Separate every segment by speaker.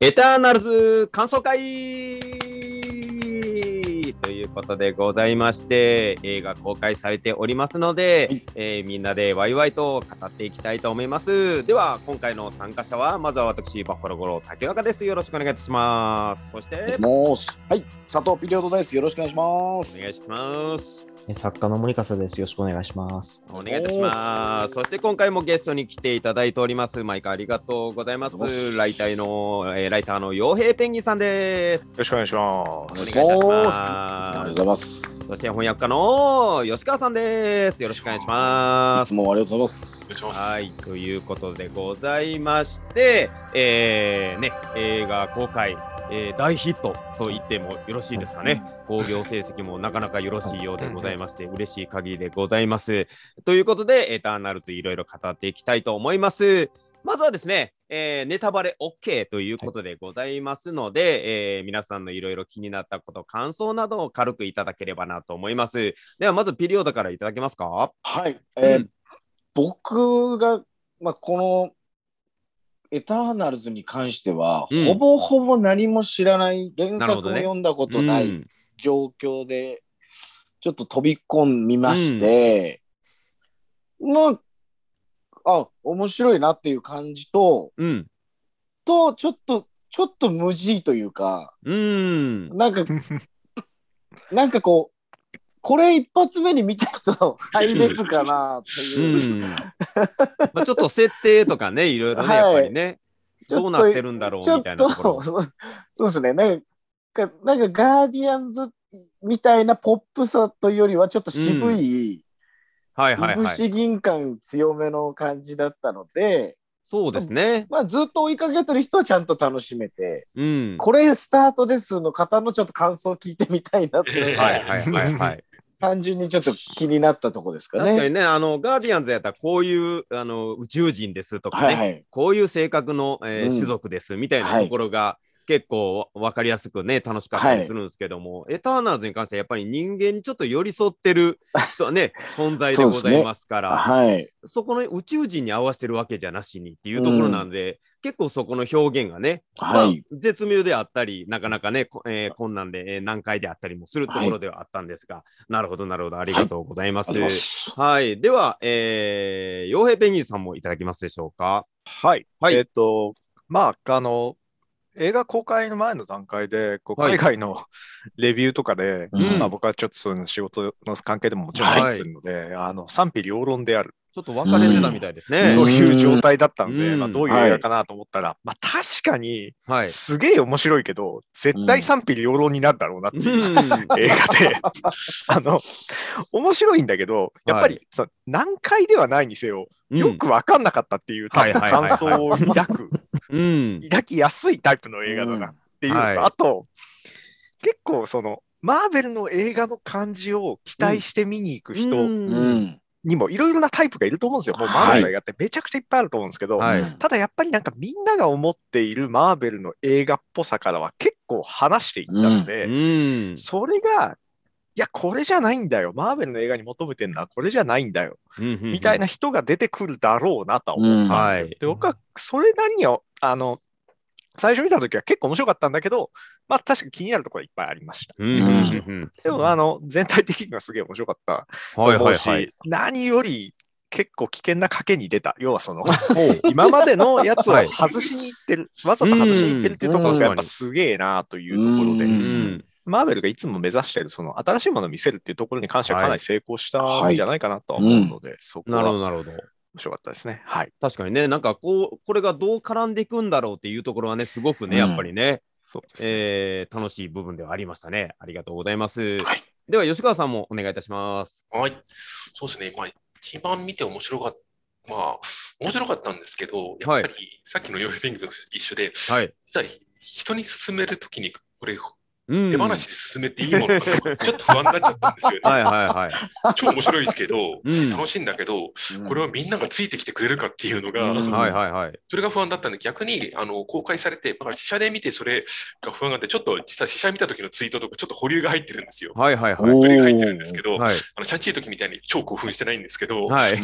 Speaker 1: エターナルズ感想会ということでございまして、映画公開されておりますので、
Speaker 2: はい
Speaker 1: えーみんなでワイワイと語っていきたいと思います。では、今回の参加者は、まずは私、バッファロー五郎竹中です。よろしくお願いいたします。そして、お
Speaker 2: もしはい、佐藤ピリオドです。よろしくお願いします。
Speaker 1: 願いします。
Speaker 3: 作家の森笠です。よろしくお願いします。
Speaker 1: お願いいたします。そして今回もゲストに来ていただいております。毎回ありがとうございます
Speaker 2: どう。も
Speaker 1: ライターの、えーライターの洋平ペンギンさんです。
Speaker 4: よろしくお願いしま
Speaker 1: お
Speaker 4: す。
Speaker 1: 願いい
Speaker 2: し
Speaker 1: た
Speaker 2: ます
Speaker 1: します。
Speaker 2: ありがとうございます。
Speaker 1: そして翻訳家の吉川さんです。よろしくお願いしま
Speaker 2: い
Speaker 1: す
Speaker 2: つ。もありがとうございます。
Speaker 1: はい、ということでございまして、えーね、映画公開、えー大ヒットと言ってもよろしいですかね。興行成績もなかなかよろしいようでございまして、嬉しい限りでございます。ということで、エターナルズいろいろ語っていきたいと思います。まずはですね、えーネタバレ OK ということでございますので、えー皆さんのいろいろ気になったこと、感想などを軽くいただければなと思います。では、まずピリオドからいただけますか。
Speaker 2: はい、えー
Speaker 1: うん
Speaker 2: 僕が、まあ、このエターナルズに関しては、
Speaker 1: うん
Speaker 2: ほぼほぼ何も知らない、原
Speaker 1: なるほ
Speaker 2: 作
Speaker 1: ど
Speaker 2: も
Speaker 1: ね
Speaker 2: 読んだことな
Speaker 1: う
Speaker 2: い
Speaker 1: ん
Speaker 2: 状況で、ちょっと飛び込みまして、まあ、あ、面白いなっていう感じと、
Speaker 1: うん。
Speaker 2: と、ちょっと、ちょっと無事というか、
Speaker 1: うん。
Speaker 2: なんか、なんかこう、これ一発目に見た人入れるかなっていう、
Speaker 1: う ん、まあちょっと設定とかね、いろいろね、
Speaker 2: はい
Speaker 1: やっぱりね、
Speaker 2: ちょっと
Speaker 1: どうなってるんだろう
Speaker 2: ちょ
Speaker 1: み
Speaker 2: った
Speaker 1: いな
Speaker 2: と、
Speaker 1: ところ。
Speaker 2: そうですね、なんか、なんかガーディアンズみたいなポップさというよりは、ちょっと渋い、
Speaker 1: はい
Speaker 2: い
Speaker 1: はい
Speaker 2: ぶ
Speaker 1: はい。
Speaker 2: し銀感強めの感じだったので、
Speaker 1: そうですね。
Speaker 2: まあ、ずっと追いかけてる人はちゃんと楽しめて、
Speaker 1: うん。
Speaker 2: これスタートですの方のちょっと感想を聞いてみたいなっていうのが
Speaker 1: はいはいはいはい。
Speaker 2: 単純にちょっと気になったとこですかね。
Speaker 1: 確かにね、あの、ガーディアンズやったらこういう、あの、宇宙人ですとかね、
Speaker 2: はいはい。
Speaker 1: こういう性格の、えー
Speaker 2: うん
Speaker 1: 種族ですみたいなところが、結構わかりやすくね、楽しかったりするんですけども、エターナルズに関してはやっぱり人間にちょっと寄り添ってる人 ね、存在でございますから。
Speaker 2: はい。
Speaker 1: そこの宇宙人に合わせてるわけじゃなしにっていうところなんで、結構そこの表現がね、まあ
Speaker 2: はい。
Speaker 1: 絶妙であったり、なかなかね、こえー困難で、えー難解であったりもするところではあったんですが、なるほど、なるほど、ありがとうございます。
Speaker 2: あり
Speaker 1: は
Speaker 2: ま
Speaker 1: い、
Speaker 2: す
Speaker 1: では、えー、傭兵ペンギンさんもいただけますでしょうか。
Speaker 4: はい。
Speaker 1: はい
Speaker 4: えっと、まあ、あの、映画公開の前の段階で、こう
Speaker 1: はい
Speaker 4: 海外の レビューとかで、
Speaker 2: うん
Speaker 4: まあ、僕はちょっとその仕事の関係でももちろんチェックするので、あの賛否両論である
Speaker 1: ちょっと分かれてたみたいですね。
Speaker 4: と
Speaker 2: うん
Speaker 4: いう状態だったので、
Speaker 1: うん
Speaker 4: まあ、どういう映画かなと思ったら、まあ、確かに
Speaker 1: はい。
Speaker 4: すげえ面白いけど、絶対賛否両論になるだろうなって
Speaker 1: う
Speaker 4: い
Speaker 1: ん
Speaker 4: う、映画であの面白いんだけどやっぱり、
Speaker 1: は
Speaker 4: その難解ではないにせよよく分かんなかったっていう
Speaker 1: はい
Speaker 4: 多
Speaker 1: はい
Speaker 4: 分
Speaker 1: はいはい
Speaker 4: 感想を抱 く
Speaker 1: うん。
Speaker 4: 抱きやすいタイプの映画だなっていうのと、
Speaker 1: はい
Speaker 4: あと結構そのマーベルの映画の感じを期待して見に行く
Speaker 1: う
Speaker 4: 人
Speaker 1: ん
Speaker 2: うん。
Speaker 4: にもいろいろなタイプがいると思うんですよ。もうマーベルの映画ってめちゃくちゃいっぱいあると思うんですけど、
Speaker 1: はい
Speaker 4: ただやっぱりなんかみんなが思っているマーベルの映画っぽさからは結構離していったので、
Speaker 1: うん。
Speaker 4: それが、いや、これじゃないんだよ。マーベルの映画に求めてるのはこれじゃないんだよ。みたい
Speaker 1: な。
Speaker 4: な人が出てくるだろうなとは思
Speaker 2: うん
Speaker 4: ったんですよ。
Speaker 1: はい
Speaker 4: で、僕はそれなりには、あの、最初見た時は結構面白かったんだけど、まあ確かに気になるところはいっぱいありました。
Speaker 1: うんうんうん
Speaker 4: でも、あの、全体的にはすげえ面白かった
Speaker 1: うん。
Speaker 4: と
Speaker 1: はい
Speaker 4: 思
Speaker 1: はいう
Speaker 4: し、
Speaker 1: はい。
Speaker 4: 何より結構危険な賭けに出た。要はその、今までのやつを外しにいってる、わざと外しにいってるっていうところがやっぱすげえなというところで、
Speaker 2: うん
Speaker 1: うん。
Speaker 4: マーベルがいつも目指している、その新しいものを見せるっていうところに関しては
Speaker 1: はい
Speaker 4: かなり成功したんじゃないかなとは思うので、そこ
Speaker 1: な
Speaker 4: は
Speaker 1: るほ
Speaker 4: 面
Speaker 1: ど、なるほど。
Speaker 4: 白かったですね。はい。
Speaker 1: 確かにね、なんかこう、これがどう絡んでいくんだろうっていうところはね、すごくね、
Speaker 2: うん
Speaker 1: やっぱりね、
Speaker 4: そうですね。
Speaker 1: えー楽しい部分ではありましたね。ありがとうございます。
Speaker 5: はい
Speaker 1: では、吉川さんもお願いいたします。
Speaker 5: はい。そうですね。まあ、一番見て面白かった、まあ、面白かったんですけど、やっぱり、さっきのヨーヨーリングと一緒で、
Speaker 1: はい。
Speaker 5: 実は人に勧めるときに、これ、
Speaker 1: うん
Speaker 5: 手放しで進めていいものかと か、ちょっと不安になっちゃったんですよね。
Speaker 1: はいはい はい。
Speaker 5: 超面白いですけど、
Speaker 1: うん
Speaker 5: 楽しいんだけど、これ
Speaker 2: は、
Speaker 5: はみんながついてきてくれるかっていうのが、
Speaker 2: うん
Speaker 1: はいはいはい。
Speaker 5: それが不安だったんで、逆にあの公開されて、だから試写で見てそれが不安があって、ちょっと実は試写見た時のツイートとか、ちょっと保留が入ってるんですよ。
Speaker 1: はいはいはい。
Speaker 2: お
Speaker 5: 保
Speaker 2: ー
Speaker 5: 留が入ってるんですけど、
Speaker 1: はい。
Speaker 5: あのシャンチーの時みたいに超興奮してないんですけど、
Speaker 1: はい。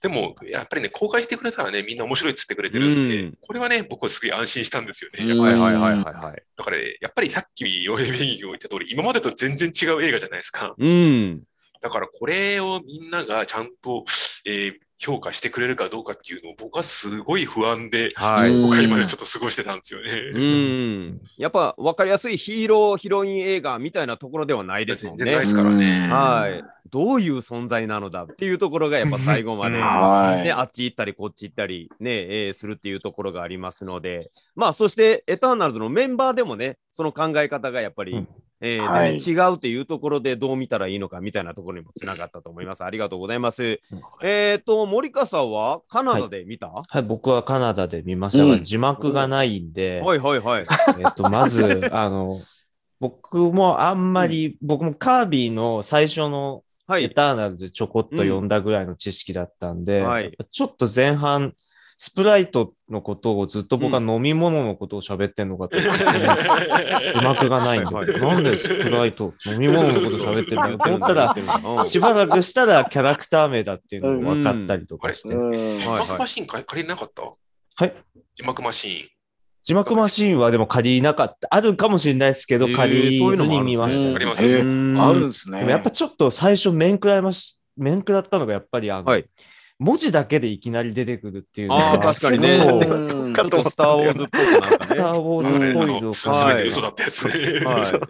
Speaker 5: でもやっぱりね、公開してくれたらね、みんな面白いっつってくれてるんで、
Speaker 1: うん
Speaker 5: これはね、僕はすごい安心したんですよね。
Speaker 2: うん
Speaker 5: やっぱ
Speaker 1: は
Speaker 5: り
Speaker 1: いはいはいはいはい。
Speaker 5: だから、ね、やっぱりさっき、ヨヘビンが言った通り、今までと全然違う映画じゃないですか。
Speaker 1: うん。
Speaker 5: だからこれをみんながちゃんと、えー評価してくれるかどうかっていうのを僕はすごい不安で、
Speaker 1: はい
Speaker 5: 公開までちょっと過ごしてたんですよ
Speaker 1: う
Speaker 5: ね。
Speaker 1: ん。やっぱ分かりやすいヒーロー、ヒロイン映画みたいなところではないですもん
Speaker 5: 全然ない
Speaker 1: ね
Speaker 5: で。すからね。
Speaker 1: はい。どういう存在なのだっていうところがやっぱ最後まで。
Speaker 4: うん
Speaker 2: はい。
Speaker 1: ね、あっち行ったりこっち行ったり、ねえーするっていうところがありますので、まあ、そしてエターナルズのメンバーでもね、その考え方がやっぱり、
Speaker 3: うん
Speaker 1: えー
Speaker 2: はい
Speaker 1: 全然違うっていうところでどう見たらいいのかみたいなところにもつながったと思います。ありがとうございます。えっと、森川さんはカナダで見た、は
Speaker 3: はい、僕はカナダで見ましたが、
Speaker 2: うん
Speaker 3: 字幕がないんで、
Speaker 1: い、はいはい はい。
Speaker 3: えっと、ま ず、あの、僕もあんまり、僕もカービィの最初の
Speaker 1: は
Speaker 3: エ
Speaker 1: い。
Speaker 3: ターナルでちょこっと読んだぐらいの知識だったんで、
Speaker 1: うんはい
Speaker 3: やっぱちょっと前半、スプライトのことをずっと僕は飲み物のことを喋ってんのかと思って、 字幕がないんで、
Speaker 1: はいはい
Speaker 3: なんでスプライト、飲み物のこと喋ってるんだと思ったら、
Speaker 1: 言ってるの
Speaker 3: しばらくしたらキャラクター名だっていうのが分かったりとかして、
Speaker 2: うん
Speaker 5: 字幕マシンか借りれなかった
Speaker 3: はい。
Speaker 5: 字幕マシ
Speaker 3: 字幕マシーンはでも借りなかった、あるかもしれないですけど、
Speaker 1: えー
Speaker 3: 借りずに見
Speaker 1: あ
Speaker 3: まし
Speaker 1: そ
Speaker 3: た
Speaker 1: ういうのも
Speaker 3: ね、
Speaker 5: ン。あります
Speaker 2: え
Speaker 5: ね。
Speaker 1: うん
Speaker 2: あるんですね。
Speaker 3: でもやっぱちょっと最初面食らいまし、面食らったのがやっぱりあの、
Speaker 1: はい
Speaker 3: 文字だけでいきなり出てくるっていうの
Speaker 1: あー
Speaker 3: が
Speaker 1: 確かにね
Speaker 3: すごい
Speaker 2: うん
Speaker 1: ちょっとスター・ウォーズっぽ
Speaker 3: スタ
Speaker 1: くな んか
Speaker 3: ー・
Speaker 1: ね。
Speaker 3: ウォー
Speaker 5: あ
Speaker 3: ズっ
Speaker 5: れあ
Speaker 3: ぽい
Speaker 5: の
Speaker 3: と
Speaker 5: す
Speaker 1: は
Speaker 5: べ
Speaker 1: い
Speaker 5: て嘘だったやつね。
Speaker 1: はい
Speaker 4: そう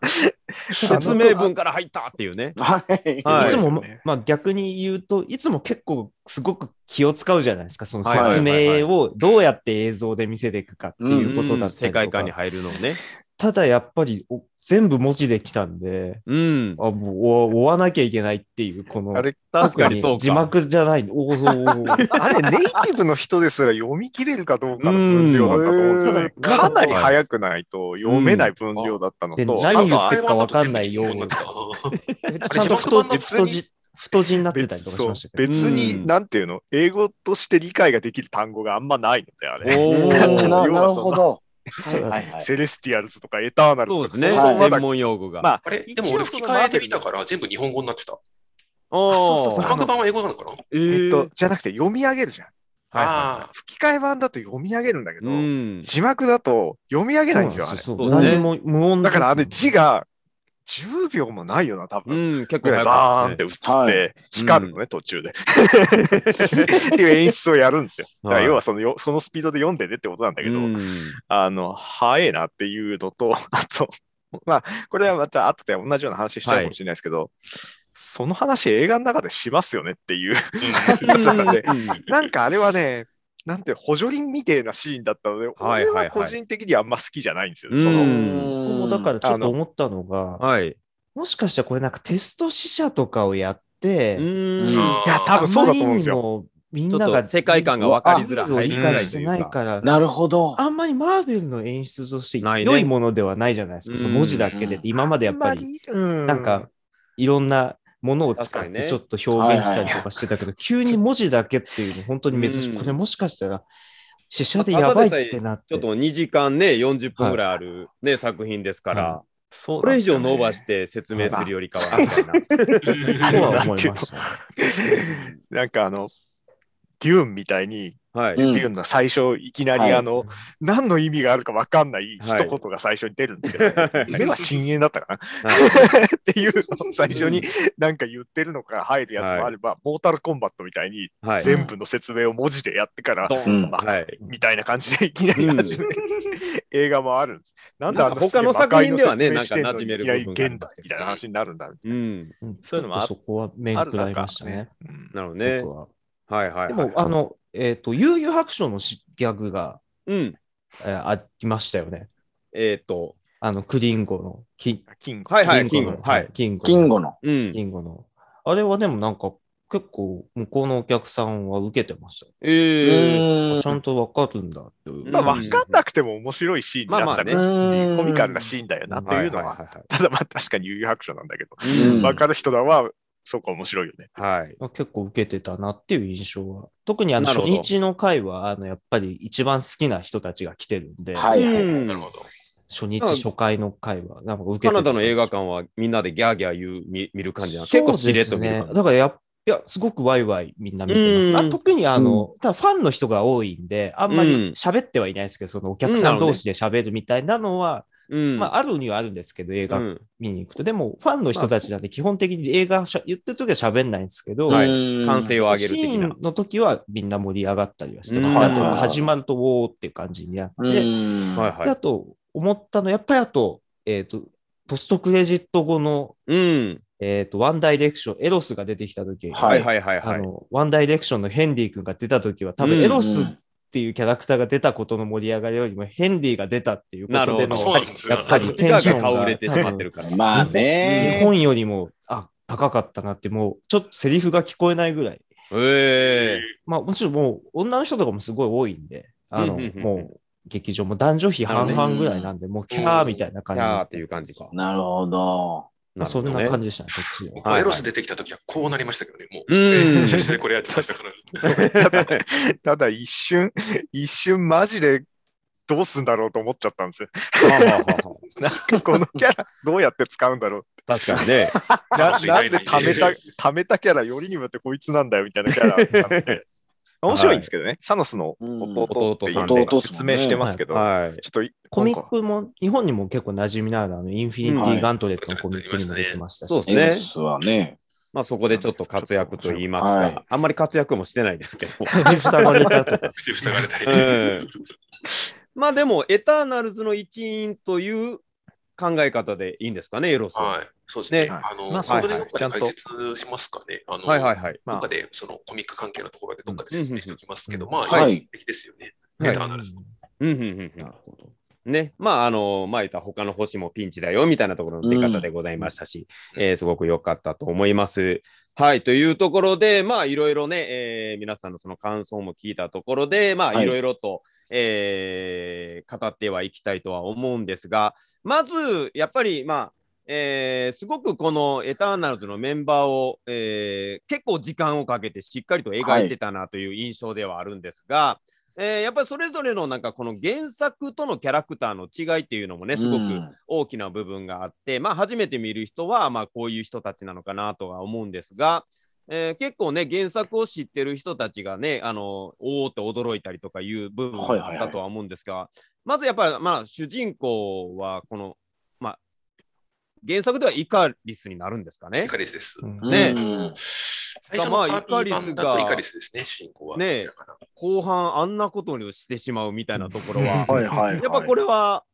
Speaker 1: 説明文から入ったっていうね。
Speaker 2: はい。
Speaker 1: はい
Speaker 3: いつも、
Speaker 4: そうですよね
Speaker 3: まあ逆に言うと、いつも結構すごく気を使うじゃないですか、その
Speaker 1: はいはい
Speaker 3: 説
Speaker 1: はい
Speaker 3: 明をどうやって映像で見せていくかっていうことだ
Speaker 1: うん世
Speaker 3: ったりとか、
Speaker 1: 界観に入るのをね。
Speaker 3: ただやっぱりお全部文字できたんで、
Speaker 1: うん。
Speaker 3: あもうお追わなきゃいけないっていう、この
Speaker 4: あ、れ、
Speaker 1: 確かにそうか。
Speaker 3: 字幕じゃない、おーおー おー
Speaker 4: あれネイティブの人ですら読み切れるかどうかの分量だったと思うんですよね。
Speaker 2: うん
Speaker 4: かなり早くないと読めない分量だったの
Speaker 3: うんで
Speaker 4: と、
Speaker 3: 何
Speaker 5: なん
Speaker 3: 言って
Speaker 5: あれ
Speaker 3: る
Speaker 5: は
Speaker 3: か分
Speaker 5: また
Speaker 3: か
Speaker 5: 全
Speaker 3: ん
Speaker 5: 部
Speaker 3: ない
Speaker 5: 日
Speaker 3: よう
Speaker 5: 本語
Speaker 3: に
Speaker 5: だっ。た
Speaker 3: ちゃんと太
Speaker 5: あれ
Speaker 3: 太字太字になってたりとかし
Speaker 4: そう
Speaker 3: ましたけど。
Speaker 4: 別
Speaker 1: う
Speaker 4: に、
Speaker 1: ん
Speaker 4: なんていうの、英語として理解ができる単語があんまないので、あれ。
Speaker 1: お
Speaker 2: うんな
Speaker 1: ー
Speaker 4: 要
Speaker 2: な
Speaker 4: は
Speaker 2: る
Speaker 4: その
Speaker 2: ほど。はい
Speaker 3: い
Speaker 2: は
Speaker 3: はい
Speaker 2: いはい。
Speaker 4: セレスティアルズとかエターナルズ
Speaker 1: そう
Speaker 4: と
Speaker 1: で
Speaker 4: か、
Speaker 1: すね。
Speaker 4: そもそもまだ
Speaker 1: 専門用語が。
Speaker 4: まあ
Speaker 5: あれでも俺
Speaker 4: 一応そ
Speaker 5: 吹
Speaker 4: の
Speaker 5: き替えで見たから全部日本語になってた。
Speaker 1: おー
Speaker 4: そうそうそう
Speaker 5: 字幕版は英語なのかな
Speaker 1: え
Speaker 4: え
Speaker 1: ー
Speaker 4: っと、じゃなくて読み上げるじゃん。
Speaker 1: はい
Speaker 5: あ
Speaker 4: 吹き替え版だと読み上げるんだけど、
Speaker 1: うん。
Speaker 4: 字幕だと読み上げないんですよ、あれ。
Speaker 3: そう
Speaker 1: そう
Speaker 3: そう
Speaker 1: ね
Speaker 3: 何も無音
Speaker 4: だからあれ
Speaker 3: です
Speaker 4: 字が10秒もないよな、多
Speaker 1: う
Speaker 4: 分。
Speaker 1: ん、結構
Speaker 4: ぐら
Speaker 1: 早
Speaker 4: いバーン
Speaker 1: か
Speaker 4: って映って、
Speaker 2: はい
Speaker 4: 光るのね、途中で。 っていう演出をやるんですよ。だから要はそのよそのスピードで読んでねってことなんだけど、
Speaker 1: うん
Speaker 4: あの、早えなっていうのと、 あと、まあ、これはまた後で同じような話しちゃうかもしれないですけど、その話映画の中でしますよねっていうやつだったんで、 なんかあれはね、なんて補助輪みてえなシーンだったので、
Speaker 1: はいはいはい
Speaker 4: 俺は個人的にあんま好きじゃないんですよね。
Speaker 1: うん
Speaker 4: その
Speaker 1: うん
Speaker 3: 僕もだからちょっと思ったのが、
Speaker 1: はい。
Speaker 3: もしかしたらこれなんかテスト試写とかをやっ
Speaker 1: う
Speaker 3: て、
Speaker 1: ん。
Speaker 2: うん
Speaker 5: あ
Speaker 4: いや、多分そうだと思うんです
Speaker 3: あ
Speaker 4: よ。
Speaker 3: まり
Speaker 1: ち
Speaker 3: にもみん
Speaker 1: ょ
Speaker 3: な
Speaker 1: っ
Speaker 3: が
Speaker 1: と世界観が分かりづらい。
Speaker 3: ルールを
Speaker 1: 入
Speaker 3: 理
Speaker 1: りづら
Speaker 3: 解
Speaker 1: い
Speaker 3: して
Speaker 1: という
Speaker 3: ないから、
Speaker 2: なるほど。
Speaker 3: あんまりマーベルの演出として
Speaker 1: ないね
Speaker 3: 良いものではないじゃないですか。その文字だけでって、今までやっぱり、
Speaker 4: うん
Speaker 3: なんか、いろんなものを使
Speaker 1: 確
Speaker 3: っ
Speaker 1: かにね
Speaker 3: てちょっと表現したりとかしてたけど、急に文字だけっていうの、本当に珍し
Speaker 1: うん
Speaker 3: い。これもしかしたら、試写でやばいってなっ
Speaker 1: ちょ
Speaker 3: て
Speaker 1: っ。と2時間ね、40分ぐらいあるね、作品ですから、
Speaker 4: そ
Speaker 1: これ以上伸ば
Speaker 4: て
Speaker 1: して説明するよりかは、みたいな。
Speaker 3: とは
Speaker 5: ー
Speaker 3: 思いましたね。
Speaker 4: なんかあの、デューンみたいに、
Speaker 1: はい。
Speaker 2: うん
Speaker 4: デューンの最初、いきな
Speaker 2: はい
Speaker 4: りあの、何の意味があるか分かんない一言が最初に出るんです けど、
Speaker 1: はい
Speaker 4: あれは深淵だったかな っていうのを最初になんか言ってるのから入るやつもあれば、モータルコンバットみたいに
Speaker 1: はい。
Speaker 4: 全部の説明を文字でやってから、
Speaker 1: ドーンと
Speaker 4: うん
Speaker 1: はい。
Speaker 4: みたいな感じでいきなり始める、 映画もあるんです。なんであ
Speaker 1: な
Speaker 4: んな
Speaker 1: んか他の
Speaker 4: すげえ魔
Speaker 1: 作
Speaker 4: 界
Speaker 1: 品ではね
Speaker 4: 説明してのに
Speaker 1: なんか馴染める部分
Speaker 4: いき
Speaker 1: があ
Speaker 4: なり
Speaker 1: るん
Speaker 4: 現
Speaker 1: ですけ
Speaker 4: 代
Speaker 1: ど
Speaker 4: みたいな話になるんだみたい
Speaker 1: うん。
Speaker 3: うん
Speaker 4: そういうのもあ
Speaker 3: ちょっとそこは面
Speaker 4: な。ある
Speaker 3: 食ら
Speaker 4: ないんか
Speaker 3: ましたね。
Speaker 4: うん
Speaker 1: なるほどね
Speaker 3: 僕。は
Speaker 1: はいはいはい。
Speaker 3: でも、あの、えっと、悠々白書のしギャグが
Speaker 1: うん。
Speaker 3: えーありましたよね。
Speaker 1: えっと、
Speaker 3: あの、クリンゴの、キン
Speaker 4: 金庫
Speaker 1: はいはい、キン
Speaker 3: の
Speaker 1: グ。はい。
Speaker 3: キンゴの。
Speaker 2: 金吾の。
Speaker 1: うん。
Speaker 3: キンゴの。あれはでもなんか、結構向こうのお客さんは受けてました。
Speaker 2: う
Speaker 1: ええ
Speaker 2: ーん
Speaker 3: ちゃんとわかるんだっていう。
Speaker 4: まあ、
Speaker 1: うん
Speaker 4: わかんなくても面白いシーンになってたね。
Speaker 1: まあ
Speaker 2: うん
Speaker 4: コミカルなシーンだよなっていうのは、
Speaker 1: は
Speaker 4: ただまあ確かに有遊白書なんだけど、
Speaker 2: うん
Speaker 4: わかる人らは、そうか面白いよね。
Speaker 1: いはいはい。
Speaker 3: まあ結構受けてたなっていう印象は。特にあの
Speaker 1: なる
Speaker 3: 初
Speaker 1: ほど
Speaker 3: 日の回は、あのやっぱり一番好きな人たちが来てるんで、
Speaker 2: はいはい。
Speaker 1: うん
Speaker 5: なるほど。
Speaker 3: 初日
Speaker 1: うん
Speaker 3: 初回の回は、なんか受けて
Speaker 1: カナダの映画館はみんなでギャーギャー言う見見る感じなの
Speaker 3: そう
Speaker 1: 結構しれ
Speaker 3: で
Speaker 1: っと
Speaker 3: す
Speaker 1: 見る
Speaker 3: ね
Speaker 1: 感。じ。
Speaker 3: だからやっいや、すごくワイワイみんな見てます。
Speaker 1: うん
Speaker 3: あ特にあの、ただファンの人が多いんで、あんま
Speaker 1: うん
Speaker 3: り喋ってはいないですけど、そのお客さん同士で喋るみたいなのは、
Speaker 1: うん
Speaker 3: まああるにはあるんですけど、映画
Speaker 1: うん
Speaker 3: 見に行くと。でも、ファンの人たちなんで基本的に映画しゃ言ってる時は喋んないんですけど、
Speaker 1: はい
Speaker 2: うん
Speaker 1: 歓声を上げる
Speaker 3: シ
Speaker 1: 的
Speaker 3: ー
Speaker 1: な
Speaker 3: ン。の時はみんな盛り上がったりはして
Speaker 1: うん
Speaker 3: ま
Speaker 2: は
Speaker 3: あと
Speaker 2: いはいはい
Speaker 3: 始まるとおーって感じになって、
Speaker 2: う
Speaker 3: で
Speaker 2: ん
Speaker 1: はいは
Speaker 3: あ
Speaker 1: い。
Speaker 3: と思ったのはやっぱりあと,、えー、とポストクレジット後の、
Speaker 1: うん。
Speaker 3: えー、とワンダイレクションエロスが出てきた時、
Speaker 2: は
Speaker 1: はいいはいはいは
Speaker 3: あ
Speaker 1: い。
Speaker 3: のワンダイレクションのヘンディ君が出た時は多
Speaker 1: う
Speaker 3: 分
Speaker 1: ん
Speaker 3: エロスっていうキャラクターが出たことの盛り上がりよりもヘンディが出たっていうこと
Speaker 1: な
Speaker 3: で
Speaker 1: る
Speaker 3: の
Speaker 1: ほ
Speaker 5: どそうなんですね
Speaker 3: やっぱりテ
Speaker 1: ガ
Speaker 3: ン
Speaker 1: ー
Speaker 3: シ
Speaker 1: ガ
Speaker 3: ョン
Speaker 1: ー
Speaker 3: が
Speaker 1: 顔売れてしまってるから。
Speaker 2: まあ
Speaker 3: 日
Speaker 2: ね。
Speaker 3: 本よりもあ高かったなってもうちょっとセリフが聞こえないぐらい
Speaker 1: え
Speaker 3: まあもちろんもう女の人とかもすごい多いんで、あの、
Speaker 1: うんうんうんうん
Speaker 3: もう劇場も男女比半々ぐらいなんで、もうキャーみたい
Speaker 1: え
Speaker 3: な
Speaker 1: ー。
Speaker 3: 感
Speaker 1: い
Speaker 3: じ。
Speaker 1: やーっていう感じか。
Speaker 2: なるほど。
Speaker 3: まあそんな
Speaker 1: るほど
Speaker 3: 感
Speaker 1: ね
Speaker 3: じでしたね、こっちは
Speaker 5: 僕
Speaker 1: はい
Speaker 5: エロス出てきた時はこうなりましたけどね、もう。
Speaker 1: うん
Speaker 5: 写真でこれやってましたから。
Speaker 4: ただ ただ一瞬、一瞬マジでどうすんだろうと思っちゃったんです よ。なんかこのキャラどうやって使うんだろう。
Speaker 1: 確かにね。
Speaker 4: ななんで貯めた、貯めたキャラよりにもよってこいつなんだよみたいなキャラなんで。 面白いんですけどね、サノスの弟っていうのが説明してますけど、
Speaker 1: はい。
Speaker 4: ちょっとい
Speaker 3: コミックも日本にも結構馴染みのあるあのインフィニティ・ガントレットのコミックにも出てましたし、
Speaker 1: そうです
Speaker 2: エロ
Speaker 1: ね。
Speaker 2: スはね。
Speaker 1: まあそこでちょっと活躍と言います
Speaker 2: はい
Speaker 1: か、あんまり活躍もしてないですけど。
Speaker 3: 口塞がれたとか、
Speaker 5: 口塞がれたり。
Speaker 1: うんまあでも、エターナルズの一員という考え方でいいんですかね、エロスは。
Speaker 5: はい。そうですね。
Speaker 1: ね
Speaker 5: あの、
Speaker 1: まあ
Speaker 5: サンドリ
Speaker 1: はい
Speaker 5: の
Speaker 1: はい
Speaker 5: 方で解説しますかね。あの、
Speaker 1: はいはいはい。
Speaker 5: どっかで、そのコミック関係のところでどっかで説明しておきますけど、
Speaker 3: うん
Speaker 5: まあ、
Speaker 1: はい
Speaker 5: 一般的ですよね。
Speaker 1: はい
Speaker 5: エターナルズも
Speaker 1: うんうんうんうん。
Speaker 3: なるほど。
Speaker 1: ね、まああの、まあ言った他の星もピンチだよみたいなところの出方でございましたし、
Speaker 5: うん
Speaker 1: えーすごく良かったと思います。はい、というところで、まあいろいろね、えー皆さんのその感想も聞いたところで、まあ
Speaker 2: はい
Speaker 1: いろいろと、えー語ってはいきたいとは思うんですが、まずやっぱり、まあ、えーすごくこのエターナルズのメンバーを、えー結構時間をかけてしっかりと描いてたなという印象ではあるんですが、えーやっぱりそれぞれのなんかこの原作とのキャラクターの違いっていうのもねすご
Speaker 2: う
Speaker 1: く
Speaker 2: ん
Speaker 1: 大きな部分があって、まあ初めて見る人はまあこういう人たちなのかなとは思うんですが、えー結構ね原作を知ってる人たちがねあのおおって驚いたりとかいう部分
Speaker 2: はいはいはい
Speaker 1: だとは思うんですが、まずやっぱりまあ主人公はこのまあ原作ではイカリスになるんですかね
Speaker 5: イ。カリスです。
Speaker 3: うん
Speaker 1: ね
Speaker 2: うん
Speaker 5: 最初のカービィ版だとイカリスですね、主人公は。
Speaker 1: ねえ後半あんなことにしてしまうみたいなところは。
Speaker 2: はいは い。
Speaker 1: やっぱこれは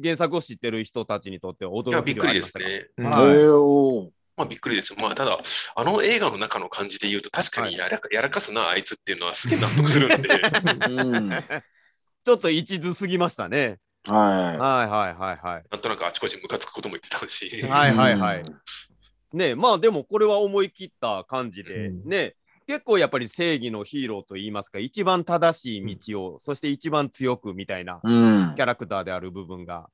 Speaker 1: 原作を知ってる人たちにとっては驚き
Speaker 5: い
Speaker 1: ではあ
Speaker 5: や、
Speaker 1: り
Speaker 5: びっ
Speaker 1: ま
Speaker 5: くりで
Speaker 1: し
Speaker 5: す
Speaker 1: たか
Speaker 5: ね。
Speaker 3: うん
Speaker 1: はい
Speaker 2: えーおー
Speaker 5: まあ、びっくりですよ。まあ、ただ、あの映画の中の感じで言うと、確かにやらかやらかすな、あいつっていうのはすげえ納得する んで。
Speaker 2: うん
Speaker 1: ちょっと一途すぎましたね。
Speaker 2: は
Speaker 1: はいはいはいはい。
Speaker 5: なんとなくあちこちムカつくことも言ってたし、
Speaker 2: い。
Speaker 1: はいはいはい
Speaker 2: うん
Speaker 1: ねまあでもこれは思い切った感じで、
Speaker 3: うん
Speaker 1: ね結構やっぱり正義のヒーローといいますか一番正しい道を、そして一番強くみたいな
Speaker 2: うん
Speaker 1: キャラクターである部分が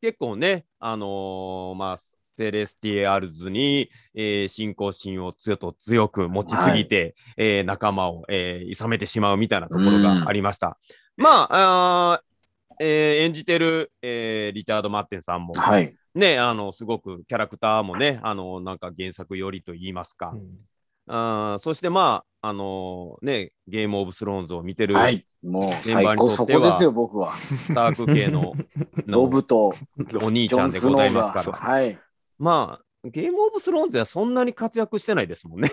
Speaker 1: 結構ねあのーまあセレスティエアルズに、えー信仰心を強と強く持ちすぎて、えー仲間を、えー、諌めてしまうみたいなところがありました。まああー、えー演じてる、えーリチャード・マッテンさんも、
Speaker 2: はい。
Speaker 1: ねあのすごくキャラクターもねあのなんか原作よりと言いますか、あーそしてまああのねゲーム・オブ・スローンズを見てる
Speaker 2: は
Speaker 1: ス
Speaker 2: い。もう
Speaker 1: メンバーに
Speaker 2: 最
Speaker 1: と
Speaker 2: 高
Speaker 1: っては
Speaker 2: そこですよ、僕は。
Speaker 1: ターク系 の
Speaker 2: ロブと
Speaker 1: お兄
Speaker 2: ジ
Speaker 1: ち
Speaker 2: ョ
Speaker 1: ゃ
Speaker 2: ン・
Speaker 1: んで
Speaker 2: ス
Speaker 1: ご
Speaker 2: ノ
Speaker 1: ざい
Speaker 2: ー
Speaker 1: ます
Speaker 2: が。
Speaker 1: から。
Speaker 2: はい。
Speaker 1: まあ、ゲームオブスローンズはそんなに活躍してないですもんね。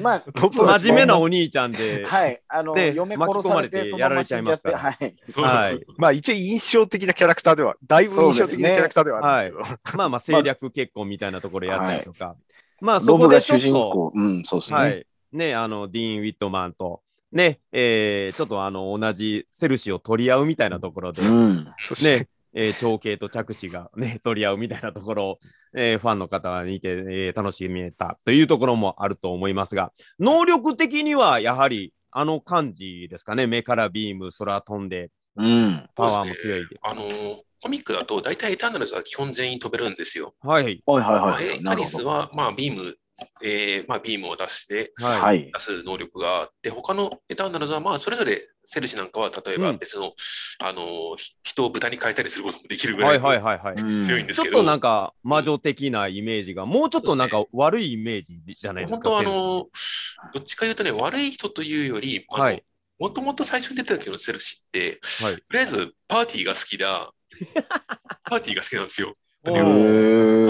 Speaker 2: まあ、
Speaker 4: ロブ
Speaker 2: そうですね
Speaker 1: 真面目なお兄ちゃんで。
Speaker 2: はい。あの、
Speaker 1: で
Speaker 2: 嫁殺
Speaker 1: 巻
Speaker 2: され
Speaker 1: き込まれて
Speaker 2: て、そ
Speaker 1: やら
Speaker 2: のまま
Speaker 1: れち
Speaker 2: 死
Speaker 1: ゃい
Speaker 2: んじゃ
Speaker 1: ま
Speaker 2: っ
Speaker 1: すか
Speaker 2: て、
Speaker 1: ら
Speaker 2: は
Speaker 1: は
Speaker 2: い。
Speaker 1: い
Speaker 4: まあ一応印象的なキャラクターでは、だいぶ印象的なキャラクターではあるんですけど、
Speaker 1: まあまあ、政略結婚みたいなところやったりとか。まあ、そこ
Speaker 2: ロブ
Speaker 1: で
Speaker 2: が
Speaker 1: ちょ
Speaker 2: 主
Speaker 1: っ
Speaker 2: 人
Speaker 1: と、
Speaker 2: 公。うん、そうです
Speaker 1: は
Speaker 2: ね。
Speaker 1: い。ね、あの、ディーン・ウィットマンと、ね、えーちょっとあの、同じセルシーを取り合うみたいなところで
Speaker 2: う。ん。
Speaker 4: そして
Speaker 1: ね、えー、長兄と着手が、ね、 取り合うみたいなところを、えーファンの方は見て、えー楽しめたというところもあると思いますが、能力的にはやはりあの感じですかね、目からビーム、空飛んで、
Speaker 2: うん。
Speaker 1: パワーも強いで。
Speaker 5: あのーコミックだと大体エターナルズは基本全員飛べるんですよ。
Speaker 1: はい、
Speaker 2: はいはい
Speaker 5: まあ
Speaker 2: は
Speaker 5: え
Speaker 2: い。
Speaker 5: ーアリスは、まあ、ビーム、えーまあ、ビームを出して、
Speaker 1: はい、、
Speaker 2: はいい。
Speaker 5: 出す能力があって、他のエターナルズは、まあ、それぞれセルシなんかは、例えば
Speaker 1: うん
Speaker 5: 別の、あのーひ人を豚に変えたりすることもできるぐ
Speaker 1: は
Speaker 5: らい
Speaker 1: い、はい、はい、はい。
Speaker 5: 強いんです
Speaker 1: ちょ
Speaker 5: け
Speaker 1: っ
Speaker 5: ど、
Speaker 1: となんか魔女的なイメージが、もうちょっとなんか悪いイメージじゃないです
Speaker 5: 本
Speaker 1: か。
Speaker 5: 当はあの
Speaker 1: セルシー
Speaker 5: ーどっちか言うとね、悪い人というより、あの
Speaker 1: はい
Speaker 5: もともと最初に出てた時のセルシって、
Speaker 1: はい
Speaker 5: とりあえずパーティーが好 きだ、パーティーが好きなんですよ。
Speaker 1: おー
Speaker 2: へ
Speaker 5: あ
Speaker 2: ー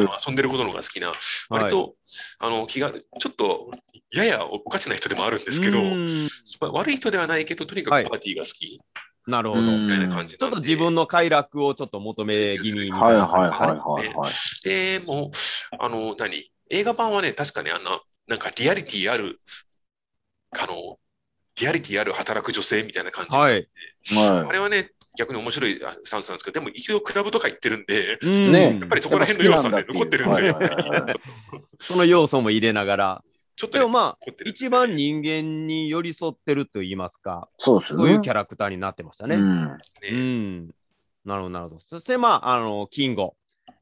Speaker 5: の遊んでることの方が好きな、割と、あの気がちょっとややおかしな人でもあるんですけど
Speaker 1: う、ーん
Speaker 5: 悪い人ではないけど、とに
Speaker 1: は
Speaker 5: か
Speaker 1: い
Speaker 5: くパーティーが好き
Speaker 1: なるほど。
Speaker 2: うん
Speaker 5: みたいな感じ
Speaker 1: ちょ
Speaker 5: な
Speaker 1: っ
Speaker 5: ん
Speaker 1: と
Speaker 5: で、
Speaker 1: 自分の快楽をちょっと求め気味に。
Speaker 2: はいはい
Speaker 1: は
Speaker 2: はいはいはい。
Speaker 5: でもうあの何映画版はね確かねあんななんかリアリティあるあのリアリティある働く女性みたいな感じ、
Speaker 1: はい。
Speaker 5: あれはね逆に面白いあスタンスなんですけどでも一応クラブとか行ってるんで
Speaker 1: うん
Speaker 2: ね
Speaker 5: やっぱりそこら辺の要素はね残ってるんですよ、
Speaker 2: はいはいはい
Speaker 1: その要素も入れながら。
Speaker 5: ちょっと
Speaker 1: で
Speaker 5: ね、
Speaker 1: もまあ、
Speaker 5: 残ってるんです
Speaker 1: 一
Speaker 5: よ
Speaker 1: 番人間に寄り添ってると言いますか、
Speaker 2: そうですよ
Speaker 1: そう
Speaker 2: ね。
Speaker 1: いうキャラクターになってましたね。うん。
Speaker 2: うん
Speaker 5: ね
Speaker 1: なるほど、なるほど。そしてまあ、あの、キンゴ。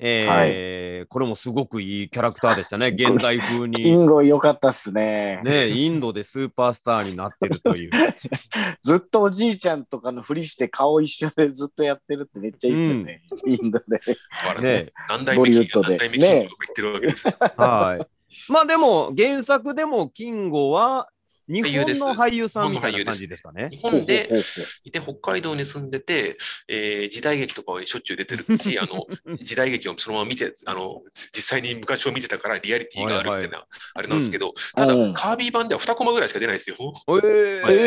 Speaker 1: えーこれもすごくいいキャラクターでしたね。現代風
Speaker 2: キ
Speaker 1: に。
Speaker 2: ング良かったっすね。
Speaker 1: ね、インドでスーパースターになってるという。
Speaker 2: ずっとおじいちゃんとかのふりして顔一緒でずっとやってるってめっちゃいいっすよね。インドで。
Speaker 5: だから
Speaker 1: ね
Speaker 5: 何代
Speaker 2: ボ
Speaker 5: 目
Speaker 2: リウ
Speaker 5: 金
Speaker 2: ッド
Speaker 5: が
Speaker 2: で
Speaker 5: 何代目金とか言ってるわけですよ、
Speaker 1: はい。まあでも、原作でもキンゴは日本の俳優さんみたいな感じですかね。
Speaker 5: 日本で
Speaker 2: ほうほうほう
Speaker 5: いて北海道に住んでて、えー時代劇とかはしょっちゅう出てるし、あの時代劇をそのまま見てあの、じ実際に昔を見てたからリアリティがあるみたいな、あれなんですけど、ただ、
Speaker 2: うん
Speaker 5: カービィ版では2コマぐらいしか出ないですよ。
Speaker 1: えー
Speaker 5: マジで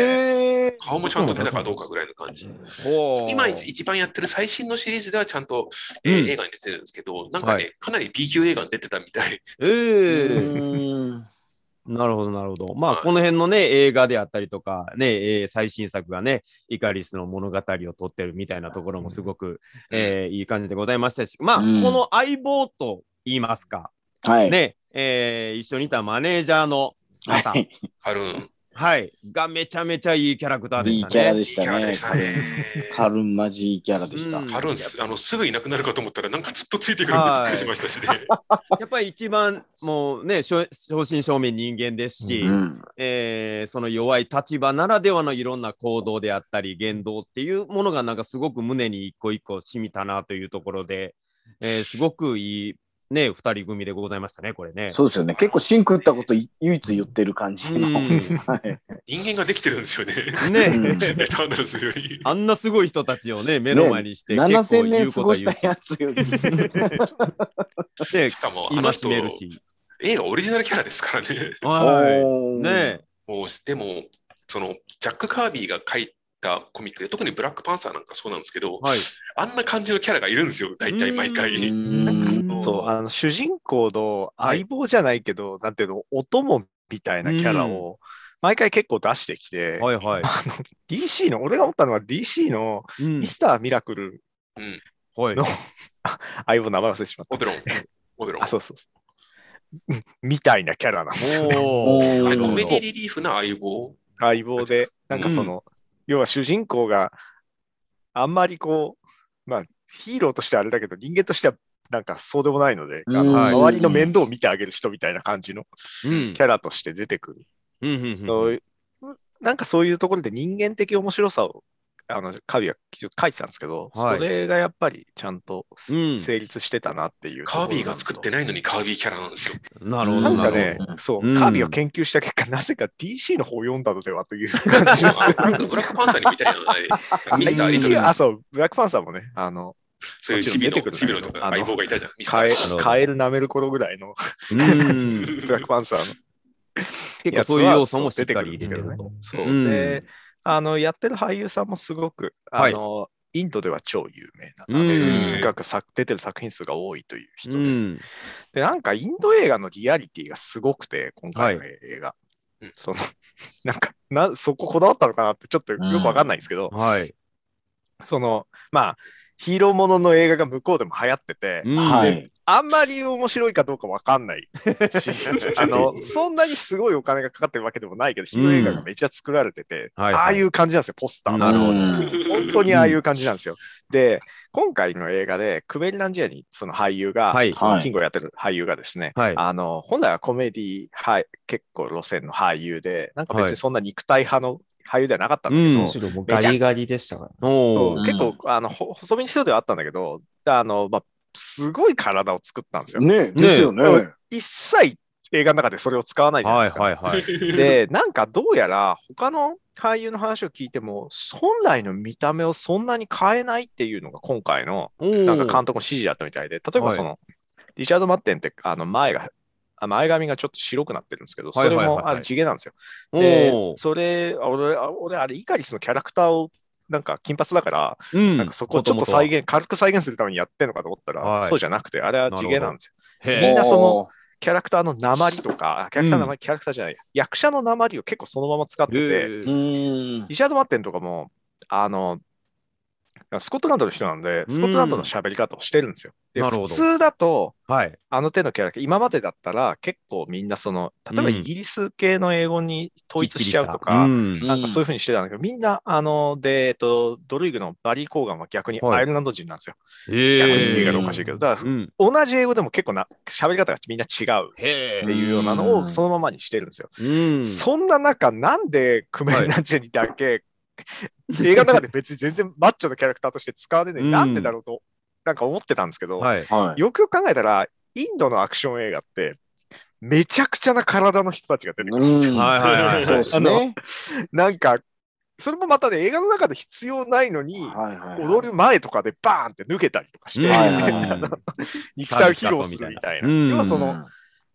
Speaker 1: え
Speaker 5: 顔もちゃんと出たかどうかぐらいの感じ。
Speaker 1: ーほう
Speaker 5: 今一番やってる最新のシリーズではちゃんと、えー
Speaker 1: うん
Speaker 5: 映画に出てるんですけど、なんかね、
Speaker 1: は
Speaker 5: かなり B 級映画に出てたみたい。
Speaker 1: えー
Speaker 2: うん
Speaker 1: なるほど、なるほど。まあ、
Speaker 5: はい
Speaker 1: この辺のね、映画であったりとか、ね、えー最新作がね、イカリスの物語を撮ってるみたいなところもすごく、えーいい感じでございましたし、まあ、
Speaker 2: うん
Speaker 1: この相棒と言いますか、
Speaker 2: はい。
Speaker 1: ね、えー一緒にいたマネージャーの方、
Speaker 2: は
Speaker 1: はいい、
Speaker 5: ハルーン。
Speaker 1: がめちゃめちゃいいキャラクターで
Speaker 2: い
Speaker 1: し
Speaker 2: い
Speaker 1: た
Speaker 2: キャ
Speaker 1: ね。
Speaker 2: ラでした
Speaker 5: いいキャラ
Speaker 2: ね
Speaker 5: でしたね。
Speaker 2: カルンマジいいキャラでした
Speaker 1: うん。
Speaker 5: ハルーンすあの、すぐいなくなるかと思ったら、なんかずっとついてくるんでびっくりしましたしね。
Speaker 1: やっぱり一番、もうね、正正真正銘人間ですし、
Speaker 2: うん
Speaker 1: えーその弱い立場ならではのいろんな行動であったり言動っていうものがなんかすごく胸に一個一個染みたなというところで、えーすごくいいね二人組でございましたねこれね。
Speaker 2: そうですよね。結構シンクったことい唯一言ってる感じの。
Speaker 1: うん
Speaker 2: はい
Speaker 5: 人間ができてるんですよね。
Speaker 1: ね
Speaker 5: エターナルズより。
Speaker 1: あんなすごい人たちをね目の前にして結構
Speaker 2: 7000
Speaker 1: 言う
Speaker 2: 年過
Speaker 1: こと
Speaker 2: ご
Speaker 1: は
Speaker 2: し
Speaker 1: 言
Speaker 2: た
Speaker 1: う
Speaker 2: やつより。
Speaker 1: し、ね
Speaker 5: し、かも、あの
Speaker 1: 今
Speaker 5: 人
Speaker 1: しめるし。
Speaker 5: 映画オリジナルキャラですからね。
Speaker 1: は
Speaker 2: お
Speaker 1: い。
Speaker 2: ー
Speaker 1: ね
Speaker 5: もう、でも、その、ジャック・カービィが書いたコミックで、特にブラックパンサーなんかそうなんですけど、
Speaker 1: はい。
Speaker 5: あんな感じのキャラがいるんですよ、大体毎
Speaker 1: う
Speaker 5: 回。
Speaker 2: う
Speaker 5: そ
Speaker 2: ん
Speaker 1: うん
Speaker 4: そう、あの、主人公の相棒じゃないけど、なんていうの、お供みたいなキャラを、毎回結構出してきて、
Speaker 1: はいはい。
Speaker 4: DC の、俺が思ったのは DC の
Speaker 1: うん
Speaker 4: ミスターミラクル、
Speaker 1: はい。
Speaker 4: 相棒の名前忘れてしまっ
Speaker 5: オベロン。オベロン
Speaker 4: た。あ、。そうそうそううん。みたいなキャラなんですよ。
Speaker 1: おー
Speaker 2: おー
Speaker 5: あれコメディリリーフな相棒。
Speaker 4: 相棒で、なんかその、要は主人公があんまりこう、まあ、ヒーローとしてはあれだけど、人間としてはなんかそうでもないので、あ
Speaker 2: うん
Speaker 4: の周りの面倒を見てあげる人みたいな感じの
Speaker 1: うん
Speaker 4: キャラとして出てくる。
Speaker 1: うんうん
Speaker 4: そううんいうなんかそういうところで人間的面白さをあの神は書いてたんですけど、
Speaker 1: はい
Speaker 4: それがやっぱりちゃんとす
Speaker 1: うん
Speaker 4: 成立してたなっていうとこ
Speaker 5: カ
Speaker 4: ろ
Speaker 5: ービィが作ってないのにカービィキャラなんですよ。
Speaker 1: なるほど。
Speaker 4: なんか
Speaker 1: る
Speaker 4: ね
Speaker 1: ほど、
Speaker 4: そう、
Speaker 1: うん
Speaker 4: カービィを研究した結果、なぜか DC の方を読んだのではという感じがす
Speaker 5: あ
Speaker 4: る。
Speaker 5: のブラックパンサーにみたいな、あれミスター・リトル
Speaker 4: DC あ、そう、ブラックパンサーもね、あの、
Speaker 5: そういうチビの、チビのとか
Speaker 4: あの
Speaker 5: 相棒がいたじゃん。ミスタ
Speaker 4: カエ
Speaker 5: ー。
Speaker 1: なるほど
Speaker 4: カエル舐める頃ぐらい の
Speaker 1: うん。
Speaker 4: ブラックパンサーの。
Speaker 1: 結構そういう要素もしっかり入れてる
Speaker 4: やつは
Speaker 1: と。
Speaker 4: そう。
Speaker 1: うん
Speaker 4: で、あの、やってる俳優さんもすごく、あの、インドでは超有名な。
Speaker 1: うん
Speaker 4: とにかく作出てる作品数が多いという人
Speaker 1: う
Speaker 4: で,、
Speaker 1: ん。
Speaker 4: でなんかインド映画のリアリティがすごくて今回の映画、
Speaker 5: うん
Speaker 4: その なんかなそここだわったのかなってちょっとよくわかんないんですけど、
Speaker 1: はい。
Speaker 4: そのまあヒーローものの映画が向こうでも流行ってて、
Speaker 1: うん
Speaker 2: は。い。
Speaker 4: あんまり面白いかどうかわかんない しあの、そんなにすごいお金がかかってるわけでもないけど、ヒーロー映画がめちゃ作られてて、
Speaker 1: はいはい
Speaker 4: ああいう感じなんですよ、ポスター
Speaker 1: なるほど
Speaker 2: ど。
Speaker 4: 本当にああいう感じなんですよ。で、今回の映画で、クベリランジアにその俳優が、
Speaker 1: はい
Speaker 4: そのキングをやってる俳優がですね、
Speaker 1: はい
Speaker 4: あの本来はコメディ、はい、結構路線の俳優で、なんか
Speaker 1: は
Speaker 4: 別
Speaker 1: い
Speaker 4: にそんな肉体派の俳優ではなかったんだけど、
Speaker 1: うん
Speaker 3: むしろもうガリガリでしたから。
Speaker 1: おー
Speaker 4: そう
Speaker 2: うん
Speaker 4: 結構あのほ細身の人ではあったんだけど、あのまあ、すごい体を作ったんですよ。
Speaker 2: ねですよね。
Speaker 4: うん一切映画の中でそれを使わないじゃ
Speaker 1: は
Speaker 4: ないで
Speaker 1: い
Speaker 4: すか。
Speaker 1: はいはい。
Speaker 4: で、なんかどうやら他の俳優の話を聞いても、本来の見た目をそんなに変えないっていうのが今回の
Speaker 1: な
Speaker 4: なんか監督の指示だったみたいで、例えば
Speaker 1: はい
Speaker 4: その、リチャード・マッテンってあの前が、あ前髪がちょっと白くなってるんですけ
Speaker 1: は
Speaker 4: ど、
Speaker 1: い
Speaker 4: そ
Speaker 1: はい
Speaker 4: れ
Speaker 1: はいはい
Speaker 4: もあの地毛なんですよ。で
Speaker 1: お、ー
Speaker 4: それ、あ俺、あ俺あれ、イカリスのキャラクターを、なんか金髪だから、
Speaker 1: うん
Speaker 4: なんかそこをちょっと再
Speaker 1: 元
Speaker 4: 現、軽く再現するためにやってんのかと思ったら、
Speaker 1: はい
Speaker 4: そうじゃなくて、あれは地毛なんですよ。
Speaker 1: 々は。
Speaker 4: みん
Speaker 1: へ
Speaker 4: なそのキャラクターの鉛とか、あキャラクターの鉛、キャラクターじゃない、役者の鉛を結構そのまま使ってて、
Speaker 1: え
Speaker 2: う。ーん。
Speaker 4: リチャード・マッテンとかも、あの、スコットランドの人なんで、スコットランドの喋り方をしてるんですよ。で
Speaker 1: なるほど
Speaker 4: 普通だと、
Speaker 1: はい。
Speaker 4: あの手のキャラクター、今までだったら結構みんなその、例えば
Speaker 1: うん
Speaker 4: イギリス系の英語に統一しちゃうと
Speaker 1: う
Speaker 4: か、
Speaker 1: ん
Speaker 4: なんかそういうふうにしてたんだけど、みんな、あの、で、えっと、ドルイグのバリー・コーガンは逆に
Speaker 1: はい
Speaker 4: アイルランド人なんですよ。
Speaker 1: へ
Speaker 4: 逆にっていう言い
Speaker 1: え。
Speaker 4: 方おかしいけど、だから、
Speaker 1: うん
Speaker 4: 同じ英語でも結構な、喋り方がみんな違う
Speaker 1: へ
Speaker 4: っていうようなのをそのままにしてるんですよ。
Speaker 1: え。うん
Speaker 4: そんな中、なんでクメルナジェにだけ、 映画の中で別に全然マッチョなキャラクターとして使われない、
Speaker 1: うん
Speaker 4: なんでだろうと、なんか思ってたんですけど、
Speaker 1: はい。
Speaker 2: はい。
Speaker 4: よくよく考えたら、インドのアクション映画って、めちゃくちゃな体の人たちが出てくるんです
Speaker 2: うん。
Speaker 4: よ
Speaker 1: はいはいはい。
Speaker 2: そうですね。
Speaker 4: なんか、それもまたね、映画の中で必要ないのに、
Speaker 2: はいはいはい
Speaker 4: 踊る前とかでバーンって抜けたりとかして、
Speaker 2: はいはいはい
Speaker 4: 肉体を披露するみたいな。
Speaker 1: うん
Speaker 4: 要はそ
Speaker 1: うん
Speaker 4: の、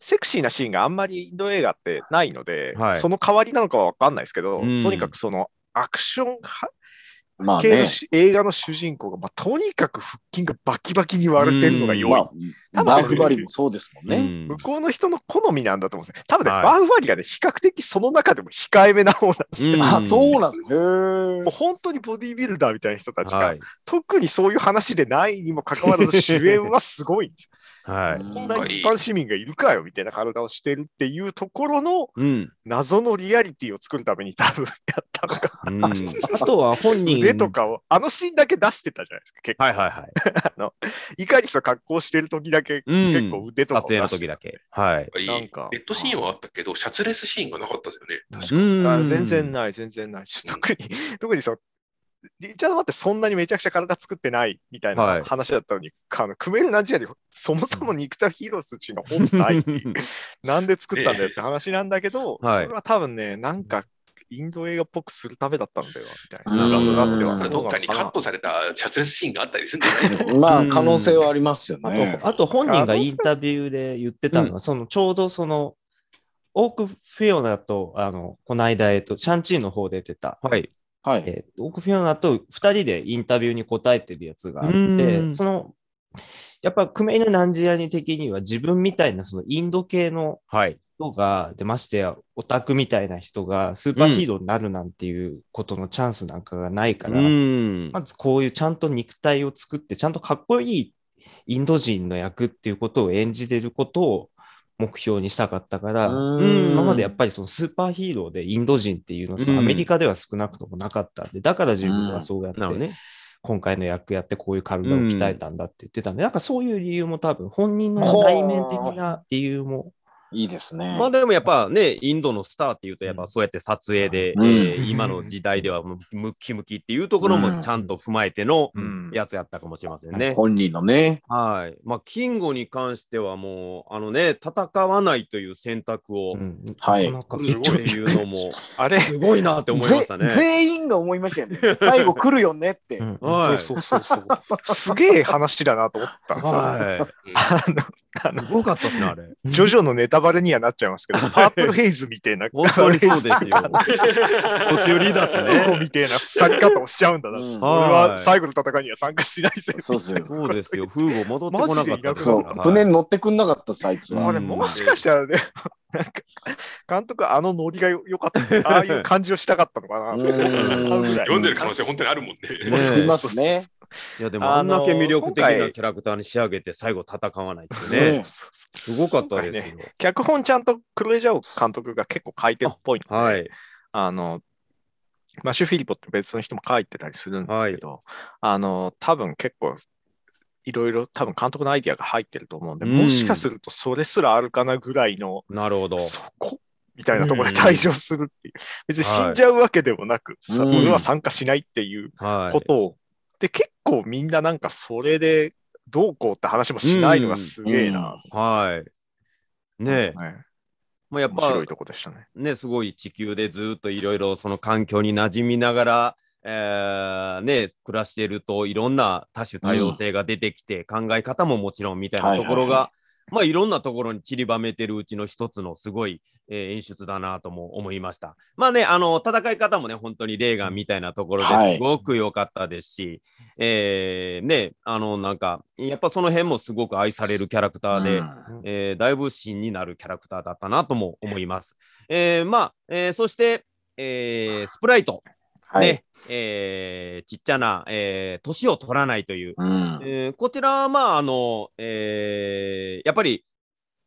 Speaker 4: セクシーなシーンがあんまりインド映画ってないので、
Speaker 1: はい
Speaker 4: その代わりなのかは分かんないですけど、
Speaker 1: うん
Speaker 4: とにかくそのアクションは
Speaker 2: まあ
Speaker 4: 系の
Speaker 2: ね。
Speaker 4: し映画の主人公が、まあ、とにかく腹筋がバキバキに割れてるのが
Speaker 1: うん
Speaker 4: 良い。
Speaker 2: まあ、
Speaker 4: 多分
Speaker 2: バーフバリもそうですもん
Speaker 1: う
Speaker 2: ね。
Speaker 1: ん
Speaker 4: 向こうの人の好みなんだと思うんですね。多分ね、
Speaker 1: はい
Speaker 4: バーフバリがね、比較的その中でも控えめな方なんですよ。
Speaker 1: うん
Speaker 2: あ、そうなんですね。へー
Speaker 4: もう本当にボディービルダーみたいな人たちが、
Speaker 1: はい。
Speaker 4: 特にそういう話でないにもかかわらず主演はすごいんですよ。
Speaker 1: はい。
Speaker 4: こんなに一般市民がいるかよみたいな体をしてるっていうところの
Speaker 1: うん。
Speaker 4: 謎のリアリティを作るために多分やったのか。
Speaker 1: うん
Speaker 3: あとは本人
Speaker 4: 腕とかを、あのシーンだけ出してたじゃないですか。結構
Speaker 1: はいはいはい。
Speaker 4: いかにその格好してる時だけ、
Speaker 1: うん
Speaker 4: 結構腕とか
Speaker 1: 撮
Speaker 4: を出
Speaker 1: 影の
Speaker 4: して
Speaker 1: 時だけ。はい。
Speaker 5: いい
Speaker 4: なんか
Speaker 5: ネットシーンはあったけど、シャツレスシーンがなかったですよね。確か
Speaker 1: う
Speaker 4: あ
Speaker 1: ん
Speaker 4: 全然ない、全然ない。特に、 特にその、リチャード・マってそんなにめちゃくちゃ体作ってないみたい
Speaker 1: はい
Speaker 4: な話だったのに、あの組めるなんじゃにそもそも肉体ヒーローするシーンが本体っていう、なんで作ったんだよって話なんだけど、
Speaker 1: はい
Speaker 4: それは多分ね、なんかインド映画っぽくするためだったのではみたい
Speaker 2: うん
Speaker 4: な。裏となっては
Speaker 5: あ
Speaker 4: そ
Speaker 5: れ
Speaker 4: うな
Speaker 5: ど
Speaker 4: の
Speaker 5: っかにカッ
Speaker 4: な。
Speaker 5: トされたシャツレスシーンがあったりするんじゃないの
Speaker 2: まあ、可能性はありますよ
Speaker 3: あ
Speaker 2: ね。
Speaker 3: と、あと本人がインタビューで言ってたのは、そのちょうどその、オーク・フィオナと、あの、この間、えっと、シャンチーの方出てた、
Speaker 1: はい。
Speaker 2: はい。
Speaker 3: えーオーク・フィオナと2人でインタビューに答えてるやつがあっ
Speaker 1: うん
Speaker 3: て、その、やっぱクメイヌ・ナンジアニ的には自分みたいなそのインド系の
Speaker 1: はい。
Speaker 3: 人が、でましてやオタクみたいな人がスーパーヒーローになるなんていうことのチャンスなんかがないから、
Speaker 1: ん
Speaker 3: まずこういうちゃんと肉体を作って、ちゃんとかっこいいインド人の役っていうことを演じてることを目標にしたかったから、
Speaker 2: うん
Speaker 3: 今までやっぱりそのスーパーヒーローでインド人っていうのはその
Speaker 1: うん
Speaker 3: アメリカでは少なくともなかったんで、だから自分はそうやって、
Speaker 1: なるほどね。
Speaker 3: 今回の役やってこういう体を鍛えたんだって言ってたんで、なんかそういう理由も多分本人の
Speaker 2: ほう
Speaker 3: 内面的な理由も、
Speaker 2: いいですね。
Speaker 1: まあでもやっぱね、インドのスターっていうと、やっぱそうやって撮影で、
Speaker 2: うん
Speaker 1: えー今の時代ではムムッキムキっていうところもちゃんと踏まえての
Speaker 4: うん
Speaker 1: やつやったかもしれませんね。
Speaker 2: 本人のね。
Speaker 1: はい。まあ、キンゴに関してはもう、あのね、戦わないという選択を
Speaker 3: うん
Speaker 2: はい
Speaker 3: なかなか
Speaker 1: するっていうのも、
Speaker 4: あれ
Speaker 1: すごいなって思いましたね。
Speaker 2: ぜ全員が思いましたよ ね。最後来るよねっ て。
Speaker 3: うん
Speaker 1: はい
Speaker 4: そうそうそうそう。すげえ話だなと思ったんですよ。
Speaker 1: は
Speaker 4: あ
Speaker 1: い。
Speaker 4: の
Speaker 1: すごかったですね、あれ。
Speaker 4: ジョジョのネタバレにはなっちゃいます けど、パープルヘイズみたいな、
Speaker 1: 本当にそうですよ。
Speaker 5: うん
Speaker 1: 途中離脱ね
Speaker 4: 男 みたいな去り方をしちゃうんだな。
Speaker 2: うん
Speaker 1: あ
Speaker 4: 俺
Speaker 1: は
Speaker 4: はい最後の戦いには参加しないぜ。
Speaker 2: そうですよ。
Speaker 1: そうですよ。風ー戻ってこなかった
Speaker 4: マジでいなく
Speaker 1: です
Speaker 4: な
Speaker 2: そ
Speaker 1: か
Speaker 2: う
Speaker 1: ら。、
Speaker 2: 船に乗ってくんなかったです、あいつ
Speaker 1: うん
Speaker 4: あ
Speaker 2: は。
Speaker 4: れもしかしたらね、なんか監督、あのノリがよ良 かった。ああいう感じをしたかったのかな。
Speaker 2: うーん
Speaker 5: 読んでる可能性本当にあるもんね。
Speaker 1: ね
Speaker 2: もしいますね。
Speaker 1: いやでもあ
Speaker 4: あ
Speaker 1: ん
Speaker 4: の
Speaker 1: だけ魅力的
Speaker 4: 今
Speaker 1: な
Speaker 4: 回
Speaker 1: キャラクターに仕上げて最後戦わないってね、すごかったですよ。
Speaker 4: 脚本ちゃんとクロエジャオ監督が結構書いてるっぽいので、
Speaker 1: はい。
Speaker 4: あの、マシュ・フィリポって別の人も書いてたりするんですけど、あの、多分結構、いろいろ多分監督のアイディアが入ってると思うんで、
Speaker 1: うん
Speaker 4: もしかするとそれすらあるかなぐらいの、
Speaker 1: なるほど。
Speaker 4: そこみたいなところで退場するっていう。別に死んじゃうわけでもなく、さ
Speaker 2: うん
Speaker 4: 俺は参加しないっていう
Speaker 1: はい
Speaker 4: こ。とを。で、結構みんななんかそれでどうこうって話もしないのがすげえな。
Speaker 1: はい。ねえ、
Speaker 4: はい
Speaker 1: まあ、やっ
Speaker 4: 面白
Speaker 1: ぱ
Speaker 4: いとこでしたね。
Speaker 1: ね、すごい地球でずっといろいろその環境に馴染みながら、えーね、暮らしているといろんな多種多様性が出てきて、考え方ももちろんみたいなところが、、
Speaker 2: はいはいはい
Speaker 1: まあ、いろんなところに散りばめてるうちの一つのすごい、えー演出だなとも思いました。まあね、あの戦い方もね、本当にレーガンみたいなところで
Speaker 2: はい
Speaker 1: すごく良かったですし、えーね、あのなんか、やっぱその辺もすごく愛されるキャラクターで、えーだいぶ芯になるキャラクターだったなとも思います。えーまあ、えーそして、えースプライト、
Speaker 2: はい。
Speaker 1: ねえーちっちゃな、えー年を取らないという、
Speaker 2: うん。
Speaker 1: えーこちらは、まああのえーやっぱり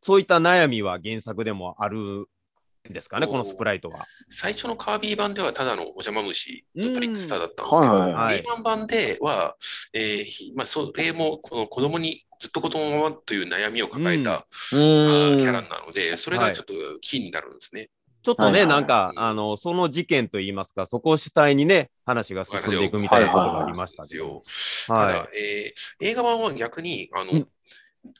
Speaker 1: そういった悩みは原作でもあるんですかね、
Speaker 5: おー
Speaker 1: このスプライトは。
Speaker 5: 最初のカービィ版ではただのお邪魔虫とトリックスターだったんですけど、
Speaker 2: は
Speaker 5: リ
Speaker 2: いは
Speaker 1: はい
Speaker 5: ーマン版では、えーひまあ、それもこの子供にずっと子供はという悩みを抱えた、
Speaker 2: い。う
Speaker 5: あー
Speaker 2: ーん。
Speaker 5: キャラなので、それがちょっとキーになるんですね。
Speaker 1: ちょっとね、
Speaker 2: はいはい
Speaker 1: なんかあのその事件といいますか、そこを主体にね、話が進んでいくみたいなことがありましたけど。
Speaker 5: よ。た
Speaker 1: は
Speaker 5: だ、えー映画版は逆に、あの、
Speaker 1: うん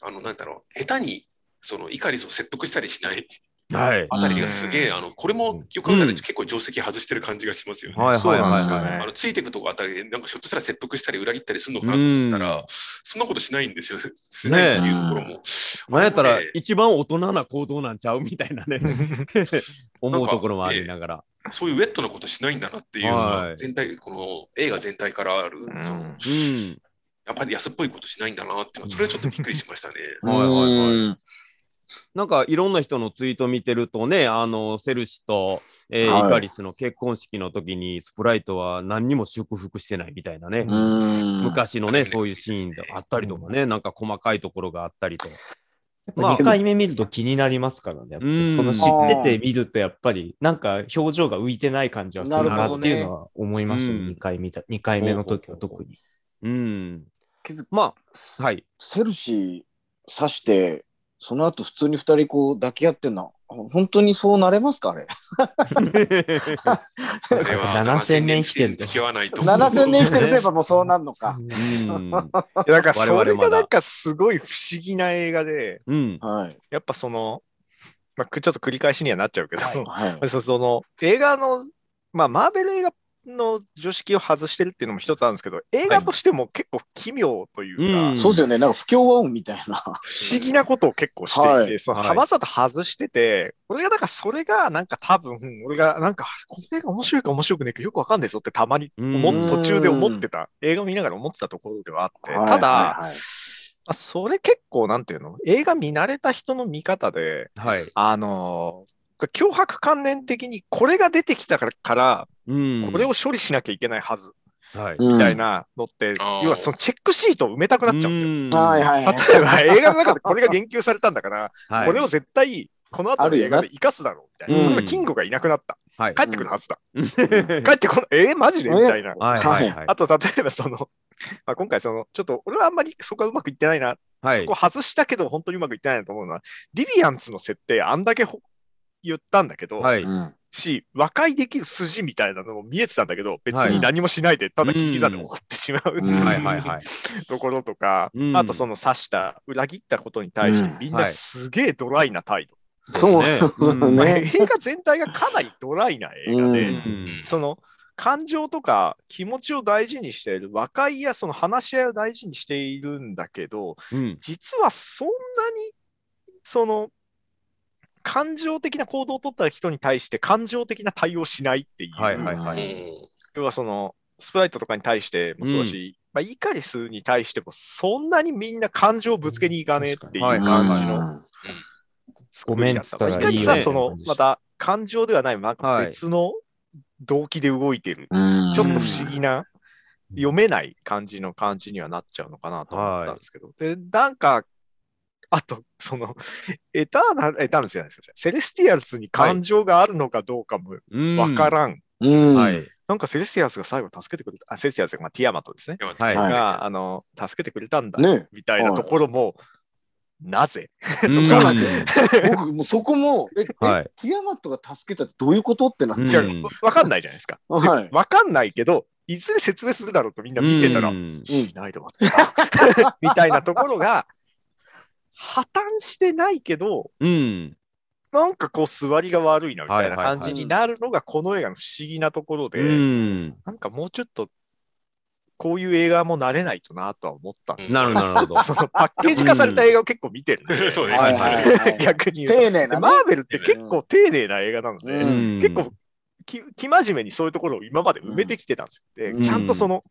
Speaker 5: あの、なんだろう、下手に、その、怒りを説得したりしない
Speaker 1: い、はい
Speaker 5: あたりがすげえ、あの、これもよく考え
Speaker 1: うん
Speaker 5: ると結構定石外してる感じがしますよね。
Speaker 1: はい
Speaker 4: そうなんですよ
Speaker 1: はい
Speaker 5: あ
Speaker 4: ね
Speaker 5: の。ついていくとこあたりで、なんかひょっとしたら説得したり裏切ったりするのかなと
Speaker 1: うん
Speaker 5: 思ったら、そんなことしないんですよね。し ないっていうところも。
Speaker 1: なんやったら
Speaker 5: ええ
Speaker 1: 一番大人な行動なんちゃうみたいなね思うところもありながら。
Speaker 5: そういうウェットなことしないんだなっていうの
Speaker 1: は
Speaker 5: が
Speaker 1: い、
Speaker 5: 全体、この映画全体からある、
Speaker 4: うん
Speaker 5: そのやっぱり安っぽいことしないんだなっていうのは、それはちょっとびっくりしましたね。
Speaker 1: はいはいはいうなんかいろんな人のツイート見てるとねあのセルシと、えー
Speaker 2: はい
Speaker 1: イカリスの結婚式の時にスプライトは何にも祝福してないみたいなね、
Speaker 2: ーん。
Speaker 1: 昔のねそういうシーンがあったりとかね、なんか細かいところがあったりと。まあ
Speaker 3: 2回目見ると気になりますからね。やっぱ
Speaker 1: うん
Speaker 3: その知ってて見るとやっぱりなんか表情が浮いてない感じはする
Speaker 2: な
Speaker 3: な
Speaker 2: るほど
Speaker 3: って
Speaker 2: ね
Speaker 3: いうのは思いましたね。
Speaker 1: うん
Speaker 3: 2回見た、二回目の時は特に。
Speaker 1: うん
Speaker 2: けど
Speaker 1: まあはい
Speaker 2: セルシー刺して、その後普通に二人こう抱き合ってんの。本当にそうなれますか あれ。
Speaker 5: これは
Speaker 3: 7000年生きてると
Speaker 5: 付き合わないと思う。
Speaker 2: 7000年してるとやっぱもうそうなんのか。
Speaker 1: うん
Speaker 4: いやなんか
Speaker 1: 我
Speaker 4: そ
Speaker 1: 々
Speaker 4: れ
Speaker 1: まだ
Speaker 4: がなんかすごい不思議な映画で、
Speaker 1: うん
Speaker 2: はい。
Speaker 4: やっぱその、まあ、くちょっと繰り返しにはなっちゃうけど、
Speaker 2: はい。
Speaker 4: そ その映画の、まあ、マーベル映画の常識を外してるっていうのも一つあるんですけど、映画としても結構奇妙というか、
Speaker 1: うん
Speaker 4: 不
Speaker 2: そうですよね。なんか不協和音みたいな。
Speaker 4: 思議なことを結構していて、
Speaker 2: はい
Speaker 4: その
Speaker 1: はい
Speaker 4: 浜里外してて、俺がなんかそれがなんか多分、俺がなんかこの映画面白いか面白くないかよくわかんないぞってたまに思っ
Speaker 1: うん
Speaker 4: 途中で思ってた、映画見ながら思ってたところではあって、
Speaker 2: はい
Speaker 4: ただ、
Speaker 2: はいはい
Speaker 4: まあ、それ結構なんていうの映画見慣れた人の見方で、
Speaker 1: はい
Speaker 4: あのー脅迫観念的にこれが出てきたからから
Speaker 1: うん
Speaker 4: これを処理しなきゃいけないはず
Speaker 1: はい
Speaker 2: み
Speaker 4: みたい。なのって、
Speaker 5: ー
Speaker 4: 要はそのチェックシートを埋めたくなっちゃうんですよ。
Speaker 1: ん
Speaker 2: はいはい はい。
Speaker 4: 例えば映画の中でこれが言及されたんだから、
Speaker 1: はい
Speaker 4: これを絶対この後の映画で生かすだろうみたい
Speaker 1: あ
Speaker 4: な。
Speaker 1: るよ
Speaker 4: 例
Speaker 1: な
Speaker 4: えば金吾がいなくなった。
Speaker 1: はい
Speaker 4: 帰ってくるはずだ。
Speaker 1: はい
Speaker 4: 帰ってこない。えー、マジでみたいな。
Speaker 1: はいはいはい
Speaker 4: あと例えばその、まあ、今回その、ちょっと俺はあんまりそこはうまくいってないな
Speaker 1: は
Speaker 4: そ
Speaker 1: い
Speaker 4: こ外したけど、本当にうまくいってないなと思うのは、リビアンツの設定、あんだけほ言ったんだけど、
Speaker 1: はい
Speaker 2: うん
Speaker 4: し、和解できる筋みたいなのも見えてたんだけど、別
Speaker 1: はい
Speaker 4: に何もしないで、ただ聞き刻んで終わってしまうっ
Speaker 2: う
Speaker 4: て
Speaker 2: ん
Speaker 4: い
Speaker 1: は
Speaker 4: う
Speaker 1: いはいはい。
Speaker 4: ところとか、
Speaker 1: うん
Speaker 4: あとその刺した、裏切ったことに対して
Speaker 2: うん、
Speaker 4: みん
Speaker 1: は
Speaker 4: ないすげえドライな態度。
Speaker 2: そう
Speaker 1: ね
Speaker 2: そう
Speaker 1: うん
Speaker 4: まあ
Speaker 2: ね。
Speaker 4: 映画全体がかなりドライな映画
Speaker 1: う
Speaker 4: で、
Speaker 1: ん
Speaker 4: その感情とか気持ちを大事にしている、和解やその話し合いを大事にしているんだけど、
Speaker 1: うん
Speaker 4: 実はそんなにその感情的な行動を取った人に対して感情的な対応しないっていう、
Speaker 1: はいはいは
Speaker 5: う
Speaker 1: い。
Speaker 5: ん、
Speaker 4: 要はそのスプライトとかに対してもそうだし、まあ、イカリスに対してもそんなにみんな感情をぶつけにいかねえっていう
Speaker 1: はいはいはい
Speaker 4: 感じの
Speaker 3: ごめんっつったらいいよ
Speaker 4: いかにさ、
Speaker 1: ね
Speaker 4: その、また感情ではない、なんか
Speaker 1: はい
Speaker 4: 別の動機で動いてる、
Speaker 2: うん
Speaker 4: ちょっと不思議な、読めない感じの感じにはなっちゃうのかなと思ったんですけど、で、なんか、あと、その、 エターナル、エターナルじゃないですよ。セレスティアルズに感情があるのかどうかも
Speaker 1: うん
Speaker 4: わからん。
Speaker 2: うん。
Speaker 1: は。い。
Speaker 4: なんかセレスティアルズが最後助けてくれた、あ、セレスティアルズが、まあ、ティアマトですね。
Speaker 1: はい
Speaker 2: は
Speaker 4: が、あの、助けてくれたんだ、
Speaker 2: ね
Speaker 4: みたいなところも、なぜ
Speaker 1: うん
Speaker 2: そうなんですよ。 僕、もうそこも、え、え
Speaker 1: はい
Speaker 2: ティアマットが助けたってどういうことってなって
Speaker 1: うん
Speaker 4: いや、わわかんないじゃないですか。
Speaker 2: はい。
Speaker 4: わかんないけど、いずれ説明するだろうとみんな見てたら、
Speaker 1: うん
Speaker 4: しないでもみたい なところが、破綻してないけど、
Speaker 1: うん。
Speaker 4: なんかこう、座りが悪いなみたい
Speaker 1: はい
Speaker 4: な
Speaker 1: はいはい
Speaker 4: 感じになるのが、この映画の不思議なところで、
Speaker 1: うん。
Speaker 4: なんかもうちょっと、こういう映画もなれないとなとは思ったんですよ
Speaker 1: なるほどな るほど。
Speaker 4: そのパッケージ化された映画を結構見てるんで
Speaker 5: そうね
Speaker 2: はいはいはい
Speaker 4: 逆に言
Speaker 2: 丁
Speaker 4: うと
Speaker 2: 寧
Speaker 4: で
Speaker 2: なね。
Speaker 4: マーベルって結構丁寧な映画なので、
Speaker 2: うん
Speaker 1: 結
Speaker 4: 結構き生真面目にそういうところを今まで埋めてきてたんですよ。で
Speaker 2: うん
Speaker 4: ちゃんとその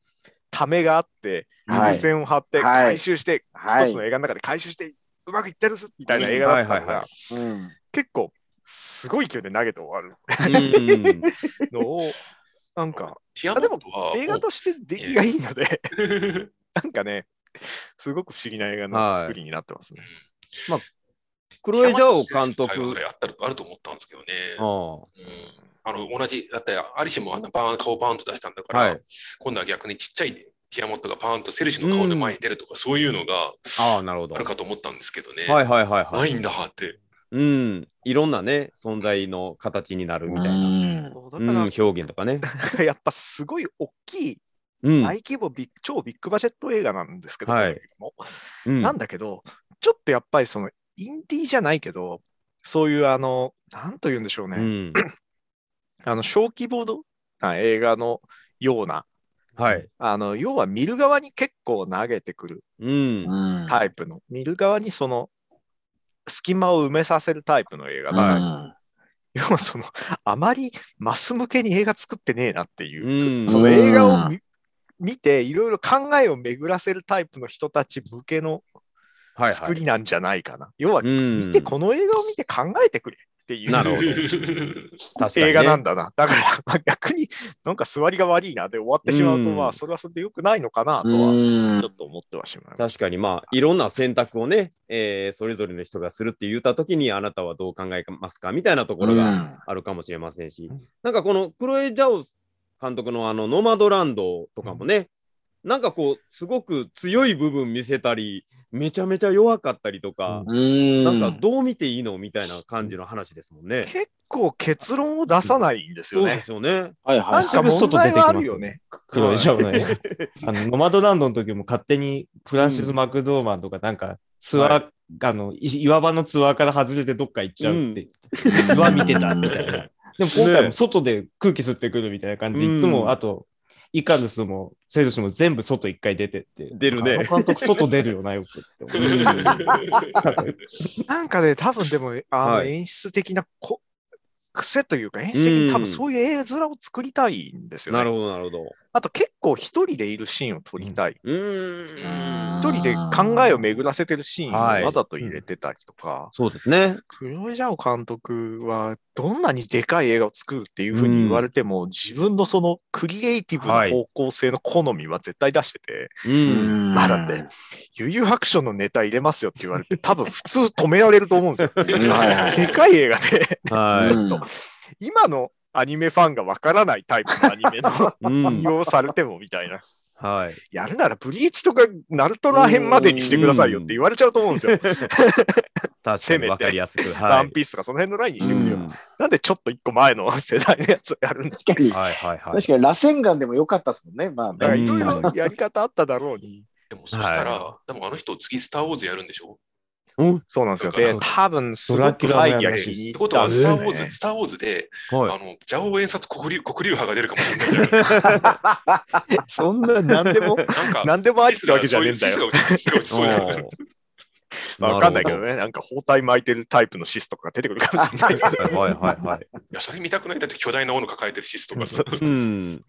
Speaker 4: ためがあって、
Speaker 2: はい
Speaker 4: 伏線を張って
Speaker 2: はい
Speaker 4: 回収して、
Speaker 2: はい
Speaker 4: 一つの映画の中で回収してうまくいってるすみたいな映画だったの
Speaker 1: はいはいは
Speaker 4: が
Speaker 1: い
Speaker 2: うん。
Speaker 4: 結構すごい勢いで投げて終わる
Speaker 1: うん
Speaker 4: のをなんか
Speaker 5: ティアマットは
Speaker 4: 映画として出来がいいので なんかねすごく不思議な映画の作りになってますね。
Speaker 1: クロエ・ジャオ監督。
Speaker 5: あったあると思ったんですけどね。
Speaker 1: あ
Speaker 5: うんあの同じ、だってアリシもあんなバーン顔バーンと出したんだから、
Speaker 1: はい
Speaker 5: 今度は逆にちっちゃいティアモットがバーンとセルシュの顔の前に出るとか、そういうのが
Speaker 1: ああ、なるほど。
Speaker 5: ある
Speaker 1: は
Speaker 5: かと思ったんですけどね。
Speaker 1: いはいはいは。
Speaker 5: ないいんだって。
Speaker 1: うん。いろんなね、存在の形になるみたいな。
Speaker 4: そうだ
Speaker 1: う
Speaker 4: か
Speaker 1: ん、
Speaker 4: ら
Speaker 1: 表現とかね。
Speaker 4: やっぱすごい大きい
Speaker 1: うん。
Speaker 4: 大規模ビッグ超ビッグバジェット映画なんですけど、
Speaker 1: はい
Speaker 4: も
Speaker 1: うん
Speaker 4: なんだけど、ちょっとやっぱりそのインディーじゃないけど、そういうあの、なんと言うんでしょうね、
Speaker 1: うん。
Speaker 4: あの小規模な映画のような、
Speaker 1: はい。
Speaker 4: あの要は見る側に結構投げてくる
Speaker 1: うん。
Speaker 2: うん。
Speaker 4: タイプの、見る側にその隙間を埋めさせるタイプの映画だ、
Speaker 1: はい
Speaker 4: 要はその、あまりマス向けに映画作ってねえなってい
Speaker 1: う
Speaker 4: う、
Speaker 1: ん
Speaker 4: その映画を見見て、いろいろ考えを巡らせるタイプの人たち向けの
Speaker 1: はいはい。
Speaker 4: 作りなんじゃないかな。要は
Speaker 1: 見
Speaker 4: 見てこの映画を見て考えてくれっていう
Speaker 1: なる ほど
Speaker 4: 映画なん
Speaker 1: だ。
Speaker 4: だな。だからまあ逆になんか座りが悪いなで終わってしまうと、
Speaker 1: うん
Speaker 4: まあそれはそれで良くないのかなとは
Speaker 2: うん
Speaker 4: ちょっと思ってはしまう。
Speaker 1: 確かにまあいろんな選択をね、えーそれぞれの人がするって言った時にあなたはどう考えますかみたいなところがあるかもしれませんし、
Speaker 4: うん
Speaker 1: なんかこのクロエ・ジャオ監督のあのノマドランドとかもね、なんかこうすごく強い部分見せたりめちゃめちゃ弱かったりとか、
Speaker 2: うん。
Speaker 1: なんかどう見ていいのみたいな感じの話ですもんね。
Speaker 4: 結構結論を出さないんです
Speaker 1: そう
Speaker 4: よ
Speaker 1: で
Speaker 4: ね。
Speaker 1: すよね。
Speaker 2: はい
Speaker 4: な
Speaker 2: は
Speaker 4: ん
Speaker 2: い。
Speaker 4: か問題はあるよね。
Speaker 3: 黒いジャブの映画。 あの、ノマドランドの時も勝手にフランシス・マクドーマンとかなんかツアー、
Speaker 1: は
Speaker 3: あの、い岩場のツアーから外れてどっか行っちゃうって、岩見てたみたいな。でも今回も外で空気吸ってくるみたいな感じで、
Speaker 1: ね
Speaker 3: いつ
Speaker 1: うん
Speaker 3: も、あと、イカルスもセルシも全部外一回出てって。
Speaker 1: 出るね
Speaker 3: あの監督外出るよな、よくって思う。
Speaker 4: なんかね、多分でも、あの
Speaker 1: はい
Speaker 4: 演出的なこ、癖というか、演出的に多分そういう絵面を作りたいんですよね。
Speaker 1: なるほどなるほど。
Speaker 4: あと結構一人でいるシーンを撮りたい。
Speaker 1: うーん。
Speaker 4: 一人で考えを巡らせてるシーンをわざと入れてたりとか、
Speaker 1: そうですね。
Speaker 4: クロエジャオ監督はどんなにでかい映画を作るっていうふうに言われても、自分のそのクリエイティブな方向性の好みは絶対出してて、
Speaker 1: う。
Speaker 2: うんん。
Speaker 4: まあだって、悠々白書のネタ入れますよって言われ て、多分普通止められると思うんですよ。
Speaker 2: うんはいはい
Speaker 4: でかい映画で、
Speaker 1: はい。
Speaker 2: うん
Speaker 4: ちょっと今のアニメファンがわからないタイプのアニメの
Speaker 1: うん
Speaker 4: 引。用されてもみたいな。
Speaker 1: はい。
Speaker 4: やるならブリーチとかナルトら辺までにしてくださいよって言われちゃうと思うんですよ。
Speaker 1: 確か
Speaker 4: せ
Speaker 1: に
Speaker 4: めて
Speaker 1: 分かりやすく。は
Speaker 4: ワ
Speaker 1: い
Speaker 4: ン。ピースとかその辺のラインにして
Speaker 2: う
Speaker 4: くれよ。
Speaker 2: ん
Speaker 4: なんでちょっと一個前の世代のやつをやるんだ
Speaker 2: 確かに、
Speaker 1: はいはいは
Speaker 2: 確かに、螺旋岩でも良かったですもんね。まあ
Speaker 4: だから
Speaker 2: ね、
Speaker 4: いろいろやり方あっただろうに。
Speaker 5: でもそしたら、でもあの人次スター・ウォーズやるんでしょ
Speaker 4: そうなんですよ。
Speaker 5: だから
Speaker 4: で、多分す
Speaker 3: ド
Speaker 4: ご
Speaker 3: ラキ
Speaker 4: く
Speaker 3: ュラの
Speaker 4: 会議
Speaker 3: や
Speaker 4: が
Speaker 3: つ
Speaker 4: 気に
Speaker 5: って
Speaker 4: 入
Speaker 5: こ
Speaker 4: っ
Speaker 5: と
Speaker 4: たん
Speaker 5: は
Speaker 4: で
Speaker 5: ス
Speaker 4: す
Speaker 5: ター・
Speaker 4: よ
Speaker 5: ウォーズ、
Speaker 4: ね
Speaker 5: ス。ター・ウォーズで、
Speaker 1: い。
Speaker 5: あ
Speaker 1: はい。
Speaker 5: の、ジャオ演説黒竜黒竜派が出るかもしれないじゃないです
Speaker 4: そん な何でも、
Speaker 5: か。なんか、
Speaker 4: 何でもありってわけじゃねえんだ
Speaker 5: そう
Speaker 4: よ。
Speaker 5: いうシスが落ち そうだ
Speaker 1: おー
Speaker 4: わかんないけど。ね、なんか包帯巻いてるタイプのシスとかが出てくるかもしれない。
Speaker 1: なるほどはいはいはい。。
Speaker 5: いや、それ見たくないだって巨大な斧抱えてるシスとか
Speaker 4: そ
Speaker 5: さ
Speaker 4: う。 そううそうん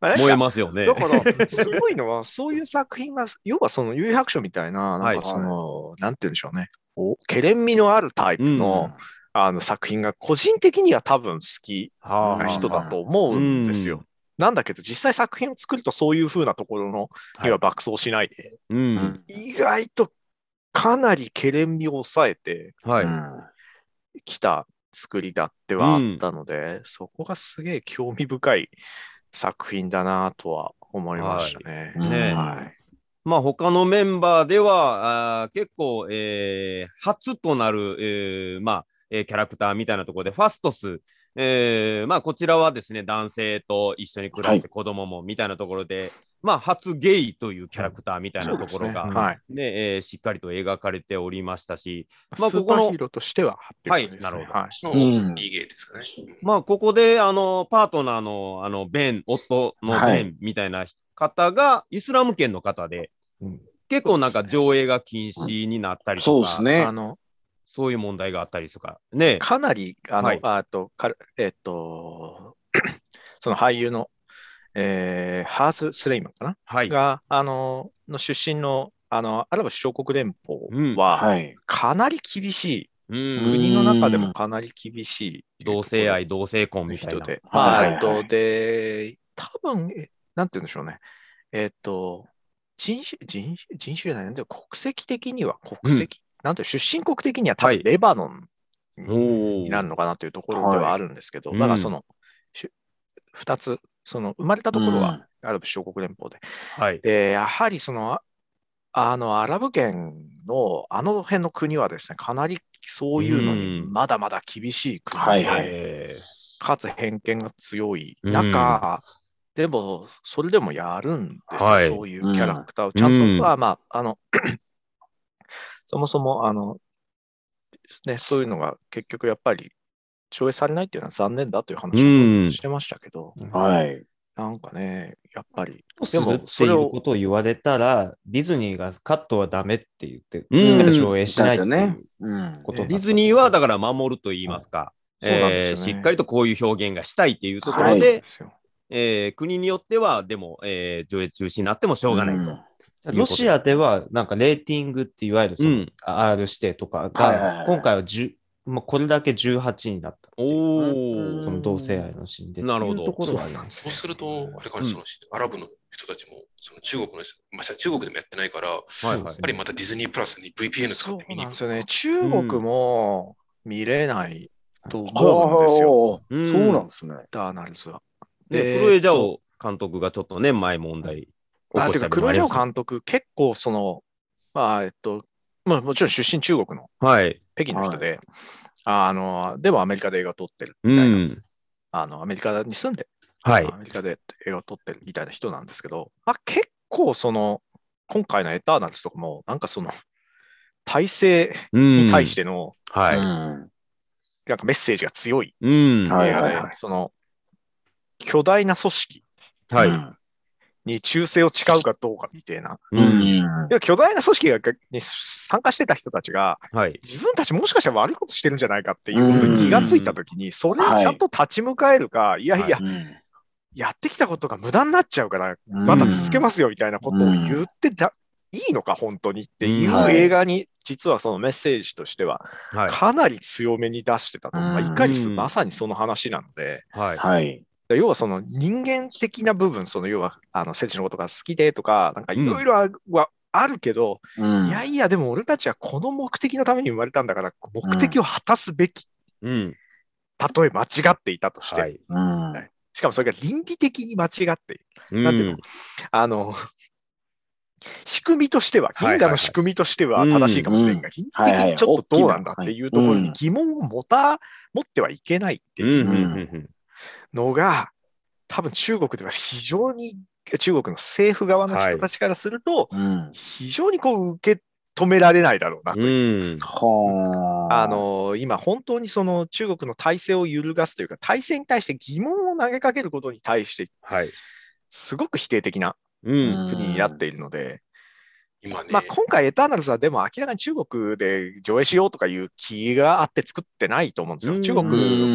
Speaker 4: まあなんか
Speaker 1: 燃えますよね
Speaker 4: だ。から、すごいのは、そういう作品が、要はその、有白書みたいな、なんかその、なんて言うんでしょうね。おけれん味のあるタイプ
Speaker 1: う
Speaker 4: の,、あの作品が個人的には多分好き
Speaker 3: は
Speaker 4: な人だと思うんですよ。なんだけど実際作品を作るとそういう風なところの
Speaker 3: はい
Speaker 4: には爆走しないで、
Speaker 1: う。
Speaker 2: うんん
Speaker 4: 意外とかなりけれん味を抑えて
Speaker 1: はい。
Speaker 4: きた作りだってはあったので、そこがすげえ興味深い作品だなとは思いましたね。
Speaker 2: はい
Speaker 1: ね
Speaker 4: はい
Speaker 1: まあ他のメンバーではあー結構、えー初となる、えーまあえーキャラクターみたいなところでファストス、えーまあ、こちらはですね男性と一緒に暮らして子供もみたいなところで、まあ、初ゲイというキャラクターみたいなところが、
Speaker 3: そうです
Speaker 1: ね
Speaker 3: ね
Speaker 4: はい
Speaker 1: えーしっかりと描かれておりましたし、まあ
Speaker 4: スーパーヒーローとしては800
Speaker 1: はい
Speaker 4: ですね
Speaker 1: なるほ
Speaker 4: はい
Speaker 5: の
Speaker 2: うん
Speaker 5: いいゲーですかね。
Speaker 1: まあ、ここであのパートナーのあのベン夫の
Speaker 2: は
Speaker 1: ベ
Speaker 2: い
Speaker 1: ンみたいな方がイスラム圏の方で
Speaker 3: うん
Speaker 1: 結構なんか上映が禁止になったりと
Speaker 2: そう
Speaker 1: か。
Speaker 2: ですね
Speaker 4: あ。の
Speaker 1: そういう問題があったりとか。ね。
Speaker 4: かなり、あの、
Speaker 1: はい
Speaker 4: あと、かえっと、 その俳優の、えーハース・スレイマンかな、
Speaker 1: はい。
Speaker 4: が、あの、の出身の、あの、アラブ首長国連邦は、
Speaker 2: はい。
Speaker 4: かなり厳し
Speaker 1: う
Speaker 4: い、
Speaker 1: ん。
Speaker 4: 国の中でもかなり厳しい
Speaker 1: 同性愛、同性婚みたい
Speaker 4: 人
Speaker 1: な。
Speaker 4: で、
Speaker 2: はい
Speaker 4: まあ、
Speaker 2: はい
Speaker 4: えっと、で、多分えなんて言うんでしょうね、えっと、人種、人種、人種じゃない、なんていうの国籍的には、国籍、なんていうの出身国的には多
Speaker 1: は
Speaker 4: 分
Speaker 1: い
Speaker 4: レバノン
Speaker 1: お
Speaker 4: になる
Speaker 1: の。
Speaker 4: のかなというところではあるんですけど、
Speaker 1: はい
Speaker 4: だか
Speaker 1: うん
Speaker 4: らその、し2つ、その生まれたところはアラブ首長国連邦で、
Speaker 1: はい。
Speaker 4: でやはりそのああのアラブ圏のあの辺の国はですね、かなりそういうのに
Speaker 1: うん
Speaker 4: まだまだ厳しい国で、
Speaker 2: はいはい
Speaker 1: え
Speaker 4: かつ偏見が強い
Speaker 1: うん
Speaker 4: 中、でもそれでもやるんですよ、
Speaker 1: はい
Speaker 4: そういうキャラクターを。ちゃんと、
Speaker 1: うん
Speaker 4: まあまあ、あの そもそもあの、ね、そういうのが結局やっぱり上映されないっていうのは残念だという話
Speaker 1: うん
Speaker 4: をしてましたけど、
Speaker 2: はい。
Speaker 4: なんかね、やっぱり、
Speaker 3: するっていうことを言われたら、ディズニーがカットはダメって言って、
Speaker 1: うん
Speaker 3: なんか上映しないって
Speaker 2: そうです
Speaker 3: い
Speaker 2: よね
Speaker 3: う
Speaker 2: うん。
Speaker 3: こと
Speaker 1: デ
Speaker 3: に
Speaker 1: ィ
Speaker 3: なった
Speaker 1: ズニーはだから守ると言いますか。
Speaker 4: はいそうなんで
Speaker 1: え
Speaker 4: す
Speaker 1: ー
Speaker 4: よね
Speaker 1: しっかりとこういう表現がしたいっていうところ
Speaker 2: はい
Speaker 1: で、
Speaker 4: すよ
Speaker 1: えー国によってはでも、えー上映中止になってもしょうがないと。
Speaker 3: ロシアでは、なんかレーティングっていわゆるその、
Speaker 1: うん
Speaker 3: R 指定とか
Speaker 2: はいはいは
Speaker 3: が
Speaker 2: い、
Speaker 3: 今回は10、もうこれだけ18になったっていう。
Speaker 1: お
Speaker 2: うん
Speaker 3: その同性愛のシーンで。
Speaker 1: なるほど
Speaker 3: っていうところはあります
Speaker 5: そう
Speaker 3: ね
Speaker 5: すると、あれかな、
Speaker 1: うん
Speaker 5: そのアラブの人たちも、その中国の人、まあ、中国でもやってないから、やっ
Speaker 1: ーはいは
Speaker 3: そう
Speaker 1: い
Speaker 3: です
Speaker 5: ぱりまたディズニープラスに VPN 使
Speaker 4: そ
Speaker 5: って見
Speaker 4: う
Speaker 5: に
Speaker 4: なんで
Speaker 5: 行く
Speaker 4: すよね。中国も見れないと思うんですよ、
Speaker 2: はあ。
Speaker 1: うん
Speaker 2: そうなんですね。
Speaker 4: ダーナルズは。
Speaker 1: で、
Speaker 4: で
Speaker 1: クロエジャオ監督がちょっとね、前問題起こ
Speaker 4: あ、
Speaker 1: してた
Speaker 4: か、
Speaker 1: り
Speaker 4: ク
Speaker 1: も
Speaker 4: ロ
Speaker 1: ありま
Speaker 4: エジャオ
Speaker 1: した
Speaker 4: 監督、結構その、まあ、えっと、まあ、もちろん出身中国の
Speaker 1: はい。
Speaker 4: 北京の人で、あの、でもアメリカで映画撮ってる
Speaker 1: う
Speaker 4: みたいな、
Speaker 1: ん。
Speaker 4: あの、アメリカに住んで、
Speaker 1: はい
Speaker 4: ア。メリカで映画撮ってるみたいな人なんですけど、まあ、結構その、今回のエターナルズとかも、なんかその、体制
Speaker 1: に
Speaker 4: に対し。ての、
Speaker 1: はい。
Speaker 2: い。
Speaker 4: なんかメッセージが強い
Speaker 1: うん。
Speaker 2: は
Speaker 4: 映
Speaker 2: い
Speaker 4: 画で、その、巨大な組織
Speaker 1: はい。
Speaker 4: に忠誠を誓うかどうかみたいな。
Speaker 2: う
Speaker 1: うん
Speaker 2: ん。
Speaker 4: いや巨大な組織がに参加してた人たちが、
Speaker 1: はい。
Speaker 4: 自分たちもしかしたら悪いことしてるんじゃないかっていうことに気がついたときに、それにちゃんと立ち向かえるか、いやいや、やってきたことが無駄になっちゃうから、また続けますよみたいなことを言ってた、いいのか、本当にってい
Speaker 2: は
Speaker 4: う
Speaker 2: い
Speaker 4: 映画に、実はそのメッセージとしては、
Speaker 1: はい。
Speaker 4: かなり強めに出してたと。まあ、いかにす
Speaker 1: うん
Speaker 4: まさにその話なので、
Speaker 1: はい。
Speaker 2: はい。
Speaker 4: で要はその人間的な部分、その要は、あの、政治のことが好きでとか、なんかいろいろははあるけど、
Speaker 2: うん
Speaker 4: いやいや、でも俺たちはこの目的のために生まれたんだから、目的を果たすべき、
Speaker 1: うん。
Speaker 4: たとえ間違っていたとして、
Speaker 1: はい。
Speaker 2: うん
Speaker 4: しかもそれが倫理的に間違っている、
Speaker 1: な
Speaker 4: なんていうのあの、仕組みとしては、銀河の仕組みとしては
Speaker 1: はいはいはい
Speaker 4: 正しいかもしれんが、倫理的にちょっとどうなんだっていうところに疑問を持た、持ってはいけないって
Speaker 1: うん
Speaker 4: いう
Speaker 1: うんうん
Speaker 4: のが、多分中国では非常に、中国の政府側の人たちからすると、
Speaker 2: うん。
Speaker 4: 非常にこう受け止められないだろうな
Speaker 1: うん。うん。
Speaker 2: はあ。
Speaker 4: あ、の今、本当にその中国の体制を揺るがすというか、体制に対して疑問を投げかけることに対して、
Speaker 1: はい。
Speaker 4: すごく否定的な
Speaker 1: うん。
Speaker 4: 国になっているので、
Speaker 5: 今ね、
Speaker 4: まあ、今回、エターナルズはでも明らかに中国で上映しようとかいう気があって作ってないと思うんです
Speaker 1: う
Speaker 4: よ。
Speaker 1: ん
Speaker 4: 中国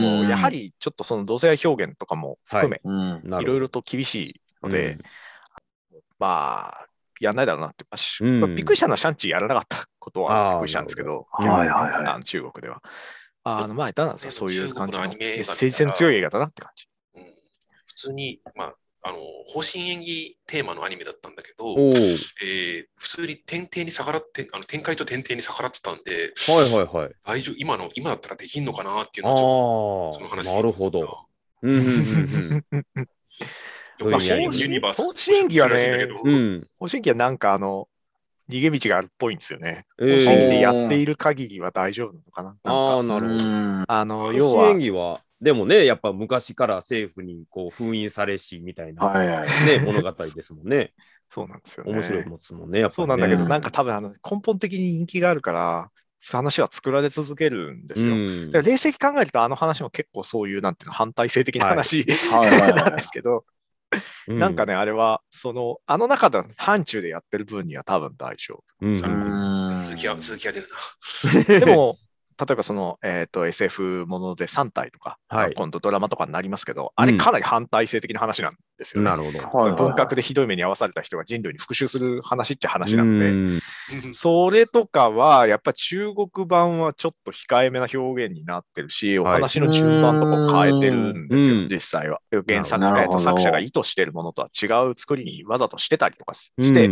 Speaker 4: もやはりちょっとその同性愛表現とかも含め、
Speaker 2: うん。
Speaker 1: ない
Speaker 4: ろい
Speaker 1: ろ
Speaker 4: ろと厳しいので、まあ、やんないだろうなって、まあし
Speaker 1: うん
Speaker 4: まあびっくりしたのはシャンチーやらなかったこと
Speaker 1: あー
Speaker 4: はびっくりしたんですけど、
Speaker 2: なるほどはいはいはい
Speaker 4: あの中国では。あのまあ、いたなそういう感じのメ
Speaker 5: 中国のアニメ映画みたいな
Speaker 4: ッセージ性の強い映画だなって感じ。
Speaker 5: うん普通に、まあ、あの方針演技テーマのアニメだったんだけど、
Speaker 1: おお。はい
Speaker 5: えー普通に天帝に逆らってあの展開と天帝に逆らってたんで
Speaker 1: はいはい。
Speaker 5: 大丈夫今の今だったらできんのかなっていうのは
Speaker 1: あ
Speaker 5: ちょっとその
Speaker 1: あ、
Speaker 5: 話
Speaker 1: なるほど。うんうん うんそういう意味
Speaker 5: でも
Speaker 1: あります
Speaker 5: ユニバース
Speaker 4: 方針演技はね
Speaker 5: らしいんだけど
Speaker 1: うん。うん。
Speaker 4: 方針機はなんかあの、逃げ道があるっぽいんですよね。
Speaker 1: え
Speaker 4: 方
Speaker 1: ー
Speaker 4: 針機でやっている限りは大丈夫なのかな。
Speaker 1: あ
Speaker 4: な
Speaker 1: あ、
Speaker 4: んか
Speaker 1: なるほど。
Speaker 2: ん。
Speaker 4: あ
Speaker 1: 要
Speaker 4: の、要
Speaker 1: は
Speaker 4: は
Speaker 1: 演、技は、でもね、やっぱ昔から政府にこう封印されしみたいな、
Speaker 2: はいはい。
Speaker 1: ね、物語ですもんね。
Speaker 4: そうなんですよね。
Speaker 1: 面白いもつもんね、やっぱ
Speaker 4: そう
Speaker 1: り
Speaker 4: な
Speaker 1: ね、
Speaker 4: んだけど、
Speaker 2: うん
Speaker 4: なんか多分あの根本的に人気があるから、話は作られ続けるんですよ。
Speaker 1: うん
Speaker 4: だから冷静に考えると、あの話も結構そういう、なんていうの、反体制的な話、
Speaker 2: はいはい
Speaker 4: な
Speaker 2: は
Speaker 4: ん
Speaker 2: い
Speaker 4: で。すけど、
Speaker 1: う
Speaker 4: なんかね、あれは、その、あの中で、範疇でやってる分には多分大丈
Speaker 1: うん
Speaker 5: う
Speaker 2: うん
Speaker 5: 鈴木は鈴木は出るな
Speaker 4: 夫。でも、例えばその、えっ、と、SF もので3体とか、
Speaker 1: はい
Speaker 4: まあ今度ドラマとかになりますけど、あれかなり反体制的な話なんですよね。
Speaker 1: なるほど。
Speaker 2: はいはい
Speaker 4: 文学でひどい目に遭わされた人が人類に復讐する話って話な
Speaker 1: うん
Speaker 4: で、
Speaker 1: ん
Speaker 4: それとかは、やっぱ中国版はちょっと控えめな表現になってるし、お
Speaker 1: はい
Speaker 4: 話の順番とかを変えてるんですよ、
Speaker 1: うん
Speaker 4: 実際は。原作、
Speaker 2: なる
Speaker 4: え
Speaker 2: ほど
Speaker 4: っと作者が意図してるものとは違う作りにわざとしてたりとかし
Speaker 1: うん
Speaker 4: して、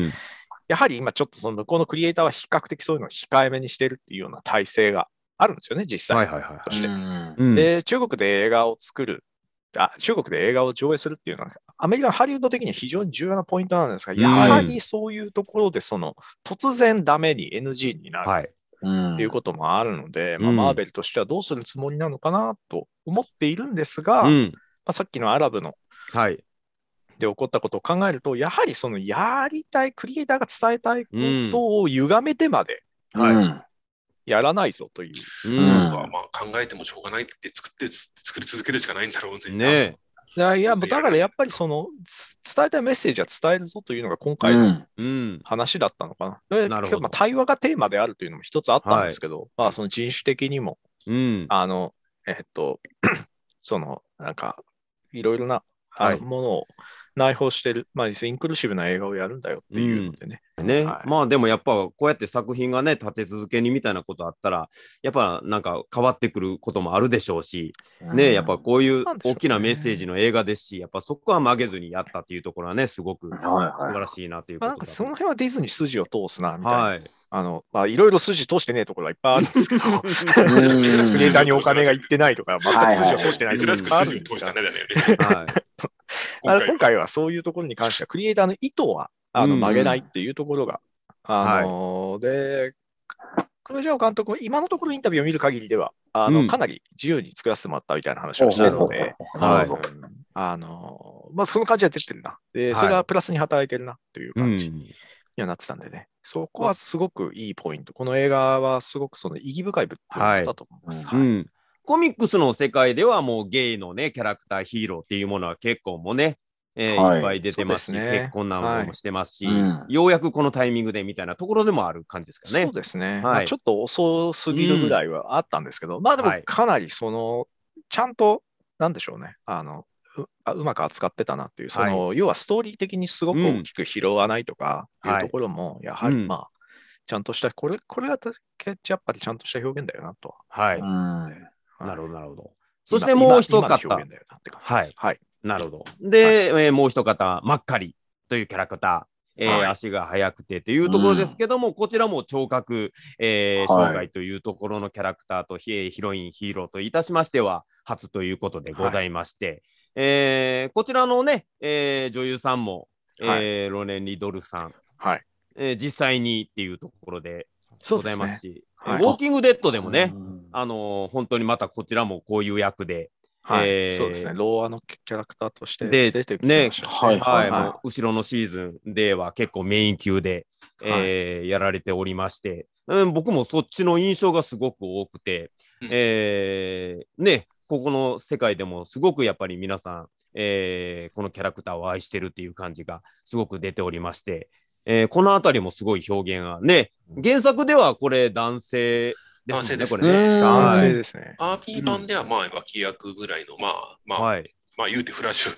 Speaker 4: やはり今ちょっとその向こうのクリエイターは比較的そういうのを控えめにしてるっていうような体制があるんですよね、実
Speaker 1: はいは
Speaker 4: 際
Speaker 1: いは
Speaker 4: として。
Speaker 2: うん
Speaker 1: い。うん、
Speaker 4: で、中国で映画を作る。あ中国で映画を上映するっていうのは、アメリカのハリウッド的には非常に重要なポイントなんですが、
Speaker 1: うん
Speaker 4: やはりそういうところで、その突然ダメに NG になる
Speaker 1: はい。
Speaker 2: うん
Speaker 4: っていうこともあるので、
Speaker 1: うん
Speaker 4: まあ、マーベルとしてはどうするつもりなのかなと思っているんですが、
Speaker 1: う
Speaker 4: ま
Speaker 1: ん。
Speaker 4: あ、さっきのアラブの
Speaker 1: はい。
Speaker 4: で起こったことを考えると、やはりそのやりたい、クリエイターが伝えたいことを歪めてまで
Speaker 2: はい。うん
Speaker 4: やらないぞという、
Speaker 1: う
Speaker 2: うん
Speaker 5: まあまあ、考えてもしょうがないって作ってつ作り続けるしかないんだろうね。
Speaker 1: ん。ね
Speaker 4: いやいやだからやっぱりそのつ伝えたいメッセージは伝えるぞというのが今
Speaker 2: う
Speaker 4: 回の
Speaker 2: ん
Speaker 1: え。うん。
Speaker 4: 話だったのかな。
Speaker 1: なるほど
Speaker 4: けまあ対話がテーマであるというのも一つあったんですけど、まあ、その人種的にも
Speaker 1: うん。
Speaker 4: あの、えっと、 その、なんか、いろいろなあ
Speaker 1: は
Speaker 4: の
Speaker 1: い
Speaker 4: ものを内包してる、まあ、インクルーシブな映画をやるんだよっていうのでね。
Speaker 1: ね、
Speaker 4: はい
Speaker 1: まあでもやっぱこうやって作品がね立て続けにみたいなことあったらやっぱなんか変わってくることもあるでしょうし、ねやっぱこういう
Speaker 4: なんでしょうね
Speaker 1: 大きなメッセージの映画ですしやっぱそこは曲げずにやったっていうところはねすごく
Speaker 2: はい
Speaker 1: 素
Speaker 2: は
Speaker 1: 晴
Speaker 2: い。
Speaker 1: らしいなというこ
Speaker 4: まあ、
Speaker 1: と
Speaker 4: な
Speaker 1: だと
Speaker 4: んかその辺はディズニー筋を通すな、みたいな。
Speaker 1: はい
Speaker 4: あの、まあ、いろいろ筋通してねえところはいっぱいあるんですけど、
Speaker 2: うん
Speaker 4: クリエイターにお金がいってないとか、全く筋を通してないところ
Speaker 5: 珍し
Speaker 4: いっ
Speaker 5: く
Speaker 4: ぱいあ
Speaker 5: 筋
Speaker 4: るん
Speaker 5: に
Speaker 4: で
Speaker 5: 通
Speaker 4: す
Speaker 5: し
Speaker 4: が
Speaker 5: たねだ
Speaker 1: は
Speaker 5: よね。
Speaker 1: い
Speaker 4: あの今回はそういうところに関しては、クリエイターの意図は あの
Speaker 1: うん
Speaker 4: 曲げないっていうところが、あので、クロジャオ監督も今のところインタビューを見る限りでは、あの
Speaker 1: うん
Speaker 4: かなり自由に作らせてもらったみたいな話をしているので、
Speaker 1: は
Speaker 2: ないるほど。
Speaker 4: あのまあ、その感じは出てるなで、それがプラスに働いてるなという
Speaker 1: う
Speaker 4: 感じに
Speaker 1: ん
Speaker 4: はなってたんでね、そこはすごくいいポイント、この映画はすごくその意義深い部分だったと思います。
Speaker 1: う
Speaker 4: はい
Speaker 1: ん、コミックスの世界ではもうゲイのねキャラクターヒーローっていうものは結構もね、えー
Speaker 2: はい
Speaker 1: いっぱい出てますし
Speaker 4: そうですね
Speaker 1: 結婚なんかもしてますし、
Speaker 2: うん、
Speaker 1: ようやくこのタイミングでみたいなところでもある感じですかね。
Speaker 4: そうですね、
Speaker 1: い
Speaker 4: まあちょっと遅すぎるぐらいはあったんですけど、まあでも
Speaker 1: はい
Speaker 4: かなりその、ちゃんと、なんでしょうね、あのうあうまく扱ってたなっていう、その、要はストーリー的にすごく大きく拾わないとか
Speaker 1: うん
Speaker 4: いうところも、やはり
Speaker 1: うん
Speaker 4: まあ、ちゃんとした、これ、これはたけやっぱりちゃんとした表現だよなとは。
Speaker 1: はいう
Speaker 2: ん
Speaker 1: なるほどなるほど。そ
Speaker 4: 今
Speaker 1: してもう一
Speaker 4: 今今の
Speaker 1: 方、
Speaker 4: 表現だよなって感じですはい。
Speaker 1: なるほど。で、えーもう一方、マッカリというキャラクター。えー
Speaker 5: はい
Speaker 1: 足が速くてというところですけども、こちらも聴覚、えー
Speaker 2: はい
Speaker 1: 障害というところのキャラクターとヒ,、ヒロインヒーローといたしましては初ということでございまして、えーこちらのね、えー女優さんも、
Speaker 4: はい
Speaker 1: えーロネン・リドルさん、
Speaker 4: はい。
Speaker 1: えー実際にっていうところで
Speaker 4: そ
Speaker 1: ご
Speaker 4: うで
Speaker 1: ざい
Speaker 4: す
Speaker 1: ま
Speaker 4: ね
Speaker 1: す。し
Speaker 4: はい
Speaker 1: ウォーキング・デッドでもね、。
Speaker 2: うん
Speaker 1: あのー本当にまたこちらもこういう役で、
Speaker 4: はい
Speaker 1: えー
Speaker 4: そうですね。ローアのキャラクターとして
Speaker 1: で
Speaker 4: 出てきてました
Speaker 2: ねはい
Speaker 1: はい、
Speaker 2: はい
Speaker 1: もう後ろのシーズンでは結構メイン級で、えーやられておりまして、うん、僕もそっちの印象がすごく多くて、
Speaker 5: うん
Speaker 1: えーね、ここの世界でもすごくやっぱり皆さん、えーこのキャラクターを愛してるっていう感じがすごく出ておりまして、えーこのあたりもすごい表現がね、原作ではこれ男性ですもん
Speaker 5: 男性です
Speaker 1: これ
Speaker 2: う
Speaker 1: ね。
Speaker 2: ん
Speaker 4: 男性ですね。
Speaker 5: パーピー版ではまあ脇役ぐらいの、まあ、まあ、
Speaker 1: はい、
Speaker 5: まあ言うてフラッシ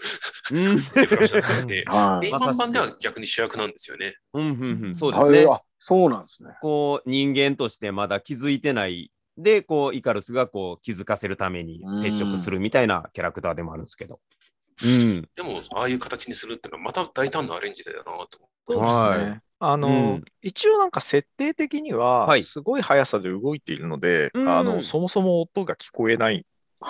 Speaker 5: ュ、
Speaker 1: うん
Speaker 5: フラッシュなんで、
Speaker 2: は
Speaker 5: で
Speaker 2: い。
Speaker 1: まさしく
Speaker 5: 今版では逆に主役なんですよね。
Speaker 1: うんうんうんそうです
Speaker 2: は
Speaker 1: ね
Speaker 2: い、。あ、そうなんですね。
Speaker 1: こう人間としてまだ気づいてないでこうイカルスがこう気づかせるために接触するみたいなキャラクターでもあるんですけど。うん。
Speaker 5: でも、ああいう形にするってのは、また大胆なアレンジだよなと。
Speaker 1: はい
Speaker 4: そうですねあの、
Speaker 1: うん
Speaker 4: 一応なんか設定的に
Speaker 1: は
Speaker 4: はいすごい速さで動いているので、
Speaker 1: うん
Speaker 4: あのそもそも音が聞こえない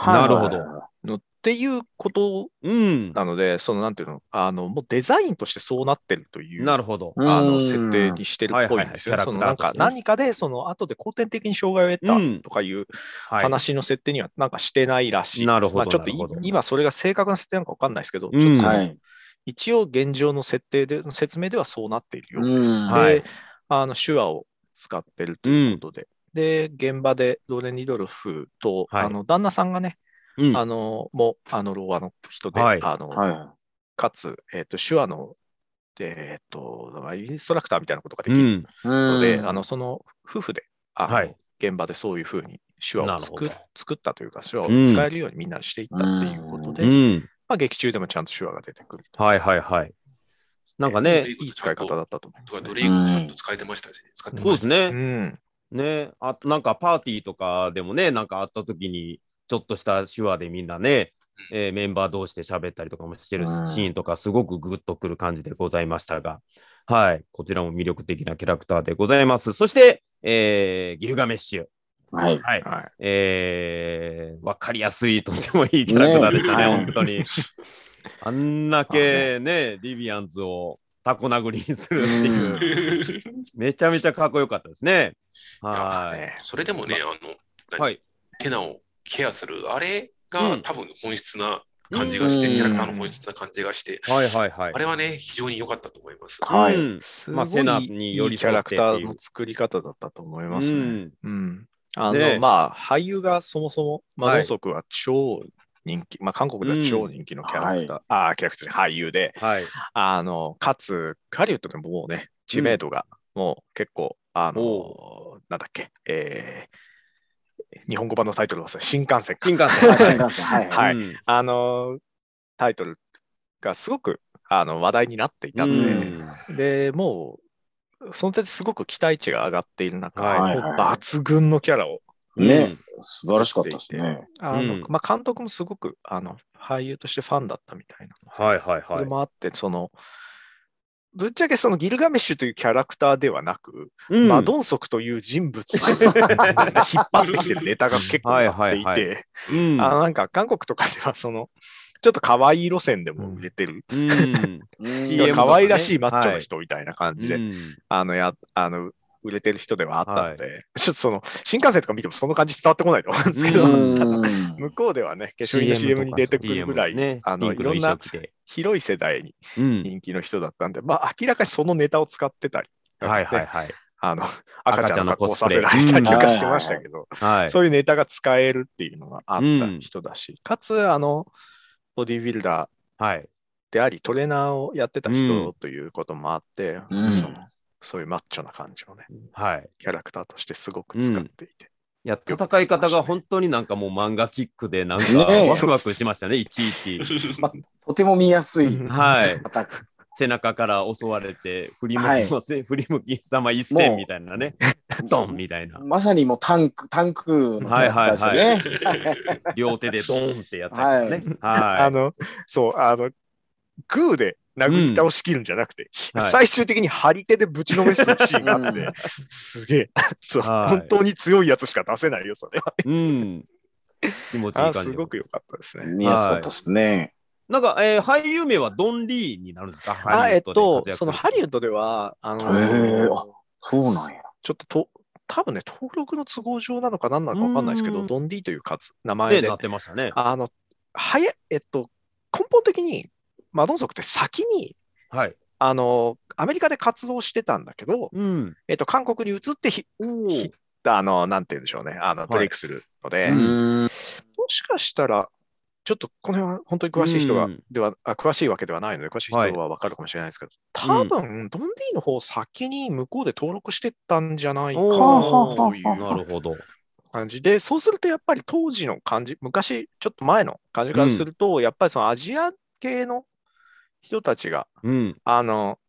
Speaker 1: なるほど
Speaker 4: のっていうこと
Speaker 1: うん。
Speaker 4: なので、そのなんていうの、あのもうデザインとしてそうなってるという。
Speaker 1: なるほど。
Speaker 4: あ
Speaker 2: う
Speaker 4: の
Speaker 2: ん
Speaker 4: 設定にしてるっぽいんですよ
Speaker 1: は
Speaker 4: ね。
Speaker 1: いはいはい
Speaker 4: そのなんか
Speaker 1: キャラクターとしてね
Speaker 4: 何かでその後で後天的に障害を
Speaker 1: う
Speaker 4: 得
Speaker 1: ん
Speaker 4: たとかいう
Speaker 1: はい。
Speaker 4: 話の設定にはなんかしてないらしいです。
Speaker 1: なるほど
Speaker 4: まあ、ちょっとい
Speaker 1: なるほど
Speaker 4: 今それが正確な設定なのかわかんないですけど、
Speaker 1: うん
Speaker 4: ちょっとその
Speaker 2: はい。
Speaker 4: 一応現状の設定で説明ではそうなっているようです。
Speaker 2: うん
Speaker 4: で、
Speaker 1: はい
Speaker 4: あの手話を使ってるということで。で、現場でロレン・リドルフと、
Speaker 1: はい
Speaker 4: あの旦那さんがね、
Speaker 1: うん
Speaker 4: あのもうあのローアの人で、
Speaker 1: はい
Speaker 4: あの
Speaker 2: は
Speaker 4: かつ、えっと手話の、えっとインストラクターみたいなことがで
Speaker 1: う
Speaker 4: きる
Speaker 1: ん。
Speaker 2: い。
Speaker 4: ので、
Speaker 2: うん
Speaker 4: あの、その夫婦であの、
Speaker 1: はい
Speaker 4: 現場でそういうふうに手話を作
Speaker 1: なるほど
Speaker 4: 作ったというか、手話を
Speaker 1: うん
Speaker 4: 使えるようにみんなにしていったっていうことで、
Speaker 1: う
Speaker 4: ま
Speaker 1: ん。
Speaker 4: あ、劇中でもちゃんと手話が出てくる。
Speaker 1: はいはいはい。なんかね
Speaker 4: いいいい使い方だったと思いま
Speaker 5: とか
Speaker 4: す、
Speaker 5: ド
Speaker 4: ね。
Speaker 5: リーグちゃんと使えてましたし、使って
Speaker 1: そう
Speaker 5: ま
Speaker 1: で
Speaker 5: し
Speaker 1: す
Speaker 5: た。
Speaker 4: う
Speaker 1: ね。
Speaker 4: ん、
Speaker 1: ね。あとなんかパーティーとかでもねなんかあった時にちょっとした手話でみんなね。えーメンバー同士で喋ったりとかもしてるシ
Speaker 2: うん
Speaker 1: ーンとかすごくグッとくる感じでございましたが、はい、こちらも魅力的なキャラクターでございます。そして、えーギルガメッシュ、
Speaker 2: はい。
Speaker 1: はい、
Speaker 4: は
Speaker 1: えー、わかりやすい、とてもいいキャラクターでしたね、本
Speaker 2: ね
Speaker 1: 当に。あんだけね、リビアンズをタコ殴りにするって いう、めちゃめちゃかっこよかったですね。
Speaker 4: い
Speaker 1: は
Speaker 4: ね
Speaker 5: それでもね、あの、
Speaker 1: い。はい。
Speaker 5: テナをケアする、あれ
Speaker 1: う
Speaker 5: が
Speaker 1: ん
Speaker 5: 多分本質な感じがして、
Speaker 2: うん
Speaker 5: キャラクターの本質な感じがして、
Speaker 1: はいはいはい
Speaker 5: あ。れはね、非常に良かったと思います。
Speaker 2: はい
Speaker 1: うん
Speaker 4: す
Speaker 1: まあ
Speaker 4: ご
Speaker 1: セナ
Speaker 4: い
Speaker 1: に
Speaker 4: い
Speaker 1: 寄り
Speaker 4: いキ
Speaker 1: 添
Speaker 4: ャ
Speaker 1: っ
Speaker 4: ラ
Speaker 1: てって
Speaker 4: ク
Speaker 1: いう
Speaker 4: ターの作り方だったと思います
Speaker 1: う
Speaker 4: ね。
Speaker 1: ん
Speaker 4: うん。あ
Speaker 1: ね
Speaker 4: の、まあ、俳優がそもそも、ま
Speaker 1: は
Speaker 4: あ、
Speaker 1: い
Speaker 4: 脳足は超人気、まあ、韓国では超人気のキャラクター、ああ、キャラクターじゃない俳優で、
Speaker 1: はい。
Speaker 4: あの、かつ、ハリウッドでももうね、知名度が、もう結構、あの、なんだっけ、えー、日本語版のタイトルは新幹線か
Speaker 1: 金。管
Speaker 2: 新幹線 はい。
Speaker 4: はい
Speaker 1: うん
Speaker 4: あの、タイトルがすごく、あの、話題になっていたので、
Speaker 1: うん
Speaker 4: でもうその点ですごく期待値が上がっている中、
Speaker 1: はい
Speaker 4: もう抜群のキャラを
Speaker 2: ね、素晴らしかったですね。
Speaker 4: あの、
Speaker 1: うん
Speaker 4: まあ、監督もすごくあの俳優としてファンだったみたいなので、
Speaker 1: はいはい
Speaker 4: そ
Speaker 1: は
Speaker 4: れ
Speaker 1: い。
Speaker 4: もあってそのぶっちゃけそのギルガメッシュというキャラクターではなく、
Speaker 1: うん
Speaker 4: マドンソクという人物を 引っ張ってきてるネタが結構あっていて、
Speaker 1: はいはいうん
Speaker 4: あのなんか韓国とかではそのちょっと可愛い路線でも売れてる、
Speaker 1: うん CM とかね
Speaker 4: 可愛らしいマッチョの人みたいな感じで、
Speaker 1: うん
Speaker 4: あの、や、あの、売れてる人ではあったので、 ちょっとその、新幹線とか見てもその感じ伝わってこないと思うんですけど、
Speaker 1: うん
Speaker 4: ただ 向こうではね、化粧品の CM に出てくるぐらい、
Speaker 1: ね、
Speaker 4: あの、
Speaker 1: ピ
Speaker 4: い
Speaker 1: ンクの
Speaker 4: ろん
Speaker 1: 衣装
Speaker 4: な
Speaker 1: 着て
Speaker 4: 広い世代に
Speaker 1: うん
Speaker 4: 人気の人だったんで、まあ、明らかにそのネタを使ってたり、
Speaker 1: はいはいはい。
Speaker 4: あの、
Speaker 1: 赤
Speaker 4: 赤
Speaker 1: ち
Speaker 4: ち
Speaker 1: ゃ
Speaker 4: ゃ
Speaker 1: んの
Speaker 4: んの格
Speaker 1: コ
Speaker 4: 好
Speaker 1: ス
Speaker 4: さ
Speaker 1: プレ
Speaker 4: せられたりと
Speaker 2: うん
Speaker 4: かしてましたけど、
Speaker 1: はい。
Speaker 4: そういうネタが使えるっていうのがあった人だし、かつ、あの、ボディービルダー
Speaker 1: はい。
Speaker 4: であり、トレーナーをやってた
Speaker 1: うん
Speaker 4: 人ということもあって、
Speaker 2: うん
Speaker 4: そのそういうマッチョな感じをね、
Speaker 1: はい。
Speaker 4: キャラクターとしてすごく使っていて。
Speaker 1: いや、
Speaker 4: よく
Speaker 1: 戦い方が本当になんかもう漫画チックで、なんか
Speaker 2: ねえ
Speaker 1: ワクワクしましたね、いちいち。
Speaker 2: とても見やすい
Speaker 4: うん
Speaker 1: はい。
Speaker 2: アタック。
Speaker 1: 背中から襲われて、振り向きません、振り向き様一
Speaker 2: も
Speaker 1: 戦
Speaker 2: う
Speaker 1: みたいなね、ドンみたいな、
Speaker 2: まさにもうタンク、タンクのキャラクターですよね。
Speaker 1: 両手でドンってやったりとかね。
Speaker 4: あ
Speaker 1: は
Speaker 4: の、そう、あの、グーで殴り倒しきるんじゃなくて、
Speaker 1: はい
Speaker 4: 最終的に張り手でぶちのめすシーンがあって、
Speaker 2: うん
Speaker 4: すげえ、 そう、
Speaker 1: はい
Speaker 4: 本当に強いやつしか出せないよ、それは。
Speaker 1: い。うん。気持ちいい
Speaker 4: あ
Speaker 1: 感じ
Speaker 4: す
Speaker 1: で。
Speaker 4: ごく良かったですね。
Speaker 2: 見やすかったですね。
Speaker 1: なんか、えー俳優名はドン・リーになるんですか
Speaker 4: あえっと、そのハリウ
Speaker 1: ウッ
Speaker 4: ッドでは、あの、
Speaker 2: へえあそうなんや。
Speaker 4: ちょっとと、多分ね、登録の都合上なのか何なのか分かんないですけ
Speaker 1: うん
Speaker 4: ど、ドンディというかつ
Speaker 1: ドで
Speaker 4: 名前で
Speaker 1: なっ、てましたね。
Speaker 4: あの、早い、えっと、根本的にマドンソクって先に、
Speaker 1: はい。
Speaker 4: あの、アメリカで活動してたんだけど、
Speaker 1: うん。
Speaker 4: えっと、韓国に移ってひ、
Speaker 1: お
Speaker 4: ひあの、なんて言うんでしょうね、あの、ブレイクするので、
Speaker 1: うん
Speaker 2: うん
Speaker 4: もしかしたら、ちょっとこの辺は本当に詳しい人が、
Speaker 1: うん
Speaker 4: ではあ、詳しいわけではないので、詳しい人
Speaker 1: はい
Speaker 4: はわかるかもしれないですけど、
Speaker 1: う
Speaker 4: 多
Speaker 1: ん
Speaker 4: 分、ドンディの方を先に向こうで登録してたんじゃないかな
Speaker 1: おー
Speaker 4: とい
Speaker 2: はあはあはあ
Speaker 4: う
Speaker 1: なるほど。
Speaker 4: 感じで、そうするとやっぱり当時の感じ、昔、ちょっと前の感じからすると、やっぱりそのアジア系の人たちが、
Speaker 1: うん。
Speaker 4: あの、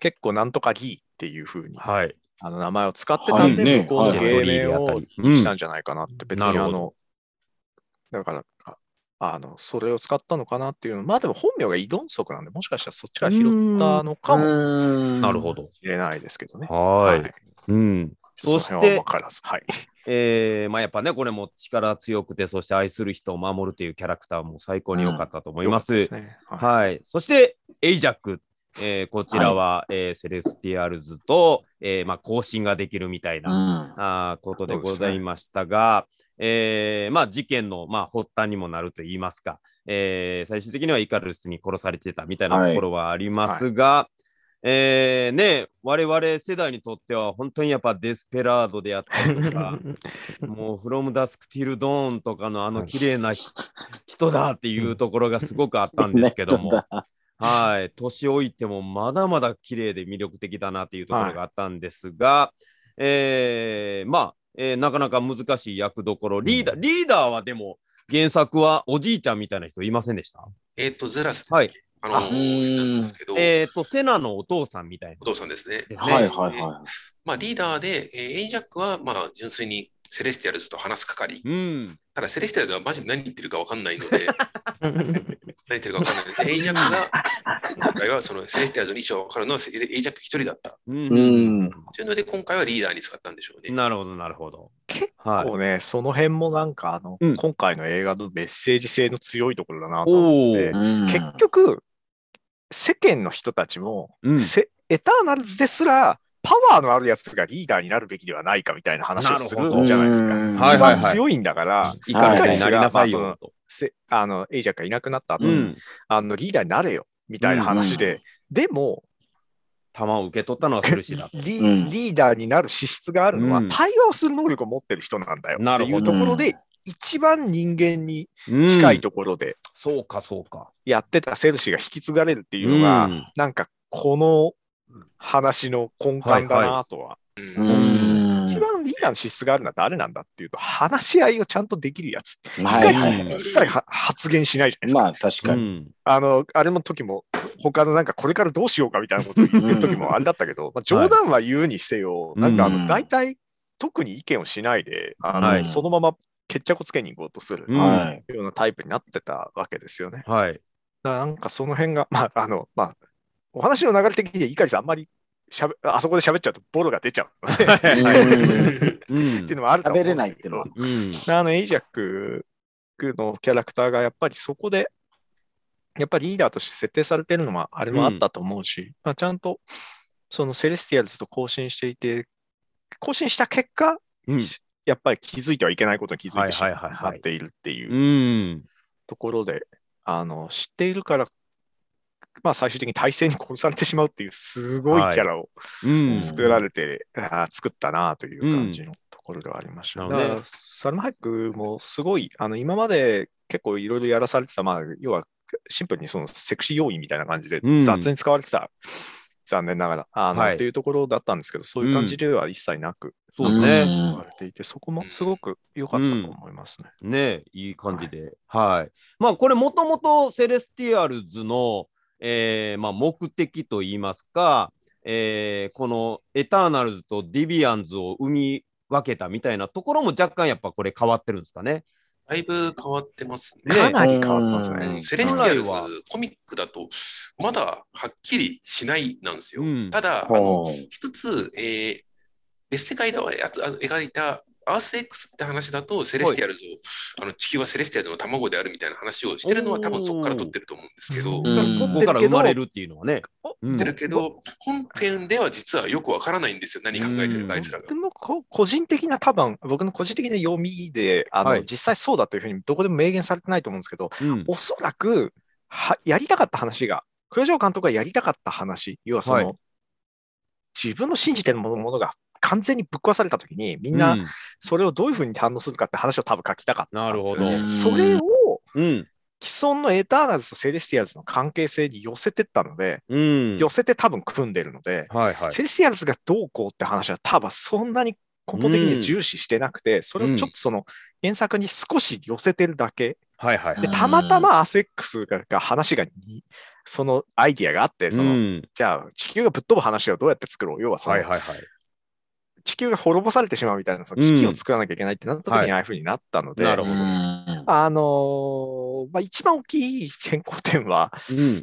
Speaker 4: 結構なんとかギーっていう風に、
Speaker 1: はい。
Speaker 4: あの名前を使ってたんで、
Speaker 2: はいね
Speaker 4: 向こうの芸名
Speaker 3: はい
Speaker 4: を
Speaker 3: はい
Speaker 4: 気にしたんじゃないかなって、別にあ
Speaker 1: なるほ
Speaker 4: の、だから、ああの、それを使ったのかなっていうの、まあでも本名がイ・ドンソクなんで、もしかしたらそっちから拾ったのかも
Speaker 1: な
Speaker 2: な
Speaker 1: るほど。
Speaker 4: しれないですけどね。
Speaker 1: はい。うん。そ
Speaker 4: の
Speaker 1: し
Speaker 4: 辺は
Speaker 1: て
Speaker 4: 分、からず。はい。
Speaker 1: えーまあ、やっぱね、これも力強くて、そして愛する人を守るというキャラクターも最高に良かったと思います。
Speaker 4: ですね。はい
Speaker 1: はい。そして、エイジャック。えーこちらは、えーセレスティアルズと、えーまあ、更新ができるみたいな、
Speaker 2: うん。
Speaker 1: あーことで
Speaker 4: そうです
Speaker 1: ご
Speaker 4: ね
Speaker 1: ざいましたが、えーまあ、事件の、まあ、発端にもなるといいますか、えー最終的にはイカルスに殺されてたみたいな
Speaker 2: はい
Speaker 1: ところはありますが、えーね、我々世代にとっては本当にやっぱデスペラードであったりと かもう「フロムダスクティルドーンとかのあの綺麗なひ人だっていうところがすごくあったんですけど も。はい、年老いてもまだまだ綺麗で魅力的だなというところがあったんですが、えーまあ、えーなかなか難しい役どころリーダー、リーダーはでも原作はおじいちゃんみたいな人いませんでした
Speaker 5: えっと、ゼラスですね
Speaker 1: はい。
Speaker 5: あの
Speaker 1: あ
Speaker 5: ーなんですけど、
Speaker 1: えっ、とセナのお父さんみたい
Speaker 5: お父さんですね。
Speaker 1: ですね
Speaker 2: はいはいはい。
Speaker 5: まあ、リーダーで、えーエイジャックは、まあ、純粋にセレスティアルズと話す係。
Speaker 1: な。うん、
Speaker 5: ただ、セレスティアルズはマジで何言ってるか分かんないので、何言ってるか分かんないので、エイジャックが、今回はそのセレスティアルズの意思を分かるのはセエイジャック一人だった。
Speaker 1: うん
Speaker 2: うん。
Speaker 5: というので、今回はリーダーに使ったんでしょうね。
Speaker 1: なるほどなるほど。
Speaker 4: 結
Speaker 1: はい、
Speaker 4: 構ね、その辺もなんかあの、
Speaker 1: うん
Speaker 4: 今回の映画のメッセージ性の強いところだなと思っ
Speaker 1: おお、
Speaker 4: て
Speaker 2: うん
Speaker 4: て、結、局、世間の人たちも、
Speaker 1: うん
Speaker 4: せエターナルズですら、パワーのあるやつがリーダーになるべきではないかみたいな話をするんじゃないですか。
Speaker 2: う
Speaker 1: は
Speaker 2: ん
Speaker 1: い
Speaker 4: 一
Speaker 1: はい
Speaker 4: 番強いんだから、
Speaker 1: いか
Speaker 2: はい
Speaker 1: が
Speaker 2: はい
Speaker 1: になりなさいよと。
Speaker 4: せあのエイジャーがいなくなった後、
Speaker 1: うん、
Speaker 4: あのリーダーになれよみたいな話で、
Speaker 2: うんう
Speaker 4: でも
Speaker 1: 球を受け取ったのはセルシー だと。
Speaker 4: リ、
Speaker 2: うん
Speaker 4: リーダーになる資質があるのは、
Speaker 1: うん
Speaker 4: 対話をする能力を持ってる人なんだよ
Speaker 1: な
Speaker 4: って
Speaker 1: る
Speaker 4: い
Speaker 1: ほ
Speaker 4: う
Speaker 1: ど
Speaker 4: ところで、
Speaker 2: うん
Speaker 4: 一番人間に
Speaker 1: うん
Speaker 4: 近いところで
Speaker 1: そうかそうか。
Speaker 4: やってたセルシーが引き継がれるっていうのが、
Speaker 1: うん
Speaker 4: なんかこの話の根幹だなとは、
Speaker 5: うん
Speaker 2: う
Speaker 5: うん
Speaker 2: ん。
Speaker 4: 一番リーダーの資質があるのは誰なんだっていうと話し合いをちゃんとできるやつ、
Speaker 2: はいは
Speaker 4: 一
Speaker 2: い。
Speaker 4: 切は発言しないじゃないですか。
Speaker 2: まあ確か
Speaker 1: う
Speaker 2: に。
Speaker 1: ん
Speaker 4: あの、あれの時も、他のなんかこれからどうしようかみたいなことを言ってる時もあれだったけど、まあ、冗談は言うにせよ、
Speaker 1: い
Speaker 4: なんかあ
Speaker 2: うん
Speaker 4: の、大体特に意見をしないで、あの
Speaker 1: はい
Speaker 4: そのまま決着をつけに行こうとする
Speaker 1: うん
Speaker 2: はい。
Speaker 4: ようなタイプになってたわけですよね。
Speaker 1: はい。
Speaker 4: だからなんかその辺が、 まあ、あの、まあ、お話の流れ的に碇さんあんまりしゃべ、あそこで喋っちゃうとボロが出ちゃうので
Speaker 1: うん
Speaker 4: っていうのはあると思
Speaker 2: 食べれ
Speaker 4: うんだけど
Speaker 2: ないっていうのは。
Speaker 1: うん
Speaker 4: あのエイジャックのキャラクターがやっぱりそこで、やっぱりリーダーとして設定されてるのもあれもあったと思うし、まあ、ちゃんとそのセレスティアルズと交信していて、交信した結果、
Speaker 1: うん
Speaker 4: やっぱり気づいてはいけないことに気づいてし
Speaker 1: はいはいはいは
Speaker 4: ま
Speaker 1: い
Speaker 4: っているっていう
Speaker 1: うん。
Speaker 4: ところで、あの知っているから、まあ、最終的に体制に殺されてしまうっていう、すごい
Speaker 1: はい
Speaker 4: キャラを
Speaker 1: うん。
Speaker 4: 作られて、あー作ったなという感じのところではありました、
Speaker 1: うん
Speaker 4: だからサルマハイクもすごい、あの今まで結構いろいろやらされてた、まあ、要はシンプルにそのセクシー要因みたいな感じで
Speaker 1: うん
Speaker 4: 雑に使われてた、残念ながらあの、
Speaker 1: はい
Speaker 4: っていうところだったんですけど、そういう感じでは一切なく
Speaker 1: そうですね。
Speaker 4: 使われていて、そこもすごく良かったと思いますね。
Speaker 1: ねいい感じで。はい。まあ、これもともとセレスティアルズの、えーまあ、目的といいますか、えーこのエターナルズとディビアンズを生み分けたみたいなところも若干やっぱこれ変わってるんですかね。
Speaker 5: だいぶ変わってますね。
Speaker 1: ね
Speaker 4: かなり変わってますね。
Speaker 2: う
Speaker 5: うんセレスティアルズ
Speaker 1: 本来は
Speaker 5: コミックだとまだはっきりしないなんですよ。
Speaker 1: うん
Speaker 5: ただ、あの
Speaker 2: ほう
Speaker 5: 一つ、えー別世界ではやつあ描いたアース X って話だとセレスティアルズをあの地球はセレスティアルズの卵であるみたいな話をしてるのは多分そこから取ってると思うんですけど、
Speaker 2: うん
Speaker 5: 取
Speaker 1: ここから生まれるっていうのはね。うん
Speaker 5: ってるけど本編では実はよくわからないんですよ何考えてるかあいつらが
Speaker 4: 僕。のこ個人的な多分僕の個人的な読みであの、
Speaker 1: はい
Speaker 4: 実際そうだというふうにどこでも明言されてないと思うんですけど
Speaker 1: うん
Speaker 4: おそらくはやりたかった話が黒城監督がやりたかった話要はその、
Speaker 1: はい
Speaker 4: 自分の信じてるものものが完全にぶっ壊された時にみん
Speaker 1: う
Speaker 4: なんそれをどういうふうに反応するかって話を多分書きたかった
Speaker 1: なんる
Speaker 4: です
Speaker 1: ほ
Speaker 4: よ
Speaker 1: ど
Speaker 4: ね。。
Speaker 2: ど
Speaker 4: それを
Speaker 1: うん。
Speaker 4: 既存のエターナルズとセレスティアルズの関係性に寄せてったので、
Speaker 1: うん。
Speaker 4: 寄せて多分組んでるので、
Speaker 1: はいはい。
Speaker 4: セレスティアルズがどうこうって話は多分そんなに根本的に重視してなくて、それをちょっとその原作に少し寄せてるだけ。
Speaker 1: はいはい。
Speaker 4: で、たまたまアセックスがが話がに、そのアイディアがあって、その、
Speaker 1: うん
Speaker 4: じゃあ地球がぶっ飛ぶ話をどうやって作ろう要はその
Speaker 1: はいはいはい。
Speaker 4: 地球が滅ぼされてしまうみたいなその
Speaker 1: うん
Speaker 4: 危機を作らなきゃいけないってなった時
Speaker 1: はい
Speaker 4: にああいうふうになったので、
Speaker 1: なるほど
Speaker 2: うん
Speaker 4: あのーまあ、一番大きい変更点は、
Speaker 1: うん。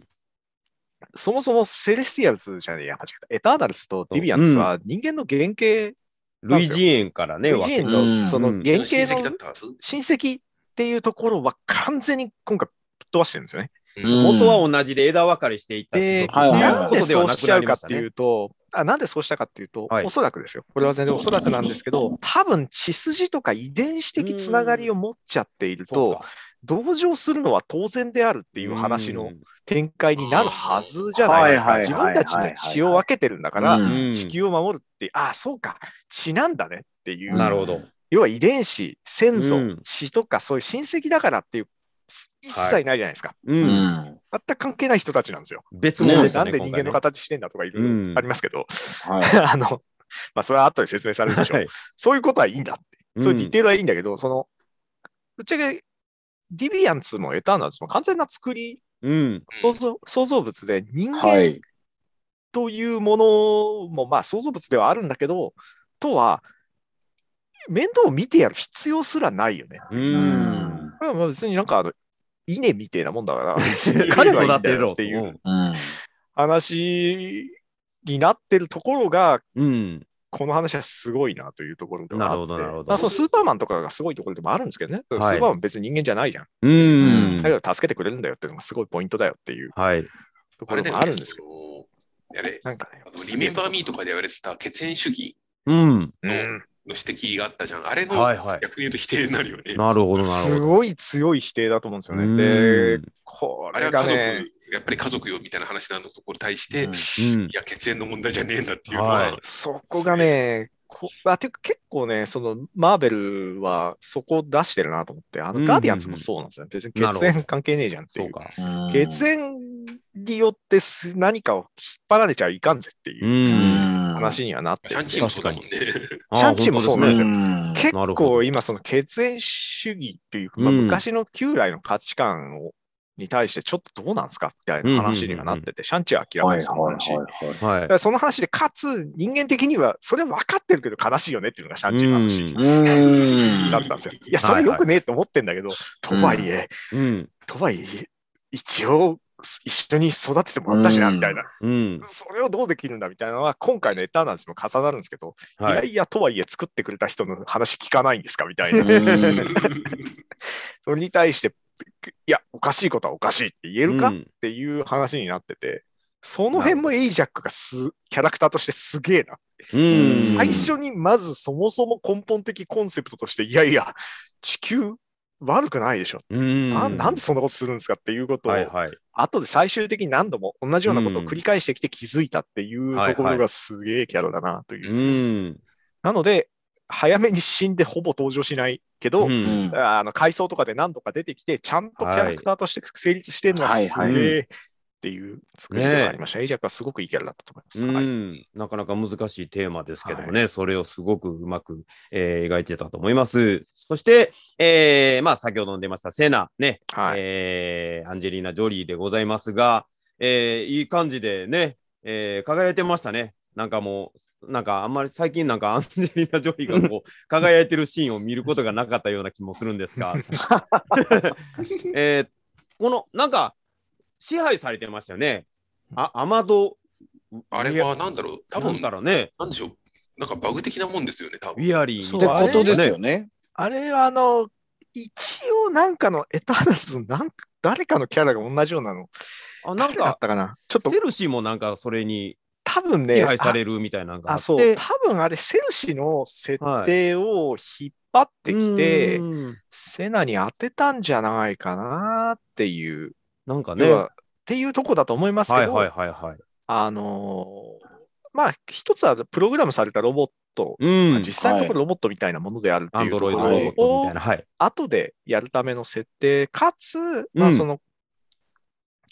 Speaker 4: そもそもセレスティアルズじゃねえや、間違えた。エターナルズとディビアンズは人間の原型、
Speaker 1: 類人猿からね、
Speaker 4: 類
Speaker 1: 分け
Speaker 4: 人猿
Speaker 1: た
Speaker 2: う
Speaker 4: の
Speaker 2: ん
Speaker 4: その
Speaker 1: うん
Speaker 4: 原
Speaker 5: 親
Speaker 4: 型
Speaker 5: 戚だっ
Speaker 4: の
Speaker 5: たはず。
Speaker 4: 親戚っていうところは完全に今回ぶっ飛ばしてるんですよね。
Speaker 2: うん
Speaker 1: 元は同じで枝分かれしていった
Speaker 4: で、
Speaker 2: はいはいはい
Speaker 4: なんでそうしちゃうかっていうと、あなんでそうしたかっていうと、
Speaker 1: はい
Speaker 4: おそらくですよ。これは全然おそらくなんですけど、多分血筋とか遺伝子的つながりを持っちゃっていると、同情するのは当然であるっていう話の展開になるはずじゃないです
Speaker 2: は
Speaker 4: か。
Speaker 2: いはい
Speaker 4: 自
Speaker 2: はいは
Speaker 4: 分
Speaker 2: い
Speaker 4: たちの血を分けてるんだから、
Speaker 2: うん
Speaker 4: 地球を守るって、ああ、そうか、血なんだねっていう
Speaker 1: なるほど。
Speaker 4: 要は遺伝子、先祖、
Speaker 1: うん
Speaker 4: 血とかそういう親戚だからっていう、一切ないじゃないですか。
Speaker 1: う。
Speaker 2: うんん
Speaker 4: 全く関係ない人たちなんですよ。
Speaker 1: 別
Speaker 2: ね
Speaker 1: 物でした
Speaker 4: なん
Speaker 1: ね。
Speaker 4: で人間
Speaker 1: 今
Speaker 4: の形してんだとかいろ
Speaker 1: う
Speaker 4: い
Speaker 1: ん
Speaker 4: ろありますけど、
Speaker 2: はい
Speaker 4: あの、まあ、それは後で説明されるでしょう。
Speaker 1: 回ね
Speaker 4: そういうことはいいんだって。 そういうディ
Speaker 1: ー
Speaker 4: テールはいいんだけど、その、ぶっちゃけ、ディビアンツもエターナルズも完全な作り、
Speaker 1: ル。うん。
Speaker 4: 想像想像物で人
Speaker 2: は
Speaker 4: 間
Speaker 2: い。
Speaker 4: というものも、まあ想像物ではあるんだけど、とは、面倒を見てやる必要すらないよね。
Speaker 1: う。
Speaker 2: うん
Speaker 4: まあまあ別になんかあの、稲みてえなもんだから、別に彼はいいんだよっていう
Speaker 2: うん
Speaker 4: 話になってるところが、
Speaker 1: うん。
Speaker 4: この話はすごいなというところではあっ
Speaker 1: な
Speaker 4: て
Speaker 1: るほどなるほど
Speaker 4: まあ、そのスーパーマンとかがすごいところでもあるんですけどね、
Speaker 1: はい
Speaker 4: スーパーマン別に人間じゃないじゃん。
Speaker 1: う
Speaker 2: うん
Speaker 1: ん
Speaker 4: だ。けど助けてくれるんだよっていうのがすごいポイントだよっていう
Speaker 1: はい。
Speaker 4: とこ
Speaker 5: あれ
Speaker 4: ろも
Speaker 5: だよ
Speaker 4: あ
Speaker 5: ね
Speaker 4: るんですけど。
Speaker 5: そのあれ、
Speaker 4: なんかね
Speaker 5: あのリメンバーミーとかで言われてた血縁主義
Speaker 1: うん。
Speaker 4: うん
Speaker 5: のの指摘があったじゃん。あれの
Speaker 1: はいはい。
Speaker 5: 逆に言うと否定になるよね。
Speaker 1: なるほど、なる
Speaker 4: す
Speaker 1: ほ
Speaker 4: ごい強い否定だと思うんですよ
Speaker 1: ど。
Speaker 4: ね。で、こ
Speaker 5: あ
Speaker 4: れ
Speaker 5: れは
Speaker 4: が
Speaker 5: 家族、
Speaker 4: ね、
Speaker 5: やっぱり家族よみたいな話なのところに対して、
Speaker 2: うん
Speaker 5: い
Speaker 1: うん。
Speaker 5: や、血縁の問題じゃねえんだっていうのは、
Speaker 1: はい
Speaker 4: そこがね、こあてか結構ね、そのマーベルはそこを出してるなと思って、
Speaker 1: うん
Speaker 4: あ
Speaker 1: うんう
Speaker 4: の
Speaker 1: ん
Speaker 4: ガーディアンズもそうなんですよ。別に
Speaker 1: なるほ
Speaker 4: 血
Speaker 1: ど
Speaker 4: 縁関係ねえじゃんって
Speaker 1: そ
Speaker 4: いうう。
Speaker 1: か。。
Speaker 2: うん
Speaker 4: 血縁によってす何かを引っ張られちゃいかんぜっていううん話にはなって
Speaker 5: シ
Speaker 4: て、
Speaker 5: ャンチーもそうだもんね。
Speaker 1: あー
Speaker 4: シャンチーもそうなんですよ
Speaker 2: うん
Speaker 1: な
Speaker 4: 結
Speaker 1: るほど
Speaker 4: 構今その血縁主義っていうか、まあ
Speaker 1: うん
Speaker 4: 昔の旧来の価値観をに対してちょっとどうなんですかみたいな話にはなってて、シャンチーは明らか
Speaker 2: はいはい
Speaker 4: にその話。だ
Speaker 2: はいはい。
Speaker 1: はい
Speaker 4: か。らその話で、かつ人間的には、それは分かってるけど悲しいよねっていうのがシャンチーの話
Speaker 1: う
Speaker 2: うん
Speaker 4: だったんですよ。いや、それよくねえと思ってんだけど、
Speaker 2: いはい
Speaker 4: とはいえ、
Speaker 1: うん。
Speaker 4: とはいえ、一応一緒に育ててもらったしな、
Speaker 2: うん
Speaker 4: みたいな。
Speaker 1: うん。
Speaker 4: それをどうできるんだみたいなのは、今回のエターナルズも重なるんですけど、い、
Speaker 1: は
Speaker 4: や
Speaker 1: い。
Speaker 4: いや、とはいえ作ってくれた人の話聞かないんですかみたいな。
Speaker 2: うん
Speaker 4: それに対して、いや、おかしいことはおかしいって言えるか、
Speaker 1: う
Speaker 4: っ
Speaker 1: ん
Speaker 4: ていう話になってて、その辺もエイジャックがすキャラクターとしてすげえな。
Speaker 1: うん。
Speaker 4: 最初にまずそもそも根本的コンセプトとして、いやいや、地球悪くないでしょ。
Speaker 1: うん。
Speaker 4: ななんでそんなことするんですかっていうことを、
Speaker 1: はいはい。
Speaker 4: 後で最終的に何度も同じようなことを繰り返してきて気づいたっていうとこ
Speaker 1: はい
Speaker 4: ろ
Speaker 1: は
Speaker 4: がすげえキャラだなという。
Speaker 1: うん。
Speaker 4: なので、早めに死んでほぼ登場しないけど、
Speaker 1: うん。
Speaker 4: あの階層とかで何度か出てきて、ちゃんとキャラクターとして成立してるのは
Speaker 2: はい
Speaker 4: す
Speaker 2: はい
Speaker 4: げえっていう作りではありました。エイジャックはすごくいいキャラだったと思います。
Speaker 1: う
Speaker 4: はい
Speaker 1: ん、なかなか難しいテーマですけどもね、それをすごくうまく、えー描いてたと思います。そして、えーまあ、先ほども出ましたセナ、ね
Speaker 4: はい
Speaker 1: えーアンジェリーナ・ジョリーでございますが、えーいい感じでね、えー輝いてましたね。なんかもう、なんかあんまり最近なんかアンジェリーナ・ジョリーがこう輝いてるシーンを見ることがなかったような気もするんです が、えーこのなんか支配されてましたよね。あアマド
Speaker 5: あれはなんだろう、多
Speaker 1: な
Speaker 5: 分
Speaker 1: んだろうね、
Speaker 5: なんでしょう、なんかバグ的なもんですよね、多
Speaker 1: ウ
Speaker 5: 分。
Speaker 1: ィアリー
Speaker 4: そ
Speaker 2: っ
Speaker 1: み
Speaker 4: う
Speaker 1: た
Speaker 2: て
Speaker 1: いな
Speaker 2: こ
Speaker 1: ね
Speaker 2: とですよね。
Speaker 4: あれはあの、一応なんかのエターナスのなんか誰かのキャラが同じようなの。
Speaker 1: あなん
Speaker 4: 誰だっ
Speaker 1: か、
Speaker 4: たかなちょっと
Speaker 1: セルシーもなんかそれに
Speaker 4: 多分
Speaker 1: 支
Speaker 4: ね、
Speaker 1: 配されるみたいなのがあ
Speaker 4: ああ
Speaker 1: って
Speaker 4: そう、多分あれ、セルシの設定を引っ張ってきて、
Speaker 1: うん
Speaker 4: セナに当てたんじゃないかなっていう、
Speaker 1: なんかね。
Speaker 4: 要は
Speaker 1: は
Speaker 4: っていうとこだと思います
Speaker 1: いは
Speaker 4: け
Speaker 1: い
Speaker 4: ど、
Speaker 1: はいはい。
Speaker 4: あのーまあ、一つはプログラムされたロボット、
Speaker 1: うん。
Speaker 4: 実際のところロボットみたいなものであるって
Speaker 1: ア
Speaker 4: い
Speaker 1: ン
Speaker 4: う
Speaker 1: ド
Speaker 4: と
Speaker 1: ロ
Speaker 4: こ
Speaker 1: イド
Speaker 4: ろ
Speaker 1: ロボットみた
Speaker 4: を
Speaker 1: いな。はい。
Speaker 4: 後でやるための設定、かつ、
Speaker 1: う
Speaker 4: まあ、
Speaker 1: ん
Speaker 4: その、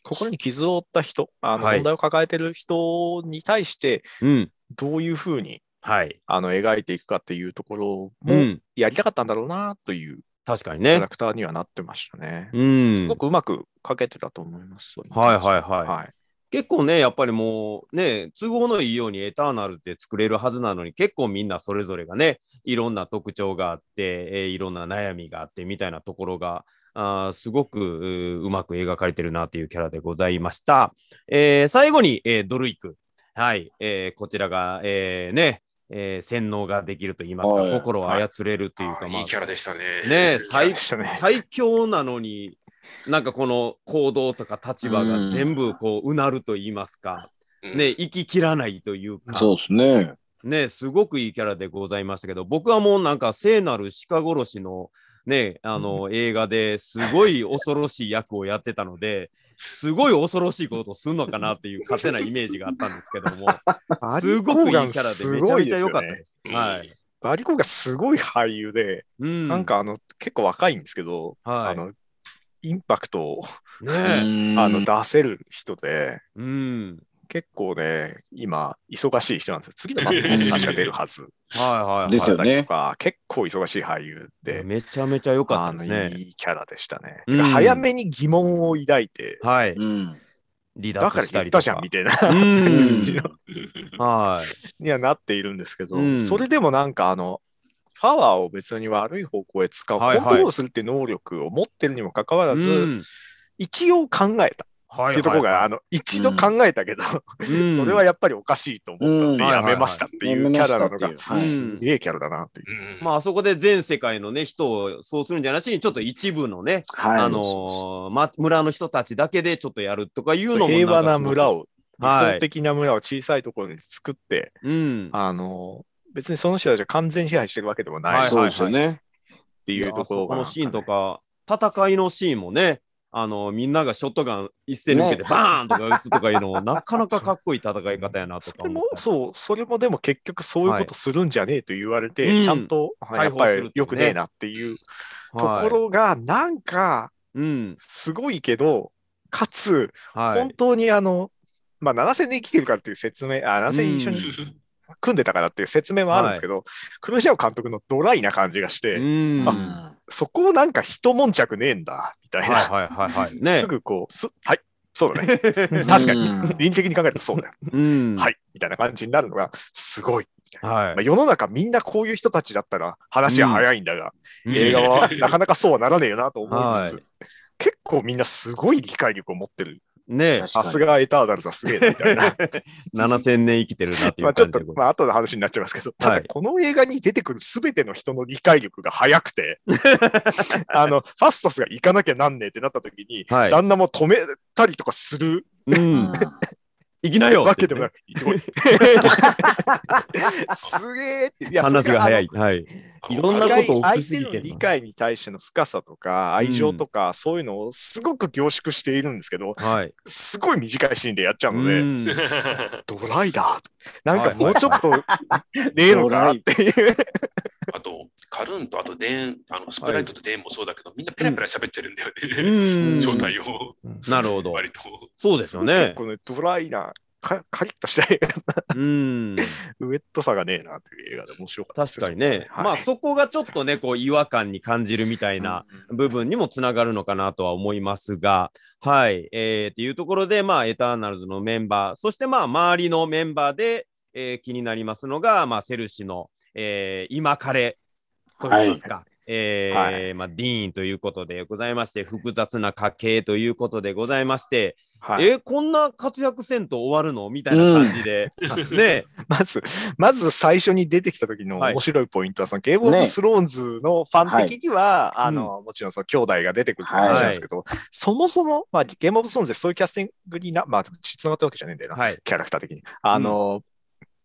Speaker 4: 心に傷を負った人、あの
Speaker 1: はい
Speaker 4: 問題を抱えてる人に対して、
Speaker 1: うん。
Speaker 4: どういうふうに
Speaker 1: はい。
Speaker 4: あの描いていくかっていうところ
Speaker 1: う
Speaker 4: も
Speaker 1: ん。
Speaker 4: やりたかったんだろうなという
Speaker 1: 確かに
Speaker 4: キャ
Speaker 1: ね
Speaker 4: ラ。クターにはなってましたね。
Speaker 1: うん
Speaker 4: すご。くうまく描けてたと思います。
Speaker 1: はいはいはい
Speaker 4: はい
Speaker 1: 結構ね、やっぱりもうね、都合のいいようにエターナルって作れるはずなのに、結構みんなそれぞれがね、いろんな特徴があって、えーいろんな悩みがあってみたいなところが、あーすごくうーうまく描かれてるなというキャラでございました。えー最後に、えードルイク。はい、えーこちらが、えーね、えー洗脳ができると言いますか、
Speaker 2: はい
Speaker 1: 心を操れるというか、
Speaker 5: あー
Speaker 1: まあ
Speaker 5: いいキャラでしたね。
Speaker 1: ねえ
Speaker 4: は。
Speaker 1: はいい
Speaker 4: でしたね。
Speaker 1: 最強なのになんかこの行動とか立場が全部こううなると言いますか、
Speaker 5: うん
Speaker 1: ね、生ききらないというか、
Speaker 2: そうですね。
Speaker 1: ね、すごくいいキャラでございましたけど僕はもうなんか聖なる鹿殺しの,、ね、あ の映画ですごい恐ろしい役をやってたのですごい恐ろしいことをするのかなっていう勝手なイメージがあったんですけどもすごくいいキャラでめちゃめちゃ良かったです。
Speaker 5: うん
Speaker 1: はい
Speaker 4: バリコがすごい俳優で、
Speaker 1: うん、
Speaker 4: なん、かあの結構若いんですけど、
Speaker 1: はい、
Speaker 4: あのインパクトを
Speaker 1: ね
Speaker 4: あの
Speaker 2: うん
Speaker 4: 出せる人で、
Speaker 1: うん、
Speaker 4: 結構ね、今、忙しい人なんですよ。次の番組も確か出るはず
Speaker 1: はいはい、はい、
Speaker 2: ですよね
Speaker 4: だったりとか、結構忙しい俳優で、
Speaker 1: めちゃめちゃ良か
Speaker 4: あ
Speaker 1: った
Speaker 4: の
Speaker 1: ですね。
Speaker 4: いいキャラでしたね。
Speaker 1: うん
Speaker 4: てか早めに疑問を抱いて、
Speaker 1: はい。
Speaker 2: うん。
Speaker 1: 離
Speaker 4: だ
Speaker 1: 脱
Speaker 4: から
Speaker 1: した
Speaker 4: 言っ
Speaker 1: りと
Speaker 4: た
Speaker 1: か。
Speaker 4: じゃんみたいな
Speaker 1: うん。
Speaker 4: 感じの
Speaker 1: は
Speaker 4: にはなっているんですけど、
Speaker 1: うん
Speaker 4: それでもなんかあの、パワーを別に悪い方向へ使う、
Speaker 1: はいはい
Speaker 4: コントロールするっていう能力を持ってるにもかかわら
Speaker 1: い。
Speaker 4: ず、
Speaker 1: うん
Speaker 4: 一応考えた
Speaker 1: は
Speaker 4: っていうところが、あの一度考えたけど、
Speaker 1: うん
Speaker 4: それはやっぱりおかしいと思ったんで、
Speaker 1: うん
Speaker 4: やめましたっていうキャラなの
Speaker 2: や
Speaker 4: が、
Speaker 2: めましたっていうはい
Speaker 4: すげえキャラだなっていう。
Speaker 5: うん
Speaker 1: まあ、あそこで全世界のね、人をそうするんじゃなしに、ちょっと一部のね、
Speaker 2: はい。
Speaker 1: あのーま、村の人たちだけでちょっとやるとかいうのも
Speaker 4: 平和な村
Speaker 1: を。
Speaker 4: を、理
Speaker 1: はい
Speaker 4: 想的な村を小さいところに作って、
Speaker 1: うん。
Speaker 4: あの別にその人たちが完全支配してるわけでも
Speaker 1: は
Speaker 4: ない
Speaker 1: い
Speaker 4: っ
Speaker 2: そうですよね。
Speaker 4: ていうところ
Speaker 1: あそこ
Speaker 4: が
Speaker 1: の
Speaker 4: なんかね、
Speaker 1: シーンとか、戦いのシーンもね、あのみんながショットガン一斉抜けて
Speaker 2: ね
Speaker 1: バーンとか撃つとかいう のも、なかなかかっこいい戦い方やなと
Speaker 4: そ
Speaker 1: か
Speaker 4: れ
Speaker 1: 思
Speaker 4: も
Speaker 1: った。
Speaker 4: そう、それもでも結局そういうことするんじゃねえと言われて、
Speaker 1: はい
Speaker 4: ちゃんと、
Speaker 1: ん解
Speaker 4: やっぱ
Speaker 1: 放するってい
Speaker 4: り
Speaker 1: うね
Speaker 4: 良くねえなっていうと
Speaker 1: はい
Speaker 4: ころが、なんか
Speaker 1: うん。
Speaker 4: すごいけど、かつ、
Speaker 1: はい。
Speaker 4: 本当にあの、まあ、7000で生きてるからっていう説明、あ7000一緒に組んでたからっていう説明もあるんですけど、クロシアオ監督のドライな感じがして、
Speaker 1: うん。
Speaker 2: う
Speaker 1: は
Speaker 2: ん
Speaker 1: い
Speaker 4: そこをなんか一悶着ねえんだ、みたいな。
Speaker 1: はいはいはい。ね
Speaker 4: す。ぐこう、すはい、そうだね。確かに
Speaker 2: うん、
Speaker 4: 倫理的に考えるとそうだよ。
Speaker 1: うん。
Speaker 4: はい、みたいな感じになるのが、すごい。
Speaker 1: は
Speaker 4: まあ、世の中みんなこういう人たちだったら話は早いんだが、映画はなかなかそうはならねえよなと思いつつ、
Speaker 1: はい
Speaker 4: 結構みんなすごい理解力を持ってる。
Speaker 1: ねえ
Speaker 2: 確、
Speaker 4: さすがエターナルズはすげえなみたいな。
Speaker 1: 7000年生きてるなってい
Speaker 4: ま
Speaker 1: う
Speaker 4: あちょ
Speaker 1: 感
Speaker 4: っ
Speaker 1: じ
Speaker 4: と
Speaker 1: で、ござい
Speaker 4: まあ後の話になっちゃいますけど、た
Speaker 1: は
Speaker 4: だ
Speaker 1: い
Speaker 4: この映画に出てくるすべての人の理解力が早くて、あの、ファストスが行かなきゃなんねえってなった時に、
Speaker 1: ます。はい。
Speaker 4: 旦那も止めたりとかする
Speaker 1: うん。行きなよ
Speaker 4: わ
Speaker 1: って
Speaker 4: けでもなく、行ってこいすげえって、いや
Speaker 1: 話が早。い。はい。
Speaker 3: いろんなことを起きすぎ
Speaker 4: 相手
Speaker 3: てる
Speaker 4: の理解に対しての深さとか愛情とか、そういうのをすごく凝縮しているんですけど、
Speaker 1: はい。
Speaker 4: すごい短いシーンでやっちゃ
Speaker 1: な
Speaker 4: うので、ドライだなんかもうちょっとねえのかなっていう、
Speaker 5: あと、カルーンとあとデーン、あのスプライトとデーンもそうだけど、みんなペラペラ喋ってるんだよ
Speaker 1: う
Speaker 5: ね。
Speaker 1: ん。
Speaker 5: 正体を、
Speaker 1: なるほど。
Speaker 5: 割と。
Speaker 1: そうですよ
Speaker 4: 結
Speaker 1: ね。
Speaker 4: 構ね、ドライな、かカリッとした映画、
Speaker 1: うん。
Speaker 4: ウエットさがねえなっていう映画で面白かったです
Speaker 1: 確かにね。
Speaker 4: はい
Speaker 1: まあそこがちょっとね、こう違和感に感じるみたいな部分にもつながるのかなとは思いますが、はい、えー、っていうところで、まあ、エターナルズのメンバー、そしてまあ、周りのメンバーで、えー気になりますのが、まあ、セルシの、えー今彼といいますか、えー
Speaker 4: は
Speaker 1: まあ、ディーンということでございまして、複雑な家系ということでございまして、
Speaker 4: はい
Speaker 1: えーこんな活躍せんと終わるのみたいな感じで、 ね、
Speaker 4: まず、まず最初に出てきた時の
Speaker 1: はい
Speaker 4: 面白いポイントは、そのゲームオブスローンズのファン的には、あの、もちろんその兄弟が出てくるって話なんですけど、そもそも、まあ、ゲームオブスローンズでそういうキャスティングにな、まあ、つながったわけじゃねえんだよな、
Speaker 1: はい、
Speaker 4: キャラクター的に。あの、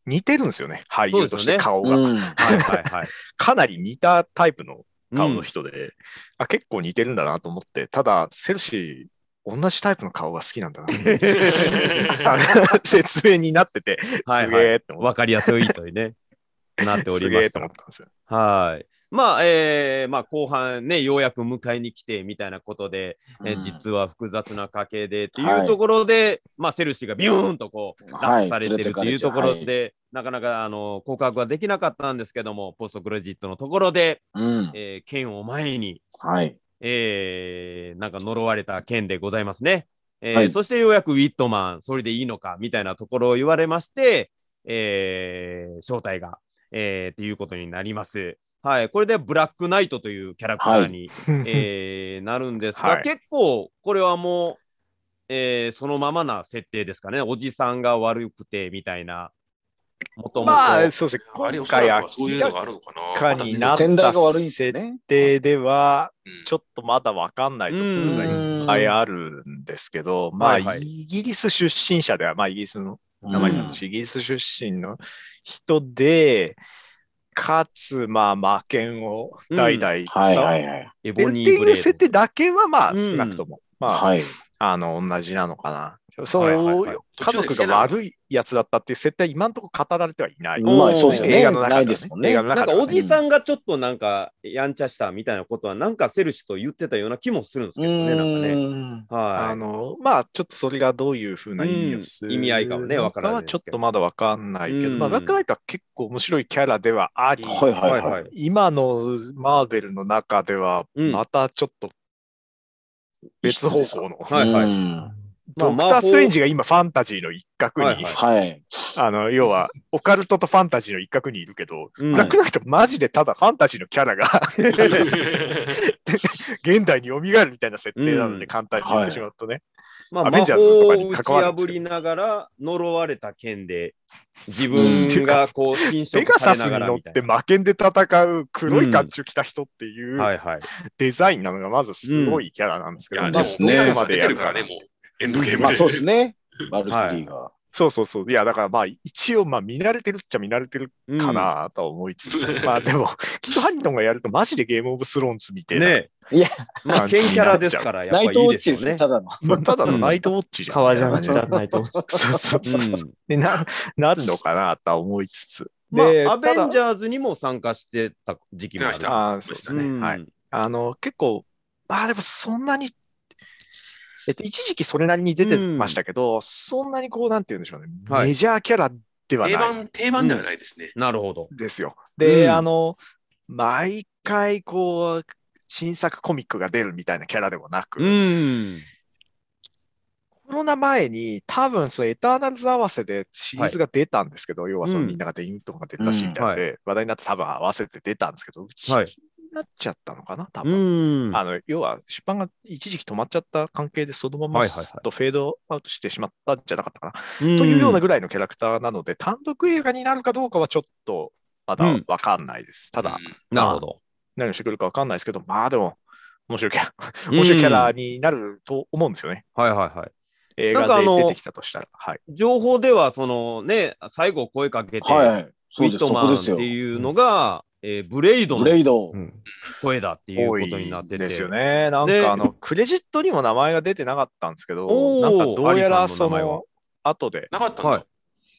Speaker 4: 似てるんですよね、俳優とし
Speaker 1: そうですよ
Speaker 4: て
Speaker 1: ね
Speaker 4: 顔が、
Speaker 2: う
Speaker 1: はい、
Speaker 2: ん
Speaker 1: はい、 はい。
Speaker 4: かなり似たタイプの顔
Speaker 1: う
Speaker 4: の
Speaker 1: ん
Speaker 4: 人で、あ結構似てるんだなと思って、ただ、セルシー、同じタイプの顔が好きなんだなって。あの説明になってて、すげ
Speaker 1: はいはい
Speaker 4: えって思っ
Speaker 1: わかりやすいというね、なって
Speaker 4: て、
Speaker 1: おり
Speaker 4: す
Speaker 1: ま
Speaker 4: げえ
Speaker 1: し
Speaker 4: と
Speaker 1: た
Speaker 4: 思っ。たんですよ。
Speaker 1: はい。まあ、えーまあ、後半ね、ようやく迎えに来てみたいなことで、え
Speaker 2: うん
Speaker 1: 実は複雑な家系でって
Speaker 2: はいいう
Speaker 1: ところで、まあ、セルシーがビューンとこう、落
Speaker 2: はい
Speaker 1: 下されてるっていうところ
Speaker 2: 連れてかれちゃう
Speaker 1: で、なかなかあの告白はできなかったんですけども、ポストクレジットのところで、
Speaker 2: うん。
Speaker 1: えー剣を前に、
Speaker 2: はい。
Speaker 1: えーなんか呪われた剣でございますね。えー
Speaker 2: はい
Speaker 1: そしてようやくウィットマン、それでいいのかみたいなところを言われまして、えー正体が、えーっていうことになります。はい、これでブラックナイトというキャラクターに、えーなるんですが、
Speaker 4: はい
Speaker 1: 結構これはもう、えーそのままな設定ですかね。おじさんが悪くてみたいな。もともと。
Speaker 4: まあ、そうですね、
Speaker 5: あれ、
Speaker 4: 今
Speaker 5: おそ
Speaker 4: 回
Speaker 5: らくはそういう
Speaker 4: 明
Speaker 5: の
Speaker 4: ら
Speaker 5: があるのか
Speaker 4: か
Speaker 5: な。
Speaker 4: になった
Speaker 2: 先代が悪いんですよね。
Speaker 4: 定では、
Speaker 5: うん
Speaker 4: ちょっとまだわかんないとこ
Speaker 1: う
Speaker 4: ろがいっ
Speaker 2: ん
Speaker 4: ぱいあるんですけど、まあ、
Speaker 1: はいはい
Speaker 4: イギリス出身者では、まあ、イギリスの名前になったし、イギリス出身の人で、かつ、まあ、魔剣を代々伝
Speaker 2: はい
Speaker 4: わ
Speaker 2: は
Speaker 4: っ
Speaker 2: いはい。
Speaker 1: エ
Speaker 4: てる
Speaker 1: ボ
Speaker 4: って
Speaker 1: ニー・ブレ
Speaker 4: いう
Speaker 1: ー
Speaker 4: 設
Speaker 1: ド。
Speaker 4: 定だけは、
Speaker 1: う
Speaker 4: まあ、
Speaker 1: ん
Speaker 4: 少なくとも、まあ、
Speaker 2: はい。
Speaker 4: あの、同じなのかな。そう、
Speaker 1: はいはいはい
Speaker 4: 家族が悪いやつだったっていう設定は今のところ語られてはいない。
Speaker 2: まあ
Speaker 1: うん
Speaker 2: そうですよね。
Speaker 4: 映画の中で
Speaker 2: な
Speaker 4: はね
Speaker 2: いですもんね。
Speaker 4: 映画の
Speaker 1: なん
Speaker 4: 中
Speaker 1: か
Speaker 4: では
Speaker 1: お
Speaker 4: ね
Speaker 1: じさんがちょっとなんかやんちゃしたみたいなことはなんかセルシと言ってたような気もするんですけどね、なんかね。
Speaker 2: ん。
Speaker 1: はい。
Speaker 4: あの、まあ、ちょっとそれがどういうふうな意味をする、
Speaker 1: うん意味合いかはねわからない
Speaker 4: は
Speaker 1: です
Speaker 4: ち
Speaker 1: けど
Speaker 4: ょっとまだわかんないけど、
Speaker 1: うん
Speaker 4: まあ、ブラックナイトは結構面白いキャラではあり、
Speaker 2: はいはい
Speaker 1: は
Speaker 2: はいい。
Speaker 4: 今のマーベルの中では、
Speaker 1: うん
Speaker 4: またちょっと別方向の、
Speaker 1: はいはい
Speaker 2: うん
Speaker 4: ドクター・ストレンジが今ファンタジーの一角に、
Speaker 1: はいはい
Speaker 2: はい。
Speaker 4: あの、要はオカルトとファンタジーの一角にいるけど、
Speaker 1: うん
Speaker 4: ブラックナイトマジでただファンタジーのキャラが 現代に蘇るみたいな設定な
Speaker 1: う
Speaker 4: の
Speaker 1: ん
Speaker 4: で簡単に言ってしまうとね。
Speaker 1: まあ、
Speaker 4: ア
Speaker 1: 魔
Speaker 4: ベンジャー
Speaker 1: 法
Speaker 4: ズと
Speaker 1: を
Speaker 4: か
Speaker 1: 打
Speaker 4: に
Speaker 1: ち
Speaker 4: 関わるんです
Speaker 1: 破
Speaker 4: けど
Speaker 1: りながら呪われた剣で自分がこう侵
Speaker 4: ペ
Speaker 1: 食
Speaker 4: ガ
Speaker 1: さ
Speaker 4: サ
Speaker 1: れ
Speaker 4: ス
Speaker 1: な
Speaker 4: に
Speaker 1: がら
Speaker 4: 乗っ
Speaker 1: みたい
Speaker 4: て魔剣で戦う黒
Speaker 1: う
Speaker 4: い
Speaker 1: ん
Speaker 4: 甲冑着た人ってい
Speaker 1: な。は
Speaker 4: う
Speaker 1: いはい。
Speaker 4: デザインなのがまずすごいキャラなんです
Speaker 5: い
Speaker 4: けど、
Speaker 5: や、
Speaker 4: ま
Speaker 5: で
Speaker 4: あ
Speaker 2: そ
Speaker 5: も、
Speaker 2: うですね
Speaker 4: ど
Speaker 5: ね、
Speaker 4: こまでや
Speaker 5: 出
Speaker 4: る
Speaker 5: てる
Speaker 4: か
Speaker 5: からね、もう、エンドゲームで。
Speaker 2: まあそうですね。バルキリーが。
Speaker 4: そうそうそう。いや、だからまあ一応まあ見慣れてるっちゃ見慣れてる
Speaker 1: うん
Speaker 4: かなとは思いつつ、 まあでも、きっとハニトンがやるとマジでゲームオブスローンズみたいな、
Speaker 1: ね
Speaker 2: いや
Speaker 1: まあ、剣キャラですから、やっぱ
Speaker 2: ナ
Speaker 1: い
Speaker 2: イト
Speaker 1: い
Speaker 2: ウォッ
Speaker 1: で
Speaker 2: チですす
Speaker 1: よ
Speaker 2: ね、
Speaker 1: ね。
Speaker 2: ただの。
Speaker 4: まあただのナイトウォッチじゃん。
Speaker 3: 革ジャン着
Speaker 4: みた
Speaker 3: た
Speaker 4: い
Speaker 3: ナイトウォッチ。
Speaker 4: そうそうそうそう。
Speaker 1: うん
Speaker 4: でな、なるのかなとは思いつつ。
Speaker 1: ま
Speaker 4: で
Speaker 1: あ、アベンジ
Speaker 4: ただ
Speaker 1: ャーズにも参加してた時期もある。
Speaker 5: ね
Speaker 4: あーそうですね。
Speaker 1: うん
Speaker 4: はい。。あの、結構、ああ、でもそんなに、えっと、一時期それなりに出てましたけど、そんなにこう、なんて言うんでしょうね、
Speaker 1: はい
Speaker 4: メジャーキャラでは
Speaker 5: 定
Speaker 4: ない
Speaker 5: 番、定番ではないですね。
Speaker 1: なるほど。
Speaker 4: ですよ。で、
Speaker 1: うん
Speaker 4: あの、毎回こう、新作コミックが出るみたいなキャラでもなく、
Speaker 1: うん。
Speaker 4: コロナ前に多分そのエターナルズ合わせでシリーズが出たんですけど、要はそのみんながデインとかが出たしみたいなので、話題になって多分合わせて出たんですけど、うち
Speaker 1: はい
Speaker 4: になっちゃったのかな、多
Speaker 1: う
Speaker 4: 分。
Speaker 1: ん。
Speaker 4: あの要は出版が一時期止まっちゃった関係で、そのま
Speaker 1: は
Speaker 4: ま
Speaker 1: いはいはい
Speaker 4: すっとフェードアウトしてしまったんじゃなかったかな、
Speaker 1: と
Speaker 4: というようなぐらいのキャラクターなので、単独映画になるかどうかはちょっとまだわかんないです。ただ、
Speaker 5: うん
Speaker 1: なるほど。
Speaker 4: 何をしてくるかわかんないですけど、まあでも、面白いキャラ、面白いキャラになると思うんですよね。
Speaker 1: はいはいはい。
Speaker 4: 映
Speaker 1: なんかあ
Speaker 4: 画で
Speaker 1: の
Speaker 4: 出てきたとしたら。はい。
Speaker 1: 情報では、そのね、最後声かけて、
Speaker 2: はいはい。
Speaker 1: ウ
Speaker 2: そ
Speaker 1: ィ
Speaker 2: うで
Speaker 1: ッ
Speaker 2: す、
Speaker 1: ト
Speaker 2: そ
Speaker 1: マ
Speaker 2: こ
Speaker 1: ン
Speaker 2: で
Speaker 1: っ
Speaker 2: す
Speaker 1: て
Speaker 2: よ。
Speaker 1: いうのが、えーブレイド
Speaker 2: ブ
Speaker 1: の
Speaker 2: レ イド。
Speaker 1: 声だっていう
Speaker 4: 多
Speaker 1: こ
Speaker 4: い
Speaker 1: とになってて。
Speaker 4: ですよね。なん
Speaker 1: で
Speaker 4: かあの、クレジットにも名前が出てなかったんですけ
Speaker 1: おー
Speaker 4: ど、なんかどうや
Speaker 1: ア
Speaker 4: ら
Speaker 1: リさんの
Speaker 4: そ
Speaker 1: 名前は
Speaker 4: の、後で、
Speaker 5: なかったんだ。
Speaker 1: はい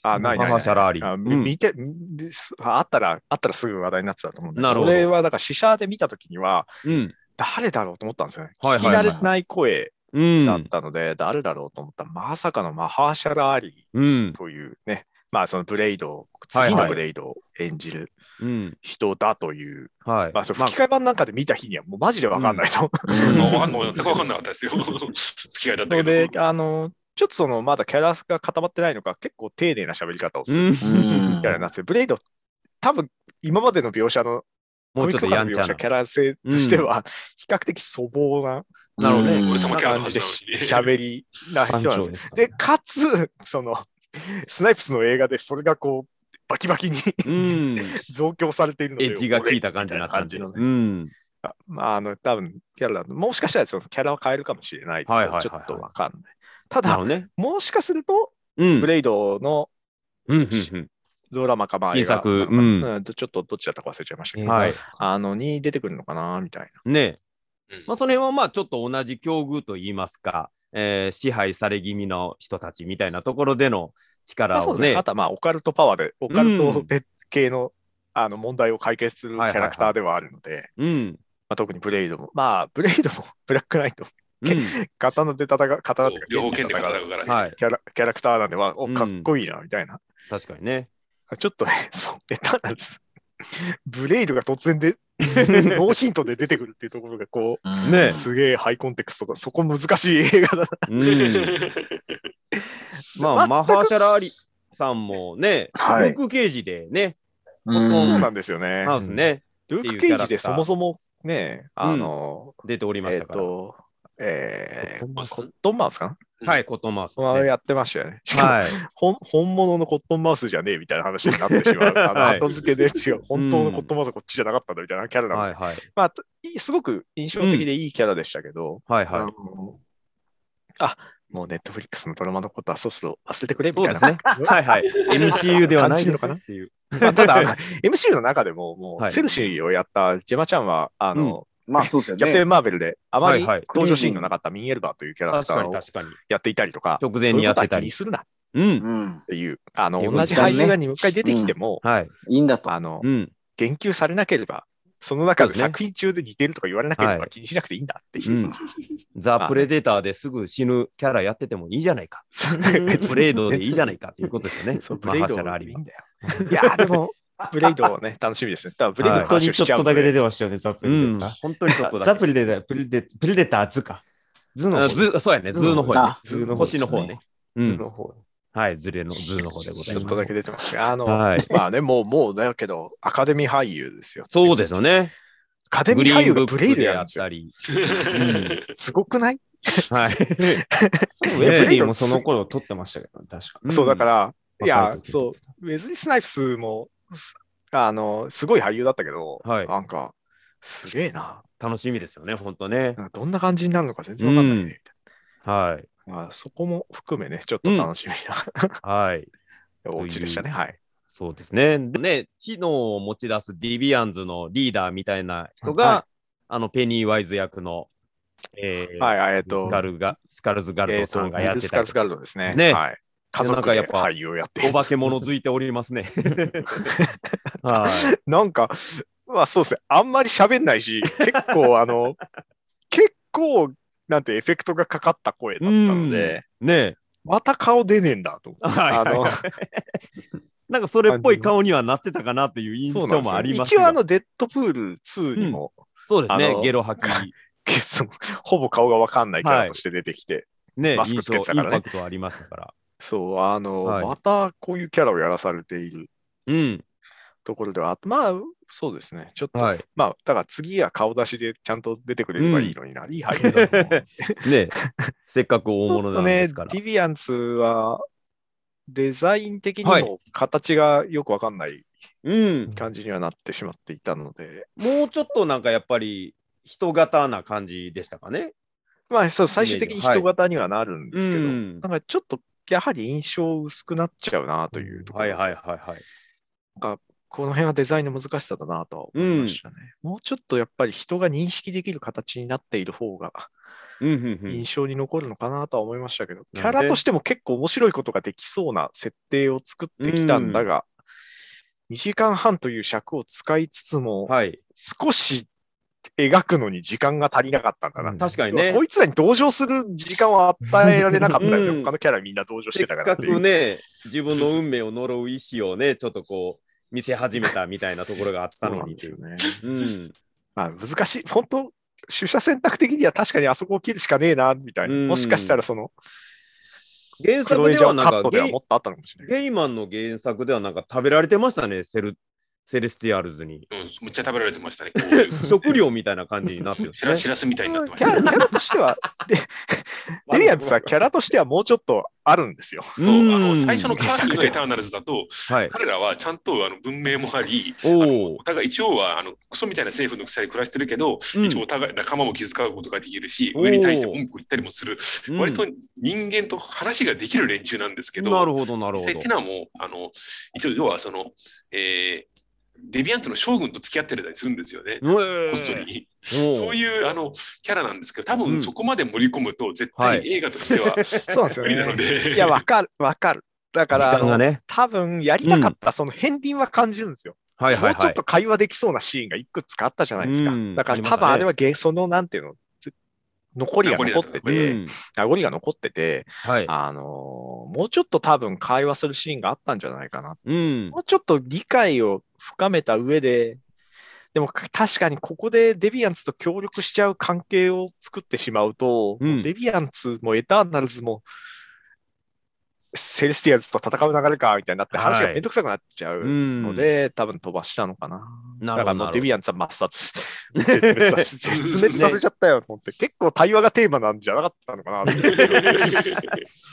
Speaker 4: あ、ないな
Speaker 1: マ
Speaker 4: いな
Speaker 1: ハ
Speaker 4: い
Speaker 1: シャラーリ。
Speaker 4: あみ
Speaker 1: うん
Speaker 4: 見て、みすあったら、あったらすぐ話題になってたと思うんだけ
Speaker 1: なるほど
Speaker 4: 俺はだから試写で見たときには、
Speaker 1: うん。
Speaker 4: 誰だろうと思ったんですよね。
Speaker 1: はい
Speaker 4: 聞き
Speaker 1: はいはい
Speaker 4: 慣れてない声
Speaker 1: うん。
Speaker 4: だったので、誰だろうと思ったら、まさかのマハーシャラーリー。
Speaker 1: うん。
Speaker 4: というね、まあそのブレイドを、
Speaker 1: はい
Speaker 4: 次のブレイドを演じる
Speaker 1: うん。
Speaker 4: 人だという、
Speaker 1: はい。
Speaker 4: まあその吹き替え版なんかで見た日にはもうマジでわかんないと。
Speaker 5: まあわ
Speaker 1: う
Speaker 5: かんない全くわかんなかったですよ。吹き替えだった
Speaker 4: の
Speaker 5: けど。
Speaker 4: で、あの、ちょっとそのまだキャラが固まってないのか、結構丁寧な喋り方をす
Speaker 1: ん。うん
Speaker 2: う
Speaker 4: る
Speaker 2: ん
Speaker 4: キャラになってて、ブレイド、多分今までの描写の、
Speaker 1: もうちょっとやん
Speaker 4: コミック
Speaker 1: ち
Speaker 4: と
Speaker 1: ゃな
Speaker 4: かの描写、キ。ャラ性としては、比較的粗暴な
Speaker 1: なるほどね
Speaker 2: うん
Speaker 5: 俺様キャラ
Speaker 4: 感
Speaker 5: の
Speaker 4: じ
Speaker 5: 話
Speaker 4: で
Speaker 5: なのに
Speaker 4: 喋りな人なんですよ
Speaker 3: ですか
Speaker 4: で、かつ、その、スナイプスの映画でそれがこう、バキバキに
Speaker 1: うん。
Speaker 4: 増強されているの
Speaker 1: エ
Speaker 4: で、
Speaker 1: ッジが効いた感じ
Speaker 4: 俺
Speaker 1: な
Speaker 4: み
Speaker 1: 感
Speaker 4: 感
Speaker 1: じ。
Speaker 4: じ
Speaker 1: う
Speaker 4: のね
Speaker 1: ん。
Speaker 4: まあ、あの、多分キャラ、もしかしたらそのキャラを変えるかもしれないですけど、
Speaker 1: はいはいはいはい
Speaker 4: ちょっとわかんない。た
Speaker 1: なる
Speaker 4: だ
Speaker 1: ほど、ね。
Speaker 4: もしかすると、
Speaker 1: うん
Speaker 4: ブ。レイドの
Speaker 1: うん。うん
Speaker 4: ドラマか、まあ、
Speaker 1: 新
Speaker 4: 映画
Speaker 1: 作
Speaker 4: なのか
Speaker 1: うん
Speaker 4: うんちょっとどっちだったか忘れちゃいましたけ
Speaker 3: 映
Speaker 4: ど、
Speaker 3: 画
Speaker 1: はい
Speaker 4: あの、に出てくるのかな、みたいな。
Speaker 1: ねえ。
Speaker 5: うん
Speaker 1: まあ、その辺はまあちょっと同じ境遇といいますか、えー支配され気味の人たちみたいなところでの
Speaker 4: まあ
Speaker 1: 力
Speaker 4: そうで
Speaker 1: を
Speaker 4: すね
Speaker 1: ね
Speaker 4: あ。とは、まあ、オカルトパワーで、オカルト系のあの問題を解決するキャラクターではあるので、
Speaker 1: うん。
Speaker 4: まあ、特にブレイドも、まあ、ブレイドも ブラックナイトも、
Speaker 1: うん
Speaker 4: 刀で戦う、刀っていうか
Speaker 5: 両方剣で戦
Speaker 4: う
Speaker 5: うからね。
Speaker 1: はい。
Speaker 4: キャラキャラクターなんで、まあ、お
Speaker 1: うん
Speaker 4: かっこいいな、みたいな。
Speaker 1: 確かにね。
Speaker 4: ちょっと ね、そう、え、ただです、ブレイドが突 然で、ノーヒントで出てくるっていうところが、こ
Speaker 1: ね
Speaker 4: う、すげえハイコンテクストだ、そこ難しい映画だ
Speaker 1: うん。まあ、マハーシャラーリさんもね、
Speaker 2: はい
Speaker 1: ルーク刑事でね、
Speaker 2: うん
Speaker 4: そうなんですよね。
Speaker 1: ハウスね、
Speaker 4: ルーク・ケイジでそもそもね、あの、
Speaker 1: 出ておりま
Speaker 4: え
Speaker 1: し
Speaker 4: った
Speaker 1: から。
Speaker 4: と、えー、
Speaker 5: マウス
Speaker 4: コットンマウスかな
Speaker 1: はい、コットンマウス、ね。
Speaker 4: それやってましたよね。しかも
Speaker 1: はい。
Speaker 4: ほん本物のコットンマウスじゃねえみたいな話になってしまう。あ の
Speaker 1: はい
Speaker 4: 後付けで違う、本当のコットンマウスはこっちじゃなかったんだみたいなキャラなので、
Speaker 1: はいはい。
Speaker 4: まあいい、すごく印象的でいいキャラでしたけど、
Speaker 1: はい
Speaker 4: あ
Speaker 1: はい。
Speaker 4: のあもうネットフリックスのドラマのことはそろそろ忘れてくれ
Speaker 1: そ
Speaker 4: み
Speaker 1: う
Speaker 4: たい
Speaker 1: で
Speaker 4: な
Speaker 1: すね。はいはい。MCU ではないです
Speaker 4: 感じるのかな
Speaker 1: っていう。
Speaker 4: まあただ、あの MCU の中でも、もう
Speaker 1: はい
Speaker 4: セルシーをやったジェマちゃんは、あの、
Speaker 2: まあそうですよ
Speaker 4: キャプテ
Speaker 2: ね。
Speaker 4: ン・マーベルであまり
Speaker 1: はいはい
Speaker 4: 登場シーンのなかったミン・エルバーというキャラク
Speaker 1: 確
Speaker 4: タ
Speaker 1: かに
Speaker 4: ーを
Speaker 1: 確かに。
Speaker 4: やっていたりとか、
Speaker 1: 直前にやってたり
Speaker 4: そういうことは気にするなっ
Speaker 1: うん。
Speaker 2: うん。
Speaker 4: ていう、あの、
Speaker 1: いうこと
Speaker 4: 同じ俳優が2回出てきても、
Speaker 1: はい。
Speaker 2: いいんだと。
Speaker 4: あの
Speaker 1: う、ん。
Speaker 4: 言及されなければ、その中
Speaker 1: そう
Speaker 4: で
Speaker 1: ですね
Speaker 4: 作品中で似てるとか言われなけれ
Speaker 1: は
Speaker 4: ば
Speaker 1: い
Speaker 4: 気にしなくていいんだっていうう。
Speaker 1: ん、ザ・プレデターですぐ死ぬキャラやっててもいいじゃないか。
Speaker 4: そんな別
Speaker 1: ブレードでいいじゃないいかということですよね。
Speaker 4: そう、ブ
Speaker 1: マ
Speaker 4: レイ
Speaker 1: ハ
Speaker 4: ド
Speaker 1: シャラー
Speaker 4: はい
Speaker 1: リ
Speaker 4: い
Speaker 1: は
Speaker 4: ん。だよ。いやー、でも、ブレイドね、楽しみですね。多分ブレイド
Speaker 1: はい
Speaker 4: の
Speaker 3: 本当に
Speaker 4: 話を
Speaker 3: ちょ
Speaker 4: し
Speaker 3: っ
Speaker 4: ちゃう
Speaker 3: と
Speaker 4: んで
Speaker 3: だけ出てましたよね、ザ・プ
Speaker 1: う
Speaker 3: レデ
Speaker 1: ん
Speaker 3: ター。。
Speaker 1: 本当にちょっと
Speaker 3: ザ・
Speaker 1: だけ。
Speaker 3: プレデター、プレデプレデター図か。図の
Speaker 1: あ
Speaker 3: 方
Speaker 1: ズそうやね、ズーの方や
Speaker 2: あ
Speaker 3: 図
Speaker 1: ね。
Speaker 3: の方
Speaker 1: 星の方ね。うん。
Speaker 3: 図の方。
Speaker 1: はい、ズレのズーの方でござ
Speaker 4: ち
Speaker 1: い
Speaker 4: ょっ
Speaker 1: ま
Speaker 4: とだ
Speaker 1: す。
Speaker 4: け出てましたけどあの、
Speaker 1: はい。
Speaker 4: まあね、もう、もうだけど、アカデミー俳優ですよ。
Speaker 1: そうですよね。
Speaker 4: アカデミ
Speaker 1: グ
Speaker 4: ー
Speaker 1: リ
Speaker 4: 俳
Speaker 1: ー
Speaker 4: 優
Speaker 1: ンブ
Speaker 4: が
Speaker 1: ッ
Speaker 4: ブレイ
Speaker 1: ク
Speaker 4: ド
Speaker 1: で
Speaker 4: やる
Speaker 1: あ
Speaker 4: ん
Speaker 1: っ
Speaker 4: ですよ。
Speaker 1: たり。
Speaker 4: すごくない
Speaker 1: はい。
Speaker 3: ウ ェズリーも
Speaker 4: ね
Speaker 3: その頃撮ってましたけど、確か。
Speaker 4: そうだから、いや
Speaker 3: 若い、時
Speaker 4: そう、ウェズリー・スナイプスも、すあの、すごい俳優だったけど、
Speaker 1: はい
Speaker 4: なんか、すげえな。
Speaker 1: 楽しみですよね、本当ね。
Speaker 4: なんかどんな感じになるのか全然わかんないね。
Speaker 1: はい。
Speaker 4: まあ、そこも含めね、ちょっと楽しみ
Speaker 1: はい。
Speaker 4: な、 お家でしたね。はい。
Speaker 1: そうですね。でね、知能を持ち出すディビアンズのリーダーみたいな人が、
Speaker 4: は
Speaker 1: あの、ペニー・ワイズ役の、えー
Speaker 4: はい、あえっ
Speaker 1: ス
Speaker 4: と、
Speaker 1: カルガ、スカルズガル
Speaker 4: え
Speaker 1: ド
Speaker 4: っと
Speaker 1: さんがやってた
Speaker 4: ス
Speaker 1: り
Speaker 4: カルスガルドですね。
Speaker 1: ね
Speaker 4: はい。家
Speaker 1: なん
Speaker 4: 族
Speaker 1: かや
Speaker 4: で
Speaker 1: っぱ
Speaker 4: 俳優をやって
Speaker 1: お
Speaker 4: る。
Speaker 1: 化け物づいておりますね。はい。
Speaker 4: なんか、まあそうですね。あんまり喋んないし、結構、あ の、結構、なんてエフェクトがかかった声だったので、
Speaker 1: ねえ。
Speaker 4: また顔出ねえんだ と思って。
Speaker 1: はいはいはい
Speaker 4: あの
Speaker 1: なんかそれっぽい顔にはなってたかなという印
Speaker 4: そう
Speaker 1: 象も
Speaker 4: な
Speaker 1: あ
Speaker 4: んで
Speaker 1: り
Speaker 4: すよ
Speaker 1: ます
Speaker 4: 一
Speaker 1: が
Speaker 4: 応あのデッドプール2に も、
Speaker 1: そうです
Speaker 4: あ
Speaker 1: ね
Speaker 4: の、
Speaker 1: ゲロ吐き。
Speaker 4: そのほぼ顔がわかんないキャラとして出てきて、
Speaker 1: ね、
Speaker 4: マスクつけてたから
Speaker 1: 印象
Speaker 4: ね
Speaker 1: インパクトありましたから。
Speaker 4: そう、あの、
Speaker 1: はい
Speaker 4: またこういうキャラをやらされている
Speaker 1: うん。
Speaker 4: ところでは、まあそうですね、ちょ っと、
Speaker 1: はい
Speaker 4: まあだから次は顔出しでちゃんと出てくれればいいのにな、いい俳優だと思う
Speaker 1: ね、せっかく大
Speaker 4: ちょ
Speaker 1: 物
Speaker 4: っ
Speaker 1: な
Speaker 4: と
Speaker 1: ん
Speaker 4: ね、
Speaker 1: で
Speaker 4: デ
Speaker 1: す から。
Speaker 4: ィビアンツはデザイン的に
Speaker 1: はい
Speaker 4: も形がよくわかんない
Speaker 1: うん。
Speaker 4: 感じにはなってしまっていたので、
Speaker 1: もうちょっとなんかやっぱり人型な感じでしたかね。
Speaker 4: まあそう最終的に人型にはなるんですけど、
Speaker 1: うん
Speaker 4: なんかちょっとやはり印象薄くなっちゃうなというところ
Speaker 1: はい
Speaker 4: で
Speaker 1: はいはいはい。
Speaker 4: この辺はデザインの難しさだなとは思いましたね、もうちょっとやっぱり人が認識できる形になっている方が
Speaker 1: うんうんうん。
Speaker 4: 印象に残るのかなとは思いましたけど、
Speaker 1: ね
Speaker 4: キャラとしても結構面白いことができそうな設定を作ってきたんだが、2時間半という尺を使いつつも、
Speaker 1: はい。
Speaker 4: 少し描くのに時間が足りなかったんだな。
Speaker 3: うん
Speaker 1: 確かにね
Speaker 4: こ。いつらに同情する時間を与えられなかったよね、
Speaker 1: うん
Speaker 4: 他のキャラみんな同情し
Speaker 1: せって
Speaker 4: たから
Speaker 1: か
Speaker 4: っていう
Speaker 1: くね、自分の運命を呪う意志をね、ちょっとこう、見せ始めたみたいなところがあっ
Speaker 4: そ
Speaker 1: た
Speaker 4: うな
Speaker 1: の
Speaker 4: ん
Speaker 1: に
Speaker 4: ですよね。
Speaker 1: うん。
Speaker 4: まあ、難しい、本当、取捨選択的には確かにあそこを切るしかねえな、みたいな。
Speaker 1: うん
Speaker 4: もしかしたら、その、
Speaker 1: 原
Speaker 4: ク
Speaker 1: 作
Speaker 4: ロエ
Speaker 1: で
Speaker 4: ジャ
Speaker 1: は
Speaker 4: はカ
Speaker 1: な
Speaker 4: ッ
Speaker 1: んか
Speaker 4: トでは
Speaker 1: ゲイ
Speaker 4: もっとあったのかもしれない
Speaker 1: ゲイマンの原作ではなんか食べられてましたね、セルセレスティアルズに。
Speaker 5: うん、むっちゃ食べられてましたね。こういう
Speaker 1: 食料みたいな感じになってるんで
Speaker 5: し
Speaker 1: すね
Speaker 5: らしらすみたい
Speaker 4: け
Speaker 5: になって
Speaker 4: ど。
Speaker 5: まし
Speaker 4: キャラ
Speaker 5: たね。
Speaker 4: キャラとしては、で、デリアンツはキャラとしてはもうちょっとあるんですよ。
Speaker 5: そうあ
Speaker 1: う
Speaker 5: の
Speaker 1: ん
Speaker 5: 最初のカーキーのエターナルズだと、
Speaker 1: はい。
Speaker 5: 彼らはちゃんとあの文明もあり、
Speaker 1: おお。
Speaker 5: お互い一応はあのクソみたいな政府の鎖で暮らしてるけど、
Speaker 1: うん
Speaker 5: 一応お互い仲間も気遣うことができるし、
Speaker 1: おー
Speaker 5: 上に対して文句言ったりもする、
Speaker 1: うん
Speaker 5: 割と人間と話ができる連中なんですけど、
Speaker 1: なるほど、なるほ
Speaker 5: 実際
Speaker 1: ど
Speaker 5: テ。ナもあの一応要はその、えーデビアントの将軍と付き合ってたりするんですよね。こっそりそう
Speaker 1: う
Speaker 5: いうあのキャラなんですけど、多
Speaker 1: う
Speaker 5: 分
Speaker 1: ん
Speaker 5: そこまで盛り込むと、絶
Speaker 1: は
Speaker 5: 対
Speaker 1: い
Speaker 5: 映画としては
Speaker 4: そうなんですよ
Speaker 5: 無理なの
Speaker 4: ね。
Speaker 5: で。
Speaker 4: い や、わかる、わかる。だか
Speaker 1: 時
Speaker 4: ら、あ
Speaker 1: 間が
Speaker 4: の
Speaker 1: ね。
Speaker 4: 多分やりたかった、その片鱗は感じるんですよ。
Speaker 1: はい
Speaker 4: も
Speaker 1: は
Speaker 4: う
Speaker 1: い
Speaker 4: ちょ
Speaker 1: は
Speaker 4: っ
Speaker 1: い
Speaker 4: と。会話できそうなシーンがいくつかあったじゃないですか。
Speaker 1: うん
Speaker 4: だか
Speaker 1: あり
Speaker 4: ら
Speaker 1: ました
Speaker 4: 多
Speaker 1: ね
Speaker 4: 分あれはげそのなんていうのつ残りが残って
Speaker 5: 残
Speaker 4: て、
Speaker 1: うん
Speaker 4: 名残が残ってて、
Speaker 1: はい。
Speaker 4: あのーもうちょっと多分会話するシーンがあったんじゃないかな。
Speaker 1: うん
Speaker 4: も。うちょっと理解を深めた上で、でもか確かにここでデビアンツと協力しちゃう関係を作ってしまうと、
Speaker 1: うん
Speaker 4: もうデビアンツもエターナルズもセレスティアルズと戦う流れかみたいになって話が
Speaker 1: はい
Speaker 4: めんどくさくなっちゃう
Speaker 1: うん
Speaker 4: ので、多分飛ばしたのかな。
Speaker 1: なるほ
Speaker 4: だか
Speaker 1: ど
Speaker 4: らも
Speaker 1: なるほど
Speaker 4: うデビアンツは 抹殺、絶滅させ絶滅させちゃったよと思って、結構対話がテーマなんじゃなかったのかなって。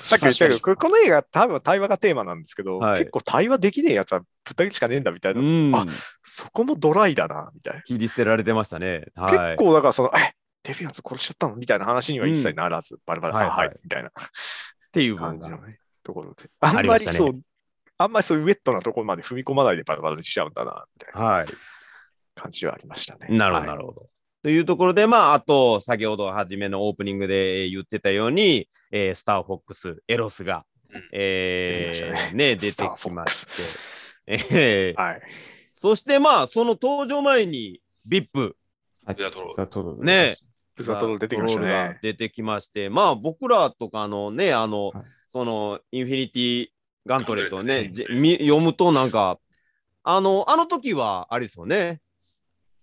Speaker 4: さっきも言ったけど、これこの映画多分対話がテーマなんですけど、
Speaker 1: はい
Speaker 4: 結構対話できねえやつはぶった切るしかねえんだみたいな、
Speaker 1: うん。
Speaker 4: あそこもドライだな、みたいな。
Speaker 1: 切り捨てられてましたね。はい。
Speaker 4: 結構だからその、え、デビアンツ殺しちゃったのみたいな話には一切ならず、バラバラ、
Speaker 1: はい
Speaker 4: あはい、
Speaker 1: はい
Speaker 4: みたいな
Speaker 1: っていう
Speaker 4: 感
Speaker 1: 分
Speaker 4: じ
Speaker 1: が
Speaker 4: の。ね、ところで。あ
Speaker 1: あ
Speaker 4: ん
Speaker 1: りま
Speaker 4: ま
Speaker 1: し
Speaker 4: り
Speaker 1: たね
Speaker 4: そう、あんまりそういうウェットなところまで踏み込まないでバラバラにしちゃうんだな、みたい
Speaker 1: はい。
Speaker 4: な感じはありましたね。
Speaker 1: なるほど、
Speaker 4: はい
Speaker 1: なるほど。というところで、まあ、あと、先ほど初めのオープニングでえー言ってたように、えースター・フォックス、エロスが、え
Speaker 4: 出てきまし
Speaker 1: ー
Speaker 4: た
Speaker 1: ね出て
Speaker 4: スター
Speaker 1: き
Speaker 4: フォッ
Speaker 1: ま
Speaker 4: ク
Speaker 1: して、
Speaker 4: ス。
Speaker 1: えー
Speaker 4: はい。
Speaker 1: そして、まあ、その登場前に、VIP、
Speaker 3: はい
Speaker 5: ブザトロ
Speaker 3: ザトロ
Speaker 1: ね
Speaker 4: ブザトロ出てきました
Speaker 1: トロールが
Speaker 4: ね。
Speaker 1: 出てきまして、まあ、僕らとかのね、あの、
Speaker 3: はい
Speaker 1: その、インフィニティ・ガントレットを
Speaker 5: ガ
Speaker 1: ね
Speaker 5: ン、ト
Speaker 1: じ
Speaker 5: レット
Speaker 1: み読むと、なんか、あの、あの時は、あれですよね、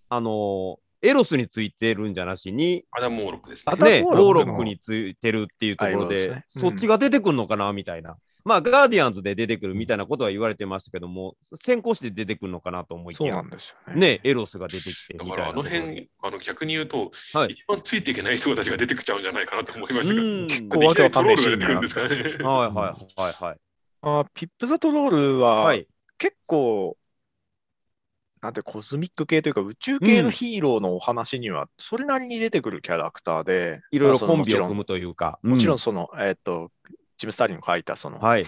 Speaker 1: あの、エロスについてるんじゃなしに、
Speaker 5: アダム・オーロックです
Speaker 4: ア
Speaker 5: ね。
Speaker 4: ダム
Speaker 1: ね、ウ
Speaker 4: ウォ
Speaker 1: ォ
Speaker 4: ーロッ
Speaker 1: ー
Speaker 4: クの
Speaker 1: ロックについてるっていうところ
Speaker 4: あ
Speaker 1: で、
Speaker 4: そうですね
Speaker 1: そっちが出てくるのかなみたいな。まあ、ガーディアンズで出てくるみたいなことは言われてましたけども、先行して出てくるのかなと思いき
Speaker 4: そうな
Speaker 1: や、
Speaker 4: んですよね。
Speaker 1: ね、エロスが出てきて
Speaker 5: だ
Speaker 1: み
Speaker 5: か
Speaker 1: たいな
Speaker 5: らあ
Speaker 1: ところ
Speaker 5: の
Speaker 1: で。
Speaker 5: 辺、あの逆に言うと、
Speaker 1: はい
Speaker 5: 一番ついていけない人たちが出てきちゃうんじゃないかなと思いましたけど、
Speaker 1: うん
Speaker 5: 結
Speaker 4: 構わけわかんないシーン
Speaker 5: 出
Speaker 4: だ
Speaker 5: てくる
Speaker 4: なん
Speaker 5: ですかね。
Speaker 1: はいはいはいはい。
Speaker 4: あーピップ・ザ・トロールは、
Speaker 1: はい。
Speaker 4: 結構、なんてコズミック系というか宇宙系のヒーローのお話にはそれなりに出てくるキャラクターで、
Speaker 1: いろいろ
Speaker 4: その
Speaker 1: コンビを
Speaker 4: もちろん
Speaker 1: 組むというか。
Speaker 4: もち
Speaker 1: う
Speaker 4: ろ
Speaker 1: ん
Speaker 4: その、えっ、と、ジム・スターリンの書いたその、
Speaker 1: んはい。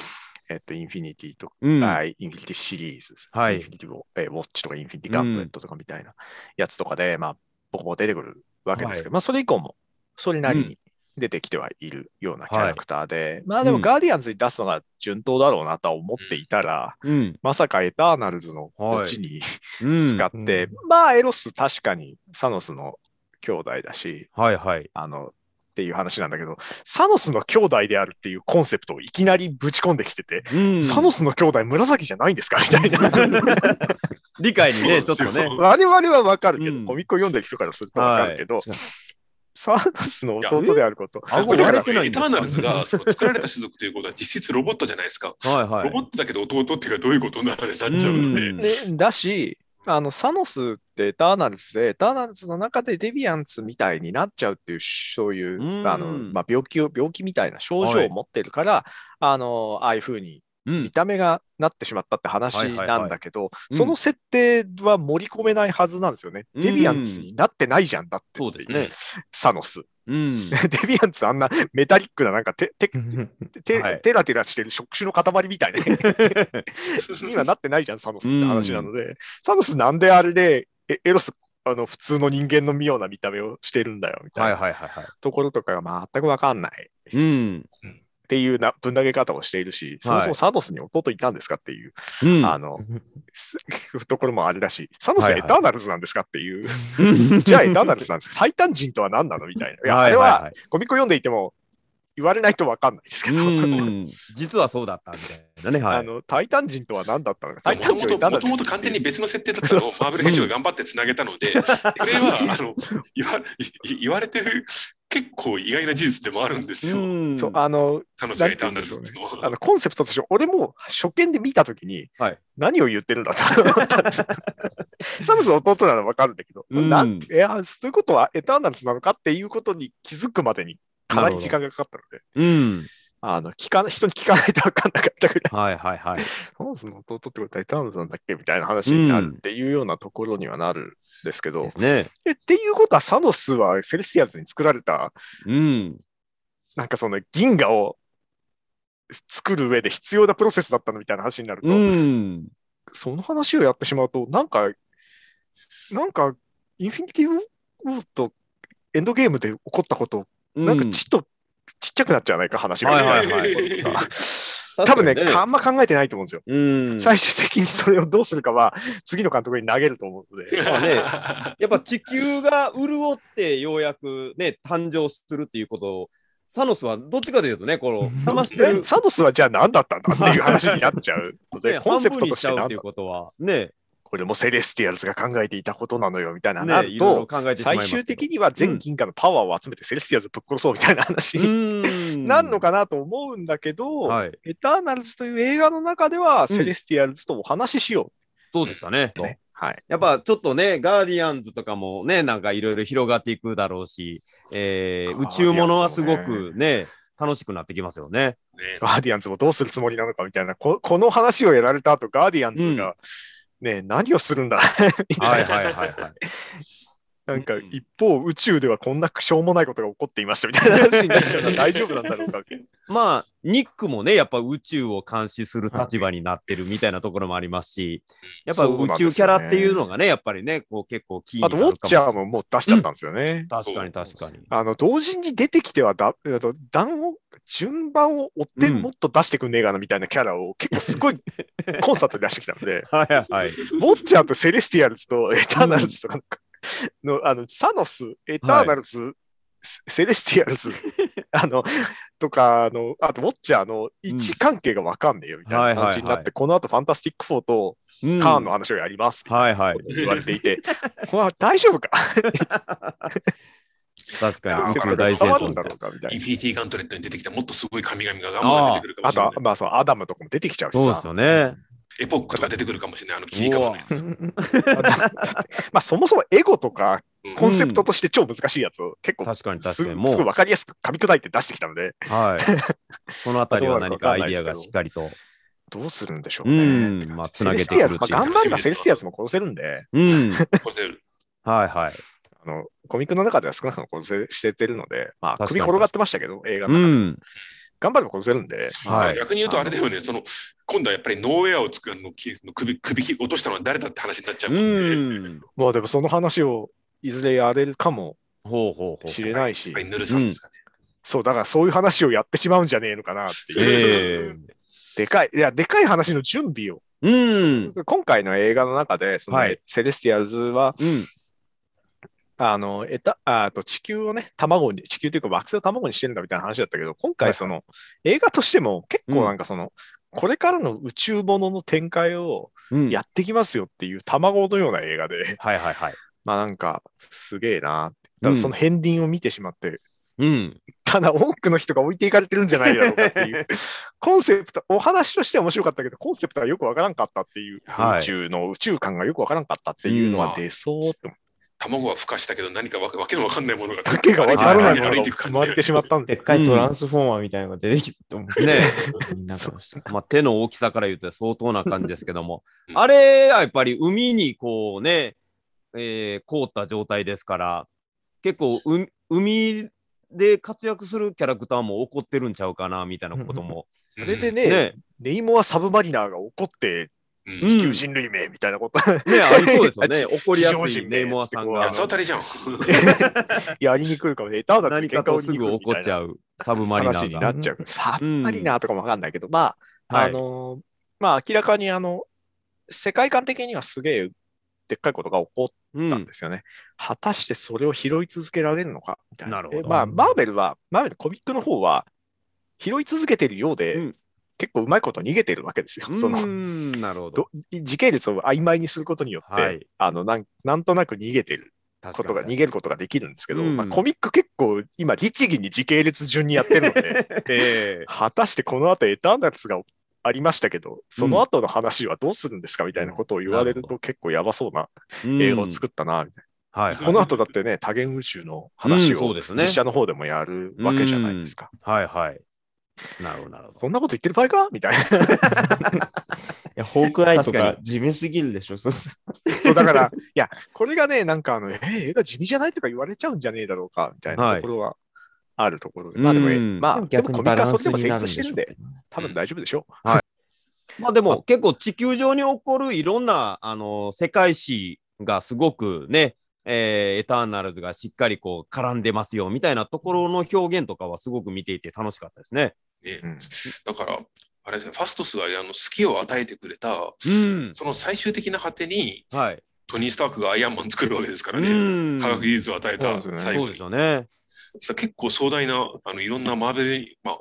Speaker 4: えっ、と、インフィニティとか、
Speaker 1: うん。
Speaker 4: あーインフィニティシリーズですね、
Speaker 1: はい
Speaker 4: インフィニティウォ,、えーウォッチとかインフィニティガンプレットとかみたいなやつとかで、まあ、ボコボコ出てくるわけですけど、まあ、それ以降もそれなりに出てきてはいるようなキャラクターで、まあで
Speaker 1: う
Speaker 4: も
Speaker 1: ん
Speaker 4: ガーディアンズに出すのが順当だろうなとは思っていたら、
Speaker 1: うん。
Speaker 4: まさかエターナルズの
Speaker 1: はい
Speaker 4: 後に、
Speaker 1: うん。
Speaker 4: 使って、まあエロス確かにサノスの兄弟だし、
Speaker 1: はいはい。
Speaker 4: あの、っていう話なんだけど、サノスの兄弟であるっていうコンセプトをいきなりぶち込んできてて、
Speaker 1: うん。
Speaker 4: サノスの兄弟紫じゃない んですかみたいな。
Speaker 1: 理解にね、ちょっと
Speaker 5: そう
Speaker 1: ね。
Speaker 4: 我々はわかるけど、
Speaker 1: うん
Speaker 4: コミックを読んでる人からするとわかるけど、
Speaker 1: はい
Speaker 4: サノスの弟であること。
Speaker 1: 顎
Speaker 5: だか
Speaker 1: 割れ
Speaker 5: ら
Speaker 1: てない
Speaker 5: エ
Speaker 1: ん
Speaker 5: タ
Speaker 1: だ
Speaker 5: ーナルズがその作られた種族ということは実質ロボットじゃないですか。
Speaker 1: はいは
Speaker 5: ロボ
Speaker 1: い。
Speaker 5: ットだけど弟っていうかどういうことなのでなっちゃうので、
Speaker 1: うん
Speaker 4: でだし、あのサノスってエターナルズで、エターナルズの中でデビアンツみたいになっちゃうっていう、そういう、
Speaker 1: うん
Speaker 4: あのまあ、病気を病気みたいな症
Speaker 1: は
Speaker 4: 状
Speaker 1: い
Speaker 4: を持ってるから、あのああいうふうに
Speaker 1: うん
Speaker 4: 見。た目がなってしまったって
Speaker 1: はい
Speaker 4: 話
Speaker 1: はいはい
Speaker 4: なんだけど、
Speaker 1: うん
Speaker 4: その設定は盛り込めないはずなんですよね。
Speaker 1: うん
Speaker 4: デビアンツになってないじゃんだって
Speaker 1: そうですね。
Speaker 4: サノス。
Speaker 1: うん。
Speaker 4: デビアンツあんなメタリックな、なんかててて、
Speaker 1: はい
Speaker 4: テラテラしてる触手の塊みたい な。 には なってないじゃん、サノスって話なので、サノスなんであれで、えエロス、あの普通の人間の妙な見た目をしてるんだよみたい
Speaker 1: はいはい
Speaker 4: な
Speaker 1: はいはい。
Speaker 4: ところとかが全く分かんない
Speaker 1: うん。
Speaker 4: っていうなぶん投げ方をしているし、そもそもサノスに弟いたんですかっていう、
Speaker 1: うん。
Speaker 4: あのすところもあれだし、サノス
Speaker 1: はいは
Speaker 4: エ
Speaker 1: い
Speaker 4: ターナルズなんですかっていう、 じゃあエターナルズな んですか、タイタン人とは何なのみたいな。いやあれ
Speaker 1: はいはい
Speaker 4: は
Speaker 1: はい
Speaker 4: コミックを読んでいても言われないと分かんないですけど。
Speaker 1: うん、実はそうだったみたいなね。は
Speaker 4: あ
Speaker 1: い。
Speaker 4: のタイタン人とは何だったのか、タイ
Speaker 5: も
Speaker 4: タ
Speaker 5: と
Speaker 4: ン人
Speaker 5: もと
Speaker 4: はエターナ
Speaker 5: も
Speaker 4: ルズ
Speaker 5: ともと完全に別の設定だったのをマーベル編集が頑張ってつなげたので、これはあの言わいい言われてる結構意外な事実でもあるんですよ。
Speaker 1: ん
Speaker 4: そうあの
Speaker 5: 楽しがいたんだぞっていうの
Speaker 4: あ
Speaker 5: は。
Speaker 4: のコンセプトとして、俺も初見で見たときに、
Speaker 1: はい
Speaker 4: 何を言ってるんだと思ったんです。 サノスの弟ならわかるんだけど、
Speaker 1: うん
Speaker 4: なんいや、そういうことはエターナルズなのかっていうことに気づくまでにかなり時間がかかったので、
Speaker 1: うん。
Speaker 4: あの聞かな人に聞かないと分かんなかったぐ ら
Speaker 1: は
Speaker 4: い、
Speaker 1: いはいはい。
Speaker 4: サノスの弟ってことはエターナルズなんだっけみたいな話になるっていうようなところにはなるんですけど、
Speaker 1: ですね。
Speaker 4: えっていうことはサノスはセレスティアルズに作られた
Speaker 1: うん。
Speaker 4: なんかその銀河を作る上で必要なプロセスだったのみたいな話になると、
Speaker 1: うん。
Speaker 4: その話をやってしまうと、なんか、なんか、インフィニティウォーとエンドゲームで起こったこと、なんかちっとちっちゃくなっちゃわないか、話が。
Speaker 1: はいはいはい
Speaker 4: とか 多分ね、あんま考えてないと思うんですよ。
Speaker 1: うん。
Speaker 4: 最終的にそれをどうするかは、次の監督に投げると思うので。
Speaker 1: まあね やっぱ地球が潤ってようやくね、誕生するっていうことを、サノスはどっちかというとね、こ の、冷ましてる
Speaker 4: え。サトスはじゃあ何だったんだっていう話になっちゃうので、
Speaker 1: ね
Speaker 4: コンセプ
Speaker 1: 半分
Speaker 4: トと
Speaker 1: に
Speaker 4: し
Speaker 1: してち
Speaker 4: 何
Speaker 1: ゃうっ
Speaker 4: だってた
Speaker 1: いうことは、ね、
Speaker 4: これもセレスティアルズが考えていたことなのよみたいなな
Speaker 1: ね、
Speaker 4: る
Speaker 1: いろいろ
Speaker 4: と、
Speaker 1: 考えてしまい
Speaker 4: 最
Speaker 1: ますけど。
Speaker 4: 終的には全金貨のパワーを集めてセレスティアルズぶっ殺そうみたいな話
Speaker 1: に
Speaker 4: に なるのかなと思うんだけど、
Speaker 1: はい。
Speaker 4: エターナルズという映画の中では、セレスティアルズとお話ししよ
Speaker 1: そうでしたね。
Speaker 4: う、ねはい。
Speaker 1: やっぱちょっとね、ガーディアンズとかもね、なんかいろいろ広がっていくだろうし、えー
Speaker 4: ガーディアン
Speaker 1: 宇
Speaker 4: ズもね
Speaker 1: 宙ものはすごくね、楽しくなってきますよ ね。
Speaker 5: ね
Speaker 4: ガーディアンズもどうするつもりなのかみたいな、ここの話をやられた後、ガーディアンズが、ねえ何をするんだ みたいな。
Speaker 1: はいはいはい。
Speaker 4: なんか
Speaker 1: うん
Speaker 4: 一方、宇宙ではこんなしょうもないことが起こっていましたみたいな話になっちゃうから 大丈夫なんだろう かみたいな
Speaker 1: まあ、ニックもね、やっぱ宇宙を監視する立場になってるみたいなところもありますし、やっぱ
Speaker 4: そうなん
Speaker 1: 宇
Speaker 4: ですよね
Speaker 1: 宙キャラっていうのがね、やっぱりね、こう結構キーにな
Speaker 4: あ
Speaker 1: るかも
Speaker 4: と、ウォッチャーももう出しちゃったんですよね。
Speaker 1: 確かに確かに。
Speaker 4: あの同時に出てきてはだ、えっと段を順番を追って
Speaker 1: うん
Speaker 4: もっと出してくんねえかなみたいなキャラを結構すごいコンサートで出してきたので、
Speaker 1: はいはい。
Speaker 4: ウォッチャーとセレスティアルズとエターナルズとかの,、あのサノス、エターナルズ、セセレスティア ルズあのとかあの、あとウォッチャーの位置関係がわかんねえよみたいな感じ
Speaker 1: は
Speaker 4: になって、
Speaker 1: いはいはい
Speaker 4: この後ファンタスティック4と
Speaker 1: うん
Speaker 4: カーンの話をやりますみたい
Speaker 1: はいは
Speaker 4: ないこ。とを言われて いて、まあ大丈夫か
Speaker 1: 確 か
Speaker 5: あ
Speaker 1: に。宇
Speaker 5: ー
Speaker 4: セ
Speaker 1: 宙
Speaker 4: プ
Speaker 1: 大
Speaker 4: トで伝
Speaker 1: 戦
Speaker 4: わるん
Speaker 1: 争
Speaker 4: だろうかみたいな。
Speaker 5: EPT ガントレットに出てきたもっとすごい神々がガンマが出てくるかも
Speaker 4: あ
Speaker 5: し
Speaker 4: と
Speaker 5: れない
Speaker 4: は、。まあ、そのアダムとかも出てきちゃうし
Speaker 1: そう
Speaker 4: さ
Speaker 1: です。よね。
Speaker 5: エポックとか出てくるかもしれない。あの切り株のやつ。
Speaker 4: まあ、そもそもエゴとか
Speaker 5: うん
Speaker 4: コンセプトとして超難しいやつを結構
Speaker 1: 確かに
Speaker 4: す,、
Speaker 1: 確かに。
Speaker 4: す
Speaker 1: も、
Speaker 4: ごいう分かりやすく噛み砕いて出してきたので、
Speaker 1: はい。 このあたりは何かアイディアがしっかりと。
Speaker 4: どうするんでしょ
Speaker 1: う
Speaker 4: うね。
Speaker 1: ん。まあ、つ
Speaker 4: セ
Speaker 1: な
Speaker 4: レ
Speaker 1: げ
Speaker 4: ス
Speaker 1: て
Speaker 4: ティア
Speaker 1: くる
Speaker 4: ルズ、
Speaker 1: って
Speaker 4: ま
Speaker 1: い
Speaker 4: あ、
Speaker 1: う。
Speaker 4: ガンマルがセレスティアルズも殺せるんで、
Speaker 1: うん。
Speaker 5: これで
Speaker 1: はいはい。
Speaker 4: あのコミックの中では少なくとも殺せしててるので、まあ、
Speaker 1: 確か
Speaker 4: 首
Speaker 1: に
Speaker 4: 転がってましたけど、映 画
Speaker 1: う
Speaker 4: の中で。
Speaker 1: ん。
Speaker 4: ガンバルも殺せるんで、
Speaker 1: はい。
Speaker 5: 逆に言うとあれだよね、その今度はやっぱりノーウェアを作るのきの首首切り落としたのは誰だって話になっちゃう
Speaker 1: う
Speaker 5: もんね。
Speaker 1: ん。
Speaker 4: まあでもその話をいずれやれるかも
Speaker 1: ほうほうほ
Speaker 4: し
Speaker 1: う。
Speaker 4: れない
Speaker 5: や
Speaker 4: し
Speaker 5: っぱ、りヌルさんですかね。
Speaker 4: そう、だからそういう話をやってしまうんじゃねえのかなっていう、
Speaker 1: ええ。
Speaker 4: でかい、いや、でかい話の準備を
Speaker 1: うん。
Speaker 4: 今回の映画の中で、その
Speaker 1: はい
Speaker 4: セレスティアルズは、
Speaker 1: うん。
Speaker 4: あの、えた、ああと地球をね、卵に、地球というか惑星を卵にしてるんだみたいな話だったけど、今
Speaker 1: は
Speaker 4: 回
Speaker 1: い
Speaker 4: その、映画としても結構なんかその、これからの宇宙ものの展開を
Speaker 1: うん。
Speaker 4: やってきますよっていう卵のような映 画で、
Speaker 1: はいはいはい。
Speaker 4: まあなんか、すげえなって。ただその片鱗を見てしまって、
Speaker 1: うん。
Speaker 4: ただ多くの人が置いていかれてるんじゃないだろうかって いう、コンセプト、お話としては面白かったけど、コンセプトはよくわからんかったっていう、
Speaker 1: はい
Speaker 4: 宇宙の宇宙観がよくわからんかったっていうの
Speaker 5: う
Speaker 4: は
Speaker 5: ん
Speaker 4: 出そうって思っ
Speaker 5: 卵は孵化したけど何かわけわけのわかんないものが
Speaker 4: た。わけがわからないもの
Speaker 5: 歩い
Speaker 4: が
Speaker 5: ていく
Speaker 4: 生
Speaker 5: 感
Speaker 4: まれて
Speaker 5: じ
Speaker 4: しまったん
Speaker 3: でっ
Speaker 4: で、
Speaker 3: かいトランスフォーマーみたいなのが出てきたと思う。
Speaker 1: ね
Speaker 3: みんなからしたら
Speaker 1: まあ、手の大きさから言うと相当な感じですけども
Speaker 5: う、ん
Speaker 1: あれはやっぱり海にこうね、えー凍った状態ですから、結構う海で活躍するキャラクターも怒ってるんちゃうかなみたいなことも。
Speaker 4: それで
Speaker 5: ね。
Speaker 4: ね、
Speaker 1: ね、
Speaker 4: ネイモア・サブマリナーが怒って、
Speaker 5: うん
Speaker 1: うん
Speaker 5: い
Speaker 4: 地球人類名みたいなこと、
Speaker 1: ね、ありそうですよ ね。怒りや
Speaker 4: 地
Speaker 1: す
Speaker 4: 上
Speaker 1: い
Speaker 4: 人
Speaker 1: ネイモアさんが
Speaker 5: や八つ当たりじゃん。
Speaker 4: やりにくいかもね、ターナ
Speaker 1: 何
Speaker 4: ルズに
Speaker 1: か
Speaker 4: 喧嘩を
Speaker 1: と
Speaker 4: 売り
Speaker 1: す
Speaker 4: に
Speaker 1: ぐ
Speaker 4: 来るみ
Speaker 1: 怒
Speaker 4: た
Speaker 1: っ
Speaker 4: い
Speaker 1: ち
Speaker 4: な
Speaker 1: ゃうサブマリナ
Speaker 4: 話に
Speaker 1: ー
Speaker 4: な
Speaker 1: が。
Speaker 4: っちゃう。サ
Speaker 1: う
Speaker 4: ブ
Speaker 1: ん
Speaker 4: マリナーとかもわかんないけど、まあ、
Speaker 1: は
Speaker 4: あ
Speaker 1: い
Speaker 4: のまあ明らかにあの世界観的にはすげえでっかいことが起こっ
Speaker 1: う
Speaker 4: たん
Speaker 1: ん
Speaker 4: ですよね。果たしてそれを拾い続けられるのかみたいな。
Speaker 1: なるほど
Speaker 4: えまあマーベルは、マーベルコミックの方は拾い続けてるようで、
Speaker 1: うん
Speaker 4: 結構うまいこと逃げてるわけですよ。
Speaker 1: う
Speaker 4: その
Speaker 1: ん、なるほど
Speaker 4: ど。時系列を曖昧にすることによって、
Speaker 1: はい
Speaker 4: あのなんなんとなく逃げてる
Speaker 1: 確
Speaker 4: こと
Speaker 1: か
Speaker 4: が
Speaker 1: に
Speaker 4: 逃げることができるんですけど、
Speaker 1: うん
Speaker 4: まあ、コミック結構今律儀に時系列順にやってるので。
Speaker 1: ええ
Speaker 4: 果たしてこの後エターナルズがありましたけど、その後の話はどうするんですかみたいなことを言われる
Speaker 1: なる
Speaker 4: と結構やばそうな
Speaker 1: うん
Speaker 4: 映画を作ったな、みたい
Speaker 1: はい
Speaker 4: な。
Speaker 1: は
Speaker 4: こ
Speaker 1: い
Speaker 4: の後だってね、多元宇宙の話
Speaker 1: うんそ
Speaker 4: を
Speaker 1: うですね
Speaker 4: 実写の方でもやるわけじゃないですか。
Speaker 1: はいはい。なるほどなるほど。
Speaker 4: そんなこと言ってる場合かみたい
Speaker 3: いや、ホークアイと
Speaker 1: 確か
Speaker 3: か地味すぎるでしょ。そうそう
Speaker 4: な。そうだから、いや、これがね、なんかあの、えー映画地味じゃないとか言われちゃうんじゃねえだろうか、みたいなところはあるところで。まあでもね、
Speaker 1: うん
Speaker 4: まあ、でも
Speaker 3: 逆
Speaker 4: コ
Speaker 3: に
Speaker 4: ミ
Speaker 3: バ
Speaker 4: カ
Speaker 3: ラ
Speaker 4: そ
Speaker 3: ン
Speaker 4: れで
Speaker 3: ス
Speaker 4: も
Speaker 3: に
Speaker 4: 成
Speaker 3: なるん
Speaker 4: 立
Speaker 3: で
Speaker 4: し
Speaker 3: し
Speaker 4: てる
Speaker 3: ょ
Speaker 4: ん
Speaker 3: うけ
Speaker 4: で、
Speaker 3: どね。
Speaker 4: 多分大丈夫でしょう。
Speaker 1: まあでも結構地球上に起こるいろんなあの世界史がすごくね、えーエターナルズがしっかりこう絡んでますよみたいなところの表現とかはすごく見ていて楽しかったですね。
Speaker 5: ね
Speaker 4: うん
Speaker 5: だから、あれですね、ファストスがあの好きを与えてくれた、
Speaker 1: うん。
Speaker 5: その最終的な果てに、
Speaker 1: はい。
Speaker 5: トニー・スタークがアイアンマン作るわけですから
Speaker 1: う
Speaker 5: ね。
Speaker 1: ん
Speaker 5: 科学技術を与え
Speaker 4: そうで
Speaker 5: た
Speaker 4: すよね
Speaker 5: 最
Speaker 1: そ
Speaker 5: 後
Speaker 1: う
Speaker 5: に
Speaker 1: ですよね。
Speaker 5: 実は結構壮大な、あのいろんなマーベルに、まあ、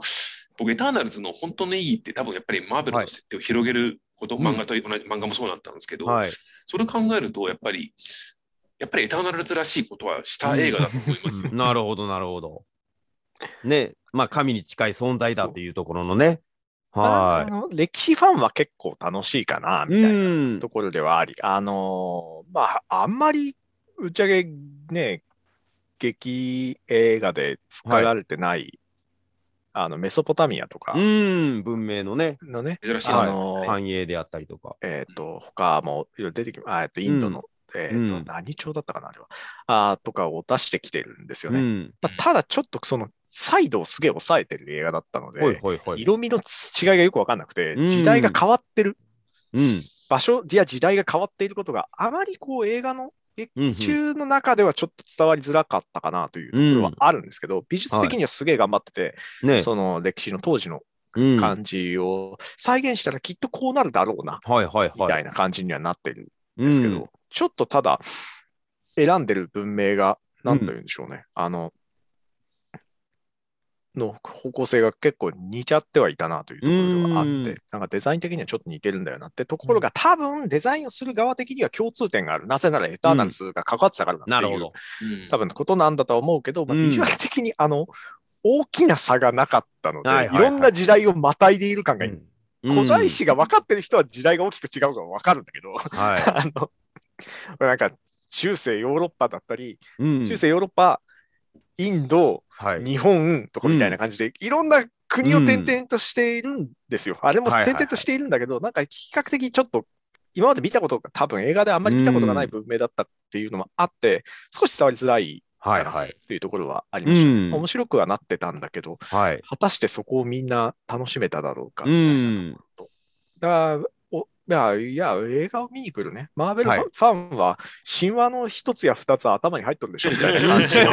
Speaker 5: 僕、エターナルズの本当の意義って、多分やっぱりマーベルの設定を広げること、
Speaker 1: はい
Speaker 5: 漫画と同じ、漫画もそうだったんですけど、
Speaker 1: はい。
Speaker 5: それを考えると、やっぱり、やっぱりエターナルズらしいことはした映画だと思いま すよ。
Speaker 1: なるほど、なるほど。ね、まあ、神に近い存在だっていうところのね。
Speaker 4: あ
Speaker 1: は
Speaker 4: の歴史ファンは結構楽しいかな、
Speaker 1: い。
Speaker 4: みたいな。
Speaker 1: ん
Speaker 4: ところではあり、あのーまあ、あんまり打ち上げね、劇映画で作られてない、あのメソポタミアとか
Speaker 1: うん、文明のね、
Speaker 4: のね、
Speaker 5: 珍しい
Speaker 4: あ
Speaker 5: な。
Speaker 4: のー
Speaker 1: 繁栄であったりとか。
Speaker 4: えっ、と、他もいろいろ出てきまあ、えっと、インドの、えっ、
Speaker 1: う
Speaker 4: と、
Speaker 1: ん
Speaker 4: 何朝だったかな、あれは。あーとかを出してきてるんですよ
Speaker 1: う
Speaker 4: ね。
Speaker 1: ん。
Speaker 4: まあ、ただ、ちょっとその、サイドをすげえ抑えてる映画だったので、
Speaker 1: ほいほいほい。
Speaker 4: 色味の違いがよくわかんなくて
Speaker 1: う、ん
Speaker 4: 時代が変わってる。
Speaker 1: うん。
Speaker 4: 場所や時代が変わっていることがあまりこう映画の劇中の中ではちょっと伝わりづらかったかなというところはあるんですけど、美術的にはすげえ頑張ってて、
Speaker 1: ね。
Speaker 4: その歴史の当時の
Speaker 1: うん。はい
Speaker 4: 感じを再現したらきっとこうなるだろうな、
Speaker 1: はいはい。
Speaker 4: みたいな感じにはなってるん
Speaker 1: で
Speaker 4: ですけど、ちょっとただ選んでる文明が何と言うんでしょうね、あのの方向性が結構似ちゃってはいたなというところではあって、
Speaker 1: うん
Speaker 4: なんかデザイン的にはちょっと似てるんだよなってところが、多分デザインをする側的には共通点がある。なぜならエターナルズが関わってたからだ
Speaker 1: な
Speaker 4: って
Speaker 1: るほ
Speaker 4: いう、
Speaker 1: ど。
Speaker 5: うん
Speaker 4: 多分ことなんだとは思うけど、まあ、
Speaker 1: うん
Speaker 4: ビジュアル的にあの大きな差がなかったので、
Speaker 1: はい
Speaker 4: い
Speaker 1: はいはい
Speaker 4: ろんな時代をまたいでいる感が、
Speaker 1: うん
Speaker 4: 古材師が分かってる人は時代が大きく違うから分かるんだけど、
Speaker 1: は
Speaker 4: あの、 なんか、中世ヨーロッパだったり、
Speaker 1: い。うん
Speaker 4: 中世ヨーロッパ、インド、
Speaker 1: はい。
Speaker 4: 日本とかみたいな感じで、いろんな国を転々としているんですよ。あれも
Speaker 1: はいはいは
Speaker 4: 転
Speaker 1: い
Speaker 4: 々としているんだけど、なんか比較的ちょっと、今まで見たことが、多分映画であんまり見たことがない文明だったっていうのもあって、少し伝わりづらい
Speaker 1: は
Speaker 4: か
Speaker 1: いは。
Speaker 4: ないというところはありました。
Speaker 1: うん
Speaker 4: 面白くはなってたんだけど、
Speaker 1: はい。
Speaker 4: 果たしてそこをみんな楽しめただろうか
Speaker 1: う
Speaker 4: みたいなところ
Speaker 1: ん。
Speaker 4: だからおいや、いや、映画を見に来るね。マーベルフ
Speaker 1: は
Speaker 4: ァ
Speaker 1: い
Speaker 4: ン,、は、神話の一つや二つは頭に入っとるでしょみたいな感じ の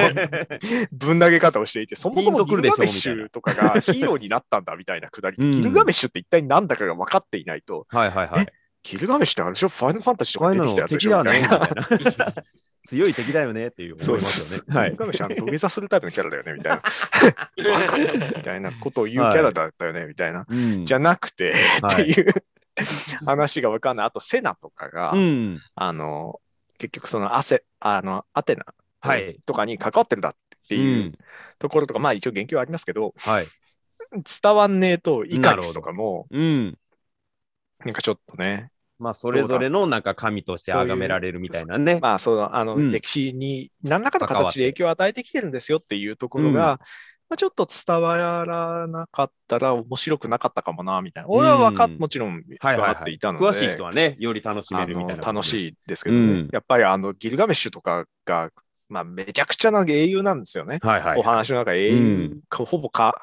Speaker 4: ぶん投げ方をしていて、そもそも
Speaker 1: ピンと
Speaker 4: ギ
Speaker 1: くる
Speaker 4: ル
Speaker 1: でし
Speaker 4: ガ
Speaker 1: ょ
Speaker 4: メッシュとかがヒーローになったんだみたいなくだりで、
Speaker 1: うん
Speaker 4: ギルガメッシュって一体何だかが分かっていないと、
Speaker 1: はいはいはい。
Speaker 4: ギルガメッシュってあれでしょファイナルファンタジーと
Speaker 1: こ
Speaker 4: か
Speaker 1: うい
Speaker 4: 出
Speaker 1: う
Speaker 4: てきたや
Speaker 1: の
Speaker 4: つでし
Speaker 1: 敵だよねみたい
Speaker 4: ょみたいな。
Speaker 1: な。 強い敵だよねっていう
Speaker 4: そ
Speaker 1: 思
Speaker 4: う
Speaker 1: い
Speaker 4: で
Speaker 1: ます
Speaker 4: す
Speaker 1: よね。
Speaker 4: はい。ギルガメッシュあの土下座するタイプのキャラだよね みたいな。分かったみたいなことを言うキャラだったよねみたいな。
Speaker 1: うん
Speaker 4: じゃなくて、
Speaker 1: はい
Speaker 4: っていう話が分かんない。あと、セナとかが、
Speaker 1: うん。
Speaker 4: あの、結局そのアセ、あの、アテナ
Speaker 1: はい
Speaker 4: とかに関わってるんだっていううんところとか、まあ一応言及はありますけど、
Speaker 1: はい。
Speaker 4: 伝わんねえと、イ
Speaker 1: な
Speaker 4: カ
Speaker 1: る
Speaker 4: リ
Speaker 1: ほ
Speaker 4: ス
Speaker 1: ど
Speaker 4: とかも、
Speaker 1: うん。
Speaker 4: なんかちょっとね、
Speaker 1: まあ、それぞれのなんか神として崇められるみたいなね。
Speaker 4: まあその、あの、
Speaker 1: うん
Speaker 4: 歴史に何らかの
Speaker 1: 関わっ
Speaker 4: 形
Speaker 1: て
Speaker 4: で影響を与えてきてるんですよっていうところが、まあ、ちょっと伝わらなかったら面白くなかったかもな、みたいな。俺はわかっ、
Speaker 1: うん
Speaker 4: もちろん分
Speaker 1: はいは
Speaker 4: か
Speaker 1: い
Speaker 4: っ
Speaker 1: は
Speaker 4: てい
Speaker 1: い。
Speaker 4: たので、
Speaker 1: 詳しい人はね、より楽しめるみたいな。
Speaker 4: あの楽し
Speaker 1: い。
Speaker 4: いですけど、
Speaker 1: うん
Speaker 4: やっぱりあのギルガメッシュとかが、まあ、めちゃくちゃな英雄なんですよね。
Speaker 1: はいはい。
Speaker 4: お話の中、英
Speaker 1: うん
Speaker 4: 雄、かほぼか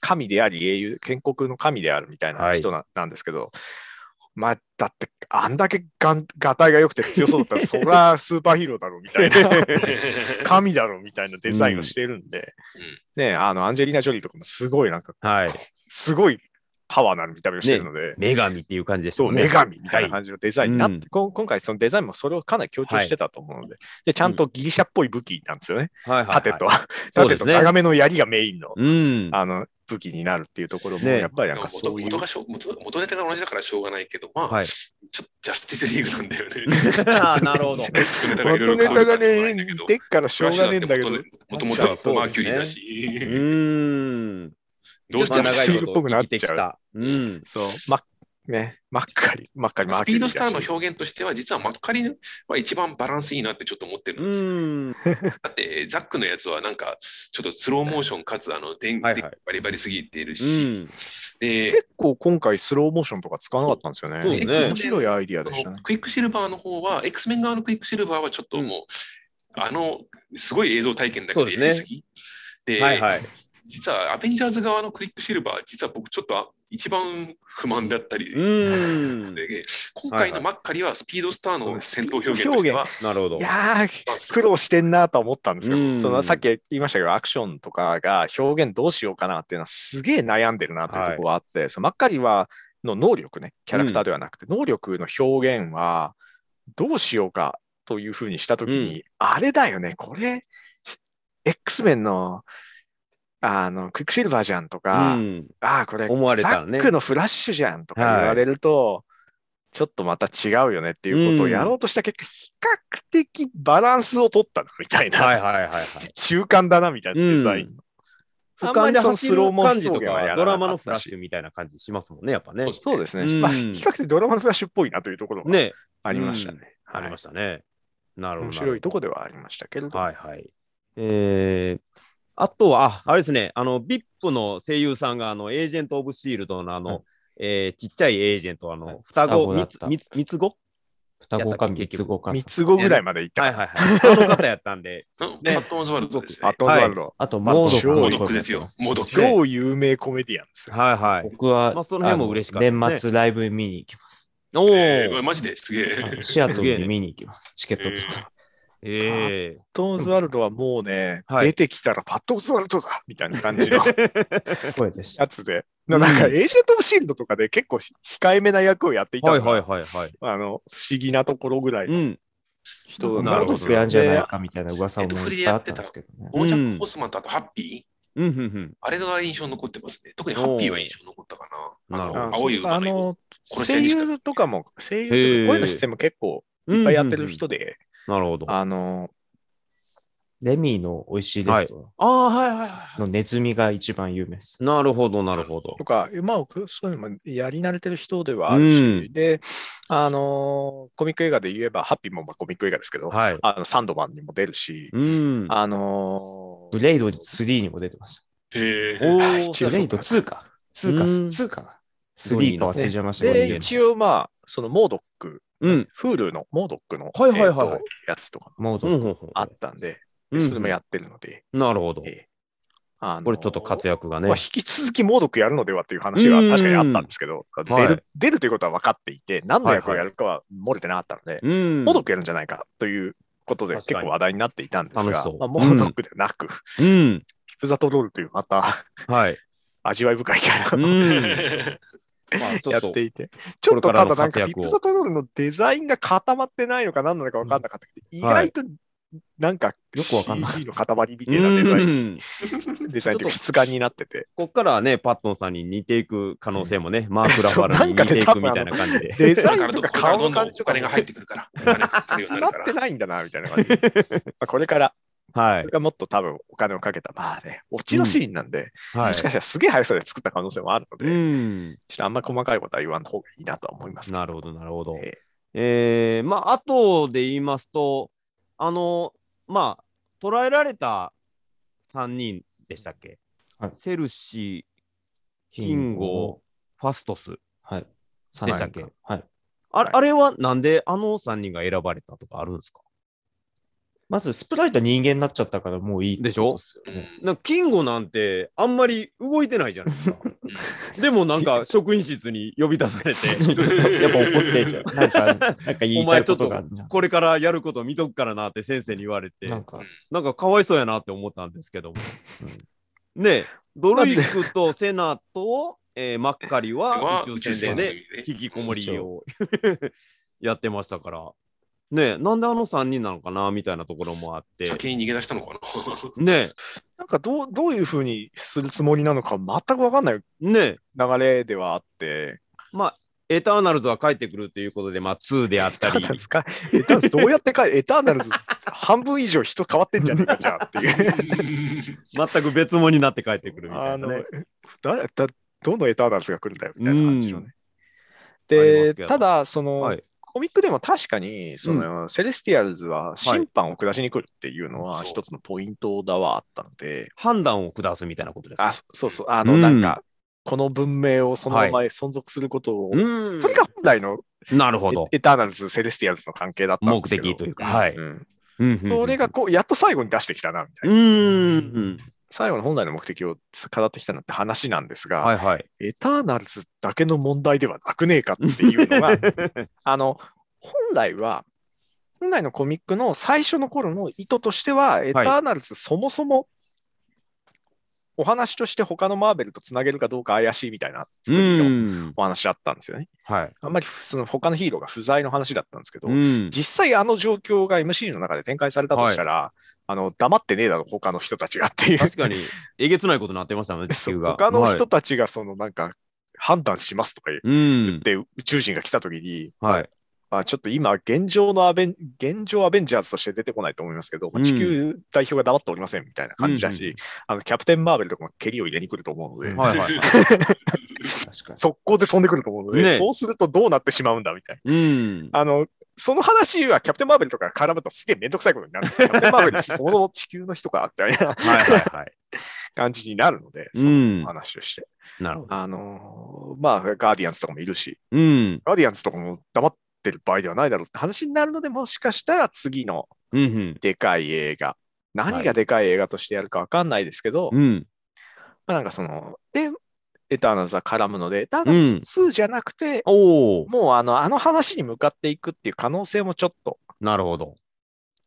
Speaker 4: 神であり、英雄、建国の神であるみたいな人な,、なんですけど、まあ、だって、あんだけがんがたいが良くて強そうだっ たら、そりゃスーパーヒーローだろうみたいな、 神だろうみたいなデザインをしてるんで、
Speaker 5: うん
Speaker 4: ね、あのアンジェリーナ・ジョリーとかもすごい、なんか、
Speaker 1: はい。
Speaker 4: すごいパワーのある見た目をしてるので、
Speaker 1: 女神っていう感じでした
Speaker 4: そう、
Speaker 1: もんね。
Speaker 4: 女神みたいな
Speaker 1: は
Speaker 4: 感じのデザインになって、
Speaker 1: うん
Speaker 4: こん今回そのデザインもそれをかなり強調してたと思うので、でちゃんとギリシャっぽい武器なんですよね、
Speaker 1: いはいはいはい
Speaker 4: 盾と。
Speaker 1: そう
Speaker 4: 盾
Speaker 1: です
Speaker 4: と
Speaker 1: ね
Speaker 4: 長めの槍がメインの,、
Speaker 1: うん。
Speaker 4: あの武器になるっていうところも、
Speaker 1: ね
Speaker 4: やっぱり
Speaker 5: な
Speaker 4: なんん
Speaker 5: か
Speaker 4: か
Speaker 5: 元
Speaker 4: そういう
Speaker 5: 元。がしょ元元ネタが同じだからしょうがないけど、まあ、
Speaker 1: はい。
Speaker 5: ちょっとジャスティスリーグなんだよね。
Speaker 1: あーなるほど。
Speaker 4: 元ネタがね、似てっからし
Speaker 5: し
Speaker 4: ょうがねえんだけど、
Speaker 5: もともとはマーキュリーだし、
Speaker 1: うーん。
Speaker 5: どうしても
Speaker 4: まあ長い
Speaker 5: ス
Speaker 4: こと
Speaker 1: 生きてきた。うん。
Speaker 4: そう、ま、ね、真っ赤り、真っ赤り、真っ赤
Speaker 5: ピ
Speaker 4: り
Speaker 5: ー
Speaker 4: だ
Speaker 5: ド
Speaker 4: し。
Speaker 5: スターの表現としては、実はマッカリは一番バランスいいなってちょっと思ってるん
Speaker 1: う
Speaker 5: ですよ。
Speaker 1: ん。
Speaker 5: だって、ザックのやつはなんか、ちょっとスローモーションかつ、あの、電
Speaker 1: はい
Speaker 5: で
Speaker 1: はい
Speaker 5: バリバリすぎている
Speaker 1: う
Speaker 5: し、
Speaker 1: ん。
Speaker 5: で、
Speaker 4: 結構今回スローモーションとか使わなかったんですよね。
Speaker 1: そうです
Speaker 5: ね
Speaker 4: 面白いアイディア
Speaker 5: あ
Speaker 4: でした
Speaker 5: の
Speaker 4: ね。
Speaker 5: クイックシルバーの方は、X メン側のクイックシルバーはちょっともう、あの、すごい映像体験だけ
Speaker 1: そう
Speaker 5: ど
Speaker 1: で
Speaker 5: や
Speaker 1: すね
Speaker 5: りすぎ。で、
Speaker 1: はいはい。
Speaker 5: 実はアベンジャーズ側のクイックシルバー、実は僕ちょっとあ一番不満だったり、
Speaker 1: うん。
Speaker 5: で今回のマッカリはスピードスターの戦闘表現と
Speaker 4: 表
Speaker 5: し
Speaker 4: 現
Speaker 5: ては、
Speaker 1: なるほど。
Speaker 4: いやー、苦労してんなとは思ったんですよ。
Speaker 1: うん
Speaker 4: そのさっき言いましたけど、アクションとかが表現どうしようかなっていうのはすげえ悩んでるなっていうところがあって、そのマッカリはの能力ね、キャラクターではなくて、能力の表現はどうしようかというふうにしたときに、あれだよね、これ、X メンのあのクイックシルバーじゃんとか、
Speaker 1: うん、
Speaker 4: ああ、これ、
Speaker 1: 思われ
Speaker 4: ザ
Speaker 1: たらね
Speaker 4: ックのフラッシュじゃんとか言われると、ちょっとまた違うよねっていうことをやろうとした結果、比較的バランスを取ったなみたいな、
Speaker 1: はいはいはいはい。
Speaker 4: 中間だなみたいなデザイン。
Speaker 1: うん
Speaker 4: 俯瞰で
Speaker 1: あんまりその
Speaker 4: 走る
Speaker 1: スローモーション
Speaker 4: 感じとかはやらなかったし
Speaker 1: ドラマのフラッシュみたいな感じしますもんね、やっぱね。
Speaker 4: そうですね、
Speaker 1: うん
Speaker 4: まあ、比較的ドラマのフラッシュっぽいなというところが
Speaker 1: ね、
Speaker 4: ありましたね。
Speaker 1: あり
Speaker 4: は
Speaker 1: ま
Speaker 4: い、
Speaker 1: したね。なるほど。
Speaker 4: 面白いとこではありましたけれど、
Speaker 1: はいはい。えー、あとは、ああれですね、あの、VIP の声優さんが、あの、エージェント・オブ・シールドの、あの、
Speaker 3: はい
Speaker 1: えーちっちゃいエージェント、あの、
Speaker 3: はい
Speaker 1: 双
Speaker 3: 双
Speaker 1: 子、
Speaker 3: 子だ
Speaker 1: 三
Speaker 3: っ
Speaker 1: つ
Speaker 3: た
Speaker 1: 三つ三つ子
Speaker 3: 双子か
Speaker 1: やったっけ
Speaker 3: 三つ子か。
Speaker 4: 三つ子ぐらいまでいった、
Speaker 1: はいはいはい。あの方やったん で、
Speaker 5: うんパット・オズワルドですよ
Speaker 4: ア
Speaker 5: ね
Speaker 4: ッ。ト・ザ・ワールド、
Speaker 3: あと、
Speaker 4: まあ
Speaker 3: モード
Speaker 5: モ
Speaker 4: モ
Speaker 5: ドックですよ。モドック。
Speaker 1: ね
Speaker 4: 超有名コメディアンですよ。
Speaker 1: はいはい。
Speaker 3: 僕は、
Speaker 1: まあその辺も嬉しかったで
Speaker 3: あ
Speaker 1: す
Speaker 3: の
Speaker 1: ね
Speaker 3: 年末ライブ見に行きます。
Speaker 1: お
Speaker 5: えー
Speaker 1: ー、
Speaker 5: マジですげえ。
Speaker 3: あのシアト
Speaker 1: すげえ
Speaker 3: ル
Speaker 1: ね
Speaker 3: に見に行きます。チケット取って。
Speaker 1: え
Speaker 4: パット・オズワルドはもうね、
Speaker 1: はい
Speaker 4: 出てきたらパット・オズワルドだみたいな感 じ の
Speaker 3: 声でした
Speaker 4: や。つで、ななんかエージェント・オブ・シールドとかで結構控えめな役をやってい
Speaker 1: ー、
Speaker 4: た
Speaker 1: はい
Speaker 4: のが、
Speaker 1: はいはいはい。
Speaker 4: あの不思議なところぐらいの
Speaker 1: うん。
Speaker 4: 人
Speaker 1: なるほど
Speaker 3: モードスクやんじゃないかみたいな噂もいっぱいあったんですけどね。
Speaker 5: オージャック・ホスマンとあとハッピー
Speaker 1: うんうんうん。
Speaker 5: あれが印象に残ってますね。特にハッピーは印象に残ったかな。
Speaker 1: おー
Speaker 5: あの
Speaker 1: なるほど
Speaker 5: 青い馬
Speaker 4: あ
Speaker 5: の色
Speaker 4: の
Speaker 5: 殺し合
Speaker 4: 声
Speaker 5: いにしか
Speaker 4: 優とかも、声優と
Speaker 1: へー
Speaker 4: か声の出演も結構
Speaker 1: い
Speaker 4: いっぱいやってる人で、
Speaker 1: なるほど。あ
Speaker 4: あの、
Speaker 3: レミーの美味しいですと
Speaker 1: あー、はいはいは
Speaker 3: のネズミが一番有名です。
Speaker 1: い。なるほど、なるほど
Speaker 4: と。か、まあ、そういうのもやり慣れてる人ではあるし、
Speaker 1: うん
Speaker 4: で、あの、コミック映画で言えば、ハッピーもまあコミック映画ですけど、
Speaker 1: はい。
Speaker 4: あのサンドマンにも出るし、
Speaker 1: うん。
Speaker 4: あの
Speaker 3: ブレイド3にも出てました。
Speaker 5: へー
Speaker 1: お
Speaker 4: 一
Speaker 1: ー
Speaker 4: 応
Speaker 3: ブレイド2か。2か、
Speaker 1: うん
Speaker 3: 2かな。3か忘れちゃいましたけど
Speaker 1: すごい
Speaker 4: で、
Speaker 1: ね
Speaker 4: 一応まあ、そのモードック、
Speaker 1: うん。
Speaker 4: フールのモードックの、
Speaker 1: はいはいはいはい
Speaker 4: えーとやつとか
Speaker 3: モー
Speaker 1: うん
Speaker 3: ド。
Speaker 1: ほんほん
Speaker 4: あったんで、
Speaker 1: うん
Speaker 4: それもやってるので、
Speaker 1: なるほど
Speaker 4: え。ーあの
Speaker 1: これちょっと活躍がね
Speaker 4: まあ、。引き続き猛毒やるのではという話は確かにあったんですけど、出る,、
Speaker 1: はい
Speaker 4: 出るということは分かっていて、何の役をやるかは漏れてなかったので、
Speaker 1: うん
Speaker 4: 猛毒やるんじゃないかということで
Speaker 1: 確
Speaker 4: 結
Speaker 1: かに
Speaker 4: 構話題になっていたんです
Speaker 1: 楽
Speaker 4: が
Speaker 1: しそう、
Speaker 4: まあ、猛毒ではなく、 ピ
Speaker 1: うん。
Speaker 4: プザトロールというまた
Speaker 1: はい。
Speaker 4: 味わい深いキャ
Speaker 1: う
Speaker 4: ラを
Speaker 1: ん。 まあ、ちょ
Speaker 4: や
Speaker 1: っ
Speaker 4: っ
Speaker 1: と
Speaker 4: て。いて、ちょっと
Speaker 1: これから
Speaker 4: た
Speaker 1: の
Speaker 4: だなん
Speaker 1: 活躍
Speaker 4: かピ
Speaker 1: を
Speaker 4: プザトロールのデザインが固まってないのか何なのか分かんなかったけど、意外となんか
Speaker 3: よくわかんない
Speaker 4: CG の塊み た
Speaker 1: う
Speaker 4: いなデザイン、
Speaker 1: ん。
Speaker 4: デザインというか質感になってて、
Speaker 1: こっからはね、パットンさんに似ていく可能性もね、マーク・ラファルに似ていくみたいな感じで。
Speaker 4: デザ
Speaker 5: だ
Speaker 4: イ
Speaker 5: か
Speaker 4: ン
Speaker 5: ら
Speaker 4: とか
Speaker 5: どこから
Speaker 4: 顔
Speaker 5: ど
Speaker 4: の
Speaker 5: んどん
Speaker 4: 感じ
Speaker 5: お
Speaker 4: とか
Speaker 5: 金が入ってくるから、お金が入ってくるよう
Speaker 4: 決ま
Speaker 5: にな
Speaker 4: っ
Speaker 5: るか
Speaker 4: て
Speaker 5: ら。
Speaker 4: ないんだな、みたいな感じ。まあこれから、
Speaker 1: は
Speaker 4: こ
Speaker 1: い
Speaker 4: れ。がもっと多分お金をかけた、まあね、オチのシーンなんで、
Speaker 1: は
Speaker 4: もしか
Speaker 1: い。
Speaker 4: したらすげえ速さで作った可能性もあるので、
Speaker 1: う
Speaker 4: ちょ
Speaker 1: ん。
Speaker 4: っとあんまり細かいことは言わん方がいいなとは思いますけど。
Speaker 1: なるほど、なるほど。
Speaker 4: え
Speaker 1: えー、まあ、あとで言いますと、あの、まあ、捉えられた3人でしたっけ、
Speaker 3: はい
Speaker 1: セルシー、キンゴ、ファストス。
Speaker 3: はい。
Speaker 1: でしたっけ
Speaker 3: はい。
Speaker 1: あ
Speaker 4: はい
Speaker 1: あれはなんであの3人が選ばれたとかあるんですか
Speaker 3: まず、スプライトは人間になっちゃったからもういいってことですよね。
Speaker 1: なんかキンゴなんてあんまり動いてないじゃないですか。でもなんか職員室に呼び出されて、
Speaker 3: やっぱ怒ってんじゃん。 なんか、なんか言いたいことがあるじゃん
Speaker 1: これからやることを見とくからなって先生に言われて、
Speaker 3: なんか、
Speaker 1: なんかかわいそうやなって思ったんですけども。ねえ、ドルイクとセナと、えーマッカリは
Speaker 5: は
Speaker 1: 宇
Speaker 5: 宇
Speaker 1: 宙
Speaker 5: 宙
Speaker 1: 船
Speaker 5: 船
Speaker 1: で
Speaker 5: で
Speaker 1: ね、引きこもりを やってましたから。ねえ、なんであの3人なのかなみたいなところもあって。
Speaker 5: 先に逃げ出したのかな。
Speaker 1: ね
Speaker 4: なんかどう、どういうふうにするつもりなのか全く分かんない
Speaker 1: え、ねえ。
Speaker 4: 流れではあって、
Speaker 1: まあ、エターナルズは帰ってくるということで、まあ、2であった
Speaker 4: エタ
Speaker 1: り
Speaker 4: ーナ、ルズか、エターナルズどうやってか、エターナルズ半分以上人変わってんじゃねえか、じゃあっていう。
Speaker 1: 全く別物になって帰ってくるみた
Speaker 4: あ
Speaker 1: いな、
Speaker 4: の
Speaker 1: ね。
Speaker 4: 誰だどのエターナルズが来るんだよみたいな感じのね。
Speaker 1: あります
Speaker 4: で、
Speaker 1: けど
Speaker 4: ただ、その、
Speaker 1: はい
Speaker 4: コミックでも確かに、その、セレスティアルズは審判を下しに来るっていうの
Speaker 5: は。
Speaker 4: はい一つのポイントだはあったので、
Speaker 1: 判断を下すみたいなことですか
Speaker 4: あ、そそうそう、あの、
Speaker 1: うん
Speaker 4: なんか、この文明をそのまま存続することを、
Speaker 1: うん
Speaker 4: それが本来の
Speaker 1: なるほど。
Speaker 4: エエターナルズ、セレスティアルズの関係だったん
Speaker 1: 目
Speaker 4: ですけど。
Speaker 1: 的というか、はい。
Speaker 4: うん
Speaker 1: うん
Speaker 4: それが、こう、やっと最後に出してきたな、みたいうな。
Speaker 1: ん。
Speaker 4: 最後の本来の目的を語ってきたなって話なんですが、
Speaker 1: はいはい。
Speaker 4: エターナルズだけの問題ではなくねえかっていうの が、あの、本来は、本来のコミックの最初の頃の意図としては、エターナルズそもそもお話として他のマーベルとつなげるかどうか怪しいみたいな作りの
Speaker 1: ん。
Speaker 4: お話だったんですよね。
Speaker 1: はい。
Speaker 4: あんまりその他のヒーローが不在の話だったんですけど、
Speaker 1: ん。
Speaker 4: 実際あの状況が MC の中で展開されたとしたら、あの黙ってねえだろ、他の人たちがっていう。
Speaker 1: 確かに、えげつないことになってましたね、地
Speaker 4: そう
Speaker 1: 球が。
Speaker 4: 他の人
Speaker 1: は
Speaker 4: たちがそのなんか判断しますとか言
Speaker 1: い、うん
Speaker 4: っ。て、宇宙人が来た時に、
Speaker 1: はい。
Speaker 4: あ、ちょっと今現状のアベン、現状アベンジャーズとして出てこないと思いますけど、まあ
Speaker 1: うん
Speaker 4: 地球代表が黙っておりませんみたいな感じだし、
Speaker 1: うんう
Speaker 4: あのキャプテン・マーベルとかも蹴りを入れに来ると思うので、
Speaker 1: はい はい。
Speaker 3: 確かに。
Speaker 4: 速攻で飛んでくると思うので、
Speaker 1: ね
Speaker 4: そうするとどうなってしまうんだみたいな。
Speaker 1: うん。
Speaker 4: あのその話はキャプテン・マーベルとかが絡むとすげえめんどくさいこ とになる。キャプテン・マーベルってその地球の人かみたい
Speaker 1: は
Speaker 4: な
Speaker 1: いはいはい。
Speaker 4: 感じになるの で、
Speaker 1: う
Speaker 4: その
Speaker 1: ん。
Speaker 4: 話をして。
Speaker 1: なるほど。
Speaker 4: あのーまあ、ガーディアンズとかもいるし、
Speaker 1: うん。
Speaker 4: ガーディアンズとかも黙ってる場合ではないだろうって話になるので、もしかしたら次の
Speaker 1: うん
Speaker 4: でかい映画、何
Speaker 1: は
Speaker 4: がでかい映画としてやるかわかんないですけど、
Speaker 1: うん。うん。
Speaker 4: まあ、なんかその、で、エターナルズは絡むので、エターナルズ2じゃなくて、
Speaker 1: おお。
Speaker 4: もうあのあの話に向かっていくっていう可能性もちょっと、
Speaker 1: なるほど。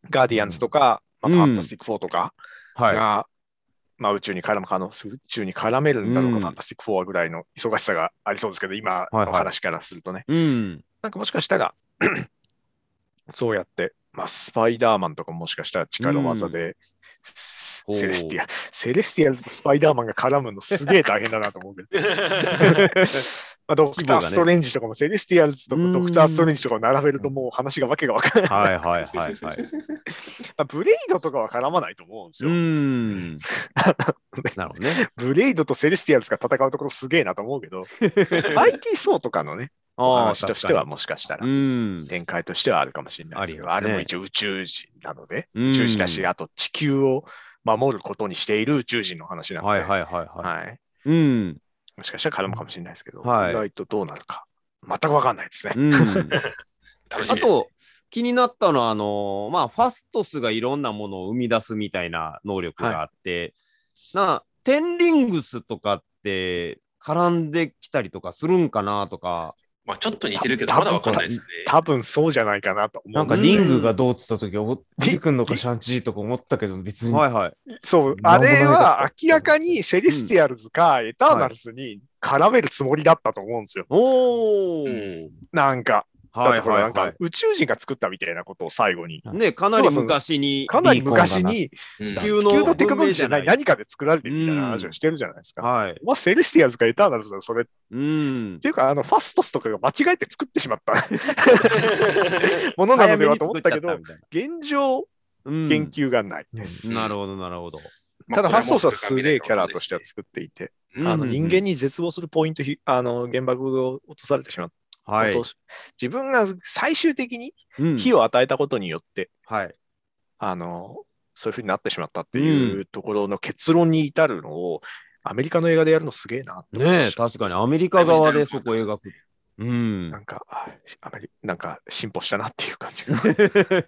Speaker 4: ガーディアンズとか、
Speaker 1: うん
Speaker 4: まあ、ファンタスティック4とか
Speaker 1: はい。
Speaker 4: が、まあ、宇宙に絡む可能性、宇宙に絡めるんだろうか、
Speaker 1: うん
Speaker 4: ファンタスティック4ぐらいの忙しさがありそうですけど、今
Speaker 1: は
Speaker 4: の
Speaker 1: いはい
Speaker 4: 話からするとね。
Speaker 1: うん。
Speaker 4: なんかもしかしたら、 そうやって、まあ、スパイダーマンとかもしかしたら力技で、
Speaker 1: ほう
Speaker 4: セレスティア、セレスティアルズとスパイダーマンが絡むのすげえ大変だなと思うけ どまあ、ドクター・ストレンジとかも、セレスティアルズと
Speaker 1: う
Speaker 4: か
Speaker 1: ん
Speaker 4: ドクター・ストレンジとかを並べるともう話がわけがわからない。
Speaker 1: はいはいはい はい。
Speaker 4: まあブレイドとかは絡まないと思うんです
Speaker 1: う
Speaker 4: よ。
Speaker 1: ん。なるほどね。
Speaker 4: ブレイドとセレスティアルズが戦うところすげえなと思うけ ど、IT 層とかのね、お
Speaker 1: ああ、
Speaker 4: 話と
Speaker 1: 確
Speaker 4: して
Speaker 1: か
Speaker 4: は
Speaker 1: に。
Speaker 4: もしかしたら
Speaker 1: う、ん。
Speaker 4: 展開としてはあるかもしれないですけど、
Speaker 1: あ
Speaker 4: あ
Speaker 1: りますね
Speaker 4: れも一応宇宙人なので、
Speaker 1: 宇
Speaker 4: 宇宙人だし、あと地球を守ることにしている宇宙人の話なの
Speaker 1: は
Speaker 4: で、
Speaker 1: いはいはいはい。
Speaker 4: はい
Speaker 1: うん。
Speaker 4: もしかしたら絡むかもしれないですけど、
Speaker 1: はい
Speaker 4: 意外とどうなるか、全くわかんないですね。
Speaker 1: うん。
Speaker 5: 楽しみ
Speaker 1: あ
Speaker 5: です
Speaker 1: と、気になったのは、あのーまあ、ファストスがいろんなものを生み出すみたいな能力があって、な、テンリングスとかって絡んできたりとかするんかなとか、
Speaker 5: まあちょっと似てるけど、
Speaker 4: た
Speaker 5: まだわかんないですね。
Speaker 4: 多分そうじゃないかなと思う
Speaker 3: なんか
Speaker 4: です
Speaker 3: リングがどうっつった時、お出てくんのかシャンチーとか思ったけど、別に。
Speaker 1: はいはい。
Speaker 4: そう、
Speaker 3: な
Speaker 4: あ
Speaker 3: んもなかった
Speaker 4: れは明らかにセレスティアルズかエターナルズに絡めるつもりだったと思うんですよ。
Speaker 1: おお、
Speaker 5: うん
Speaker 4: なんか、だっ
Speaker 1: は
Speaker 4: て
Speaker 1: い
Speaker 4: ほら、
Speaker 1: は
Speaker 4: ないんか
Speaker 1: は
Speaker 4: 宇宙人が作ったみたいなことを最後に、
Speaker 1: い。ね、かなり昔に、
Speaker 4: かなり昔に
Speaker 5: うん
Speaker 1: 地
Speaker 4: 地
Speaker 1: 球の
Speaker 4: 球のテクノロジーじゃない
Speaker 1: 文明
Speaker 4: 何かで作られてるみたいな話
Speaker 1: う
Speaker 4: を
Speaker 1: ん
Speaker 4: してるじゃないですか。
Speaker 1: はい。
Speaker 4: まあ、セレスティアルズかエターナルズだ、それっ
Speaker 1: うん。
Speaker 4: ていうか、あの、ファストスとかが間違えて作ってしまった ものなのではと思ったけど、現状、
Speaker 1: うん
Speaker 4: 言及がないです。
Speaker 5: うん
Speaker 1: なるほど、なるほど。
Speaker 4: ただ、ファストスはすげえキャラとしては作っていて、
Speaker 1: うん
Speaker 4: あの人間に絶望するポイントひ、あの、原爆を落とされてしまっ
Speaker 1: は
Speaker 4: 落
Speaker 1: い
Speaker 4: と。し自分が最終的に
Speaker 1: うん
Speaker 4: 火を与えたことによって、
Speaker 1: はい。
Speaker 4: あの、そういうふうになってしまったっていうところの結論に至るのを、アメリカの映画でやるのすげえなって思いま
Speaker 1: ねえ、
Speaker 4: した
Speaker 1: 確かにアメリカ側でそこ描く。うん
Speaker 4: な。んか、あアメリなんか進歩したなっていう感じが、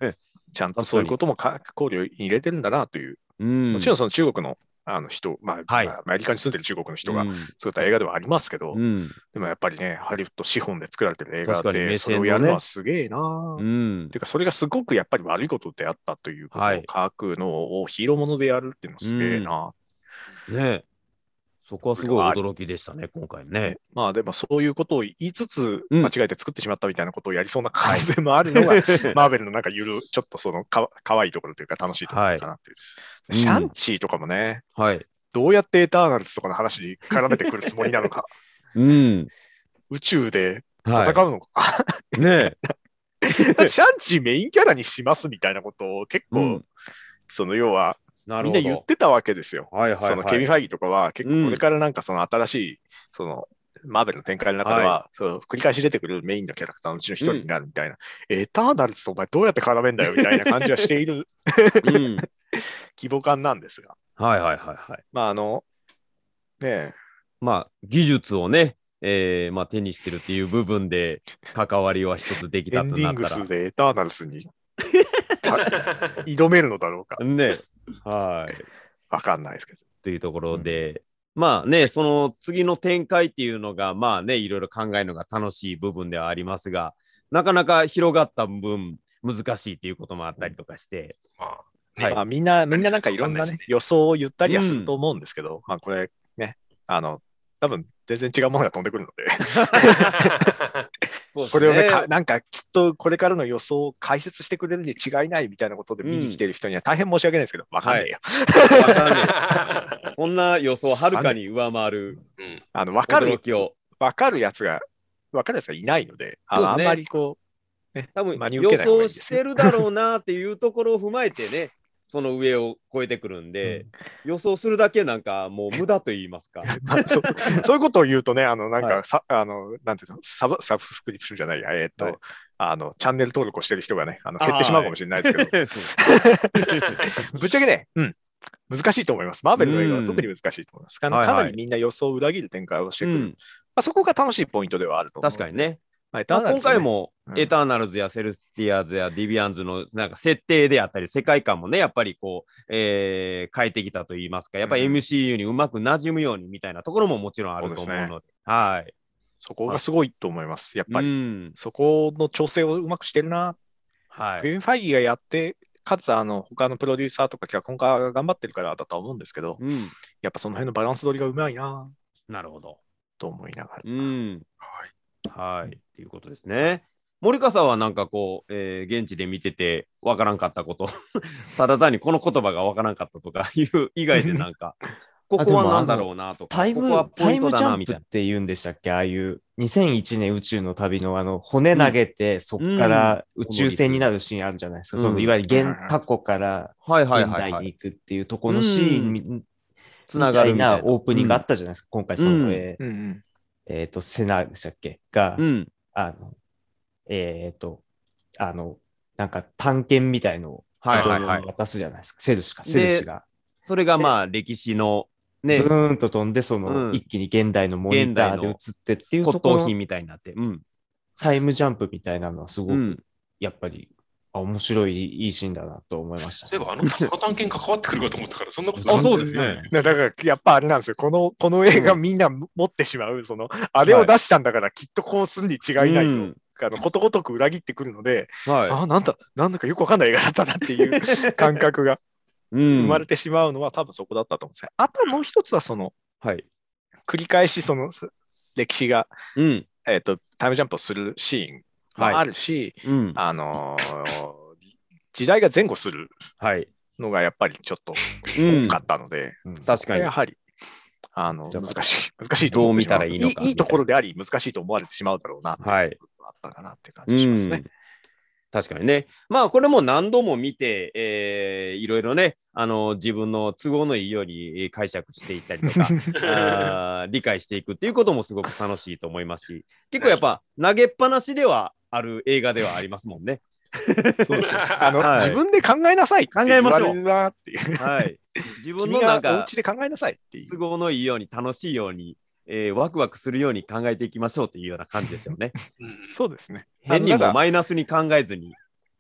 Speaker 4: ちゃんとそういうこともか考慮に入れてるんだなという、
Speaker 1: うん
Speaker 4: もちろんその中国のあの人、まあ、
Speaker 1: はい
Speaker 4: まあアメリカに住んでる中国の人が
Speaker 1: うん
Speaker 4: 作った映画ではありますけど、
Speaker 1: うん。
Speaker 4: でもやっぱりね、ハリウッド資本で作られてる映画
Speaker 1: 確かに目線のね
Speaker 4: で、それをやるのはすげえな
Speaker 1: う
Speaker 4: ー
Speaker 1: ん
Speaker 4: ていうか、それがすごくやっぱり悪いことであったということを
Speaker 1: はい
Speaker 4: 科学のをヒーローものでやるっていうのすげえな、
Speaker 1: ねえ。そこはすごい驚きでしたね、今回ね。
Speaker 4: まあでもそういうことを言いつつ、
Speaker 1: うん
Speaker 4: 間違えて作ってしまったみたいなことをやりそうな可能性もあるのが、 マーベルのなんかゆる、ちょっとそのか可愛いところというか楽しいところかなっていう。
Speaker 1: はい
Speaker 4: シャンチーとかもね、
Speaker 1: はい。
Speaker 4: どうやってエターナルズとかの話に絡めてくるつもりな のか、
Speaker 1: うん。
Speaker 4: 宇宙で
Speaker 1: は
Speaker 4: 戦
Speaker 1: いう
Speaker 4: のか、
Speaker 1: ね
Speaker 4: だってシャンチーメインキャラにしますみたいな ことを結
Speaker 1: え。
Speaker 4: 構、その要は
Speaker 1: な
Speaker 4: みんな言ってたわけですよ。
Speaker 1: はいはい
Speaker 4: そのケビン・
Speaker 1: は
Speaker 4: ファギーとかは結
Speaker 1: うん
Speaker 4: 構これからなんかその新しい、そのマーベルの展開の中では、そう繰り返し出てくるメインのキャラクターのうちの一人になるみたいな、エターナルズとお前どうやって絡めんだよみたいな感じはしている
Speaker 1: い。うん
Speaker 4: 規模感なんですが、
Speaker 1: はいはいはいはい。
Speaker 4: まああの、ねえ、
Speaker 1: まあ、技術をね、えーまあ手にしてるっていう部分で関わりは一つでき
Speaker 4: エ
Speaker 1: た
Speaker 4: ン
Speaker 1: と
Speaker 4: ディ
Speaker 1: な
Speaker 4: ン
Speaker 1: っ
Speaker 4: グ
Speaker 1: たら
Speaker 4: ス。でエターナルズにた挑めるのだろうか
Speaker 1: ねえ。はい。
Speaker 4: わかんないですけど。
Speaker 1: というところで、まあね、その次の展開っていうのが、まあね、いろいろ考えるのが楽しい部分ではありますが、なかなか広がった分、難しいっていうこともあったりとかして、
Speaker 5: ま
Speaker 1: はい
Speaker 4: まあ、みんな、みんななんかいろんな、
Speaker 5: わかんない
Speaker 4: ね
Speaker 5: ですね、
Speaker 4: 予想を言ったりはすると思うんですけど、まあこれね、あの、多分全然違うものが飛んでくるので、
Speaker 5: あ
Speaker 4: これをね
Speaker 1: そうです
Speaker 4: かなんかきっとこれからの予想を解説してくれるに違いないみたいなことで見に来てる人には大変申し訳ないですけど、わかんねえよ。
Speaker 1: わかんねえこんな予想をはるかに上回る
Speaker 5: うん
Speaker 4: あの、わ か
Speaker 1: 驚
Speaker 4: る、
Speaker 1: きを。
Speaker 4: わかるやつが、わかるやつがいないので、あの
Speaker 1: そうですね
Speaker 4: あんまりこ
Speaker 1: 多分
Speaker 4: 真に
Speaker 1: 予
Speaker 4: 受けない方がい
Speaker 1: 想
Speaker 4: いです
Speaker 1: してるだろうなっていうところを踏まえてね、その上を超えてくるん
Speaker 4: う、
Speaker 1: で、予想するだけなんかもう無駄と言います か。
Speaker 4: まあ、そそういうことを言うとね、あの、なん
Speaker 1: は
Speaker 4: かさ、あの、なんていうの、サブサブスクリプションじゃないや、えーっと、
Speaker 1: はい
Speaker 4: あの、チャンネル登録をしてる人がね、あの
Speaker 1: あー
Speaker 4: 減ってしまうかもしれないですけど、 ぶっちゃけね、うん、難しいと思います。マーベルの映画
Speaker 1: う
Speaker 4: は
Speaker 1: ん
Speaker 4: 特に難しいと思います。あの
Speaker 1: はいはい
Speaker 4: かなりみんな予想を裏切る展開をして
Speaker 1: う
Speaker 4: くる。
Speaker 1: ん、
Speaker 4: まあ、そこが楽しいポイントではあると思う。
Speaker 1: 確かに。ね。
Speaker 4: まあ、エタ
Speaker 1: ま
Speaker 4: ーナ
Speaker 1: あ
Speaker 4: ル
Speaker 1: 今
Speaker 4: ズね
Speaker 1: 回、も
Speaker 4: うん
Speaker 1: エターナルズやセルスティアーズやディビアンズのなんか設定であったり世界観もねやっぱりこう、えー変えてきたと言いますかやっぱり
Speaker 4: うん
Speaker 1: MCU にうまく馴染むようにみたいなところももちろんあると思うので
Speaker 4: そ
Speaker 1: はい
Speaker 4: そこがすごいと思います。やっぱり、
Speaker 1: うん
Speaker 4: そこの調整をうまくしてるな。
Speaker 1: は
Speaker 4: グ
Speaker 1: い
Speaker 4: リーンファイギーがやって、かつ、あの、他のプロデューサーとか脚本家が頑張ってるからだとは思うんですけど、
Speaker 1: うん、
Speaker 4: やっぱその辺のバランス取りがうまいな
Speaker 1: なるほど。
Speaker 4: と思いながら。
Speaker 1: うん
Speaker 5: はい
Speaker 1: はいっていうことですね。森川さんはなんかこう、えー現地で見ててわからんかったこと、 ただ単にこの言葉がわからんかったとかいう以外でなん か、ここはなんだろうなとか、
Speaker 3: タイ
Speaker 1: こ
Speaker 3: ム
Speaker 1: こはポ
Speaker 3: タ
Speaker 1: イ
Speaker 3: イ
Speaker 1: ント
Speaker 3: ム
Speaker 1: だ
Speaker 3: ジャ
Speaker 1: な
Speaker 3: ン
Speaker 1: み
Speaker 3: プ
Speaker 1: たい
Speaker 3: っ
Speaker 1: な。
Speaker 3: て言うんでしたっけああいう2001年宇宙の旅のあの骨投げて、そっから宇宙船になるシーンあるじゃないですか、
Speaker 1: うん
Speaker 3: そのいわゆる現、
Speaker 4: はいはいはい
Speaker 3: 過去から
Speaker 1: はいはい
Speaker 3: 現
Speaker 1: はい、
Speaker 3: 代
Speaker 1: は
Speaker 3: に
Speaker 1: い。
Speaker 3: 行くっていうところのシーンみ,、
Speaker 1: つながるみたい
Speaker 3: な
Speaker 1: な。
Speaker 3: オープニングあったじゃないですか、今回その、
Speaker 1: うん
Speaker 3: えー
Speaker 4: うんうん。
Speaker 3: えーとセナでしたっけが、
Speaker 1: うん。
Speaker 3: あのえっ、とあのなんか探検みたいのを
Speaker 1: はいはいは
Speaker 3: ドローン
Speaker 1: い。
Speaker 3: に渡すじゃないですか、セルシか
Speaker 1: で
Speaker 3: セルシが。
Speaker 1: それがまあ歴史のね
Speaker 3: ブ、ーンと飛んで、その、
Speaker 1: うん
Speaker 3: 一気に現代のモニターで映ってっていう
Speaker 1: 骨
Speaker 3: とこ
Speaker 1: 董
Speaker 3: ろ
Speaker 1: 品
Speaker 3: の
Speaker 1: みたいになって。うん。
Speaker 3: タイムジャンプみたいなのはすご
Speaker 1: う
Speaker 3: く、
Speaker 1: ん。
Speaker 3: やっぱり、あ面白い、いいシーンだなと思いました。
Speaker 5: そういえば、あの、 その探検関わってくるかと思ったから、そんなこと
Speaker 1: あ、そうですね。
Speaker 4: ねだからやっぱあれなんですよ、このこの映画みんな持ってしまう、そのあれを出したんだからきっとこうすんに違いないよ、
Speaker 1: うん
Speaker 4: あのことごとく裏切ってくるので、
Speaker 1: は
Speaker 4: あなんだ、なんだかよくわかんない映画だったなっていう感覚が
Speaker 1: い。うん
Speaker 4: 生まれてしまうのは、多分そこだったと思うんですね。あともう一つは、その
Speaker 1: はい。
Speaker 4: 繰り返しその歴史が、
Speaker 1: うん。
Speaker 4: えー、とタイムジャンプをするシーン
Speaker 1: はい
Speaker 4: もあるし、
Speaker 1: うん。
Speaker 4: あのー時代が前後する
Speaker 1: はい。
Speaker 4: のがやっぱりちょっ と
Speaker 1: うん
Speaker 4: 多かったので。
Speaker 3: うん
Speaker 1: 確かに
Speaker 4: や。はり、あの、
Speaker 3: じゃあ
Speaker 4: 難しい、難しいと思ってしま
Speaker 1: どう見たらいいのか
Speaker 4: いいところであり、難しいと思われてしまうだろうな、
Speaker 1: はい。
Speaker 4: あったかなっていう感じしますね。
Speaker 1: 確かにね。まあこれも何度も見て、えーいろいろね、あの自分の都合のいいようにえー解釈していったりと か あー理解していくっていうこともすごく楽しいと思いますし結構やっぱ投げっぱなしではある映画ではありますもんね。
Speaker 4: そうですねあの、
Speaker 1: はい
Speaker 4: 自分で考えなさいって
Speaker 1: 考え
Speaker 4: 言
Speaker 1: ま
Speaker 4: わ
Speaker 1: しょう
Speaker 4: れるなっていう。
Speaker 1: はい、自分
Speaker 4: 君
Speaker 1: のな
Speaker 4: が
Speaker 1: ん
Speaker 4: お
Speaker 1: か
Speaker 4: 家で考えなさいってい
Speaker 1: 都
Speaker 4: う。
Speaker 1: 合のいいように楽しいように、えー、ワクワクするように考えていきましょうっていうような感じですよね。
Speaker 5: うん
Speaker 4: そうですね。
Speaker 1: 変に
Speaker 4: あの
Speaker 1: も
Speaker 4: なんか
Speaker 1: マイナスに考えずに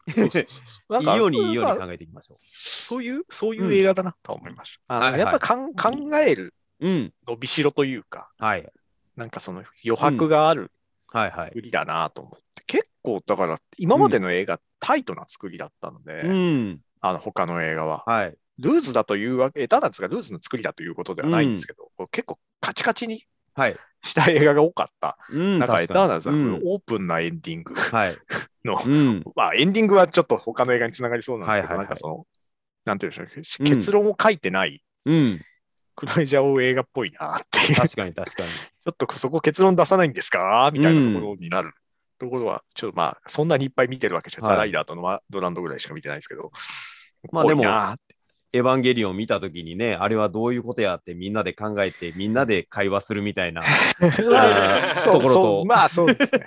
Speaker 4: そうそうそう
Speaker 1: いい
Speaker 4: なんか
Speaker 1: ようにいいよう
Speaker 4: な
Speaker 1: に
Speaker 4: んか
Speaker 1: 考えていきましょ
Speaker 4: そういう、そういう映画だなと思いました。
Speaker 1: うん
Speaker 4: あの
Speaker 1: はいはい
Speaker 4: やっぱかん考える
Speaker 1: う。うん、
Speaker 4: 伸びしろというか、
Speaker 1: はい、
Speaker 4: なんかその余白がある
Speaker 1: はい、はい。
Speaker 4: 作りだなと思って、結構だから今までの映画、タイトな作りだったので、
Speaker 1: うん、
Speaker 4: あの他の映画は。
Speaker 1: はい。
Speaker 4: ルーズだというわけ、エターナルズがルーズの作りだということではないんですけど、こう結構カチカチに
Speaker 1: はい
Speaker 4: した映画が多かった。
Speaker 1: うん、
Speaker 4: なんかエ
Speaker 1: 確
Speaker 4: タ
Speaker 1: か
Speaker 4: ーナ
Speaker 1: に
Speaker 4: ルズはこういうオープンなエンディング。
Speaker 1: はい。
Speaker 4: の
Speaker 1: うん。
Speaker 4: まあエンディングはちょっと他の映画につながりそうなんですけど、
Speaker 1: はいはいはい
Speaker 4: なんかその、なんていうんでしょ
Speaker 1: う
Speaker 4: うん結論を書いてない
Speaker 1: うん。
Speaker 4: クロエジャオ映画っぽいなって いう、
Speaker 1: 確
Speaker 4: ち
Speaker 1: かに確かに。
Speaker 4: ょっとそこ結論出さないんですかみたいなところになる。ところは、ちょっとまあ、そんなにいっぱい見てるわけじゃ、
Speaker 1: はい
Speaker 4: ザ・ライダーとノマドランドぐらいしか見てないですけど、
Speaker 1: まあでも
Speaker 4: 多いなって
Speaker 1: エヴァンゲリオン見たときにね、あれはどういうことやってみんなで考えて、みんなで会話するみたいな。あー
Speaker 4: そ
Speaker 1: と
Speaker 4: う、
Speaker 1: ころ
Speaker 4: そ
Speaker 1: と
Speaker 4: う、まあそうですね。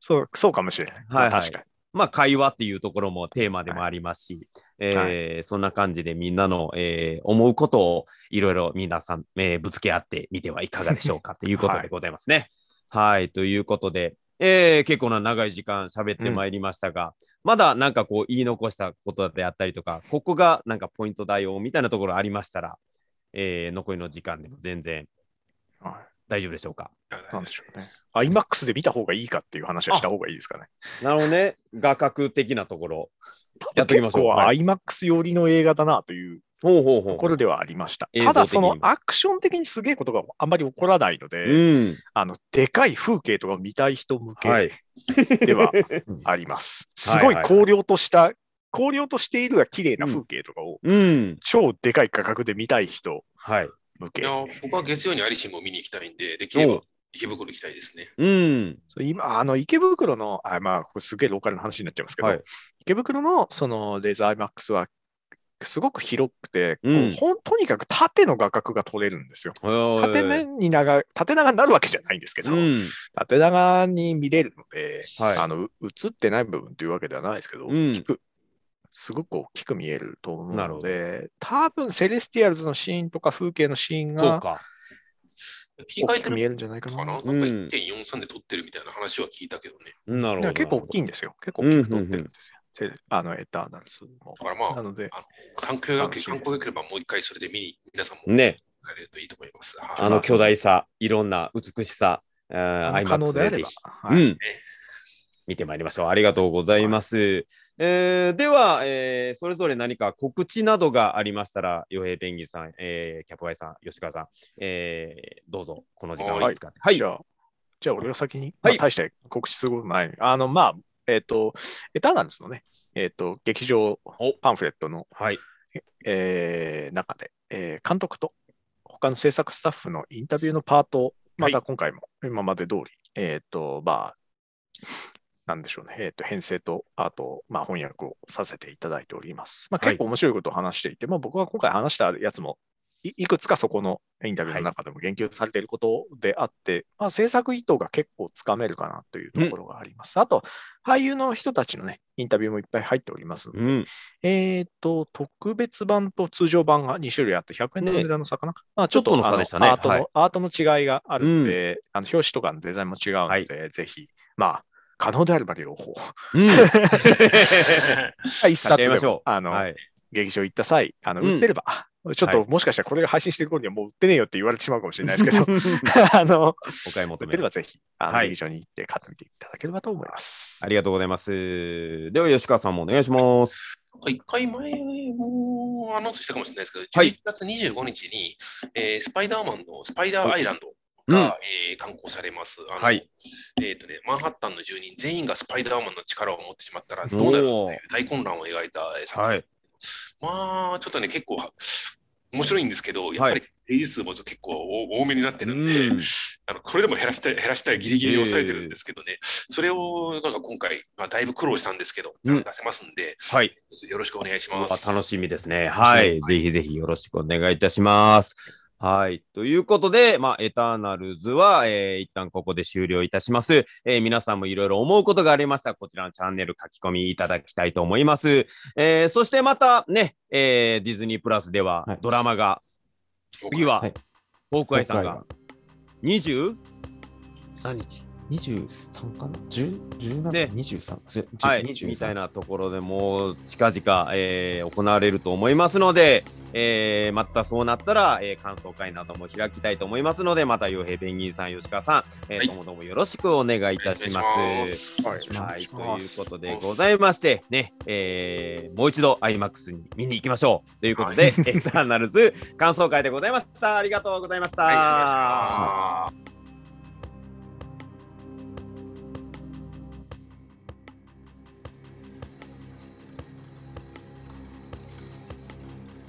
Speaker 4: そう、そうかもしれない。まあ
Speaker 1: はいはい
Speaker 4: 確かに。
Speaker 1: まあ会話っていうところもテーマでもありますし、えーそんな感じでみんなの、えー思うことをいろいろ皆さん、えーぶつけ合ってみてはいかがでしょうかということでございますね。はい、ということで、えー結構な長い時間喋ってまいりましたが、まだなんかこう言い残したことであったりとか、ここがなんかポイントだよみたいなところありましたら、えー残りの時間でも全然
Speaker 4: は
Speaker 1: 大丈夫でしょうか。
Speaker 4: い。なんでしょうね。IMAX で見た方がいいかっていう話はした方がいいですかね。
Speaker 1: なるほどね、 画角的なところ。やっときま
Speaker 4: 結
Speaker 1: しょう
Speaker 4: 構
Speaker 1: はい
Speaker 4: IMAX 寄りの映画だなという
Speaker 1: ほうほうほ
Speaker 4: ところではありました。
Speaker 1: 映像
Speaker 4: た
Speaker 1: 的にも
Speaker 4: だ、そのアクション的にすげえことがあんまり起こらないので、
Speaker 1: うん、
Speaker 4: あの、でかい風景とかを見たい人向
Speaker 1: は
Speaker 4: け
Speaker 1: い。
Speaker 4: ではあります。すごい
Speaker 1: はいはい
Speaker 4: 荒涼とした、荒涼としているが綺麗な風景とかを、
Speaker 1: うん、
Speaker 4: 超でかい価格で見たい人
Speaker 1: はい。
Speaker 4: 向
Speaker 5: い
Speaker 4: け
Speaker 5: や。僕は月曜にアリシンも見に行きたいんで、できれ
Speaker 1: お
Speaker 5: ば
Speaker 1: う
Speaker 5: 池袋行きたいですね。
Speaker 1: うん、
Speaker 4: そう今、あの、池袋の、あまあ、これすげえローカルの話になっちゃいますけど、
Speaker 1: はい
Speaker 4: 池袋のそのレーザーアイマックスは、すごく広くて、こう
Speaker 1: うん
Speaker 4: ほんとにかく縦の画角が取れるんですよ。縦
Speaker 1: 目
Speaker 4: 面に長、縦長になるわけじゃないんですけど、
Speaker 1: うん、
Speaker 4: 縦長に見れるので、
Speaker 1: はい
Speaker 4: あのう映ってない部分というわけではないですけど、
Speaker 1: うん
Speaker 4: 大きくすごく大きく見えると思う
Speaker 1: なる
Speaker 4: の
Speaker 1: ほ
Speaker 4: で、多分セレスティアルズのシーンとか風景のシーン
Speaker 1: そう
Speaker 4: が
Speaker 1: か。
Speaker 5: 切り替
Speaker 4: 大
Speaker 5: え
Speaker 4: き
Speaker 5: て
Speaker 4: く見
Speaker 5: る
Speaker 4: えるんじゃないか
Speaker 5: のか
Speaker 4: な。
Speaker 5: ななんか
Speaker 1: うん
Speaker 5: 1.43で撮ってるみたいな話は聞いたけどね。
Speaker 1: なるほ
Speaker 4: だか
Speaker 1: ど。
Speaker 4: ら結構大きいんですよ。結構大きく撮ってるんですよ。セレあのエターナルズも
Speaker 5: だ。からま
Speaker 4: な
Speaker 5: あ、
Speaker 4: ので、
Speaker 5: 観光が
Speaker 4: 楽しみです
Speaker 5: 観光が来ればもう一回それで見に、皆さんも行
Speaker 1: ね、
Speaker 5: かれるといいと思います。はい
Speaker 1: あの巨大さ、いろんな美しさ、あー
Speaker 4: あの可能
Speaker 1: IMAX
Speaker 4: であれば
Speaker 1: ぜひ。
Speaker 4: は
Speaker 1: う
Speaker 4: い
Speaker 1: ん。見てまいりましょう。ありがとうございます。えーでは、えーそれぞれ何か告知などがありましたら、与平ペンギンさん、えーキャプガイさん、吉川さん、えーどうぞ、この時間を使って。はい。
Speaker 4: じゃあ、じゃあ俺が先に、
Speaker 1: はい
Speaker 4: まあ大して告知することない。あの、まあ、えっ、と、エターナルズのね、えっ、と、劇場
Speaker 1: お
Speaker 4: パンフレットの
Speaker 1: はい。
Speaker 4: えー中で、えー監督と他の制作スタッフのインタビューのパートを、ま
Speaker 1: はい
Speaker 4: た今回も今まで通り、えっ、と、まあ、なんでしょうね、えっと編成と、あと、まあ、翻訳をさせていただいております。まあ、
Speaker 1: はい
Speaker 4: 結構面白いことを話していて、まあ、僕が今回話したやつもい、いくつかそこのインタビューの中でも言及されていることであって、まあ、制作意図が結構つかめるかなというところがあります。あと、俳優の人たちのね、インタビューもいっぱい入っておりますので
Speaker 1: うん。
Speaker 4: えっ、と、特別版と通常版が2種類あって、100円の値段の差かな。まあ、ちょっと
Speaker 1: ちょっとの差
Speaker 4: あの
Speaker 1: でしたね
Speaker 4: アートの、
Speaker 1: はい
Speaker 4: アートの違いがあるので、あの表紙とかのデザインも違うので、
Speaker 1: はい
Speaker 4: ぜひ、まあ、可能であれば両方、
Speaker 1: うん。
Speaker 4: 一冊
Speaker 1: 買っちゃい
Speaker 4: で
Speaker 1: まし
Speaker 4: も
Speaker 1: ょ、う
Speaker 4: あの、
Speaker 1: はい。
Speaker 4: 劇場行った際、あの
Speaker 1: うん
Speaker 4: 売ってれば、 あちょっ
Speaker 1: は、
Speaker 4: ともしかしたらこれが配信してる頃にはもう売ってねえよって言われてしまうかもしれないですけどあの、
Speaker 1: お買い求
Speaker 4: 売っ
Speaker 1: め
Speaker 4: てればぜひ、あの
Speaker 1: はい
Speaker 4: 劇場に行って買ってみていただければと思います。
Speaker 1: ありがとうございます。では、吉川さんもお願いします。
Speaker 5: なんか一回前もアナウンスしたかもしれないですけど、
Speaker 1: はい
Speaker 5: 11月25日に、えースパイダーマンのスパイダーアイランドが、
Speaker 1: うん
Speaker 5: えー刊行されます。あの
Speaker 1: はい。
Speaker 5: えっ、とね、マンハッタンの住人全員がスパイダーマンの力を持ってしまったらどうなるっていう大混乱を描いたえー作品
Speaker 1: はい。
Speaker 5: まあ、ちょっとね、結構は面白いんですけど、やっぱりページ数も結構多多めになってるんで、
Speaker 1: うん
Speaker 5: あのこれでも減らしたい、減らしたいギリギリ抑えてるんですけどね、それをなんか今回、まあ、だいぶ苦労したんですけど、
Speaker 1: うん
Speaker 5: 出せますんで、
Speaker 1: はい。
Speaker 5: よろしくお願いし
Speaker 1: う
Speaker 5: ま
Speaker 1: わ
Speaker 5: す。
Speaker 1: 楽しみですね。はい。ぜひぜひよろしくお願いいたします。はい。ということで、まあ、エターナルズは、えー一旦ここで終了いたします。えー皆さんもいろいろ思うことがありましたら、こちらのチャンネル書き込みいただきたいと思います。えーそしてまたね、えーディズニープラスでは
Speaker 3: はい
Speaker 1: ドラマが、次は、
Speaker 3: はい
Speaker 1: ホークアイさんが
Speaker 3: ホ
Speaker 1: 20? 何日
Speaker 3: 23かな ?10、17、
Speaker 1: ね
Speaker 3: 23。じゅ
Speaker 1: はい、
Speaker 3: 23
Speaker 1: みたいなところでもう近々、えー行われると思いますので、えーまたそうなったら、えー感想会なども開きたいと思いますのでまた洋平ペンギンさん吉川さん、えー
Speaker 5: はい
Speaker 1: ともともよろしくお願いいたしま
Speaker 5: お願い
Speaker 1: す。
Speaker 5: しま
Speaker 4: はい
Speaker 5: す
Speaker 1: はい、ということで
Speaker 5: お願いします
Speaker 1: ございまして、ね、えーもう一度 IMAX に見に行きましょうということで、エターナルズ感想会でございました。ありがとうございました。
Speaker 5: はいありがとうございました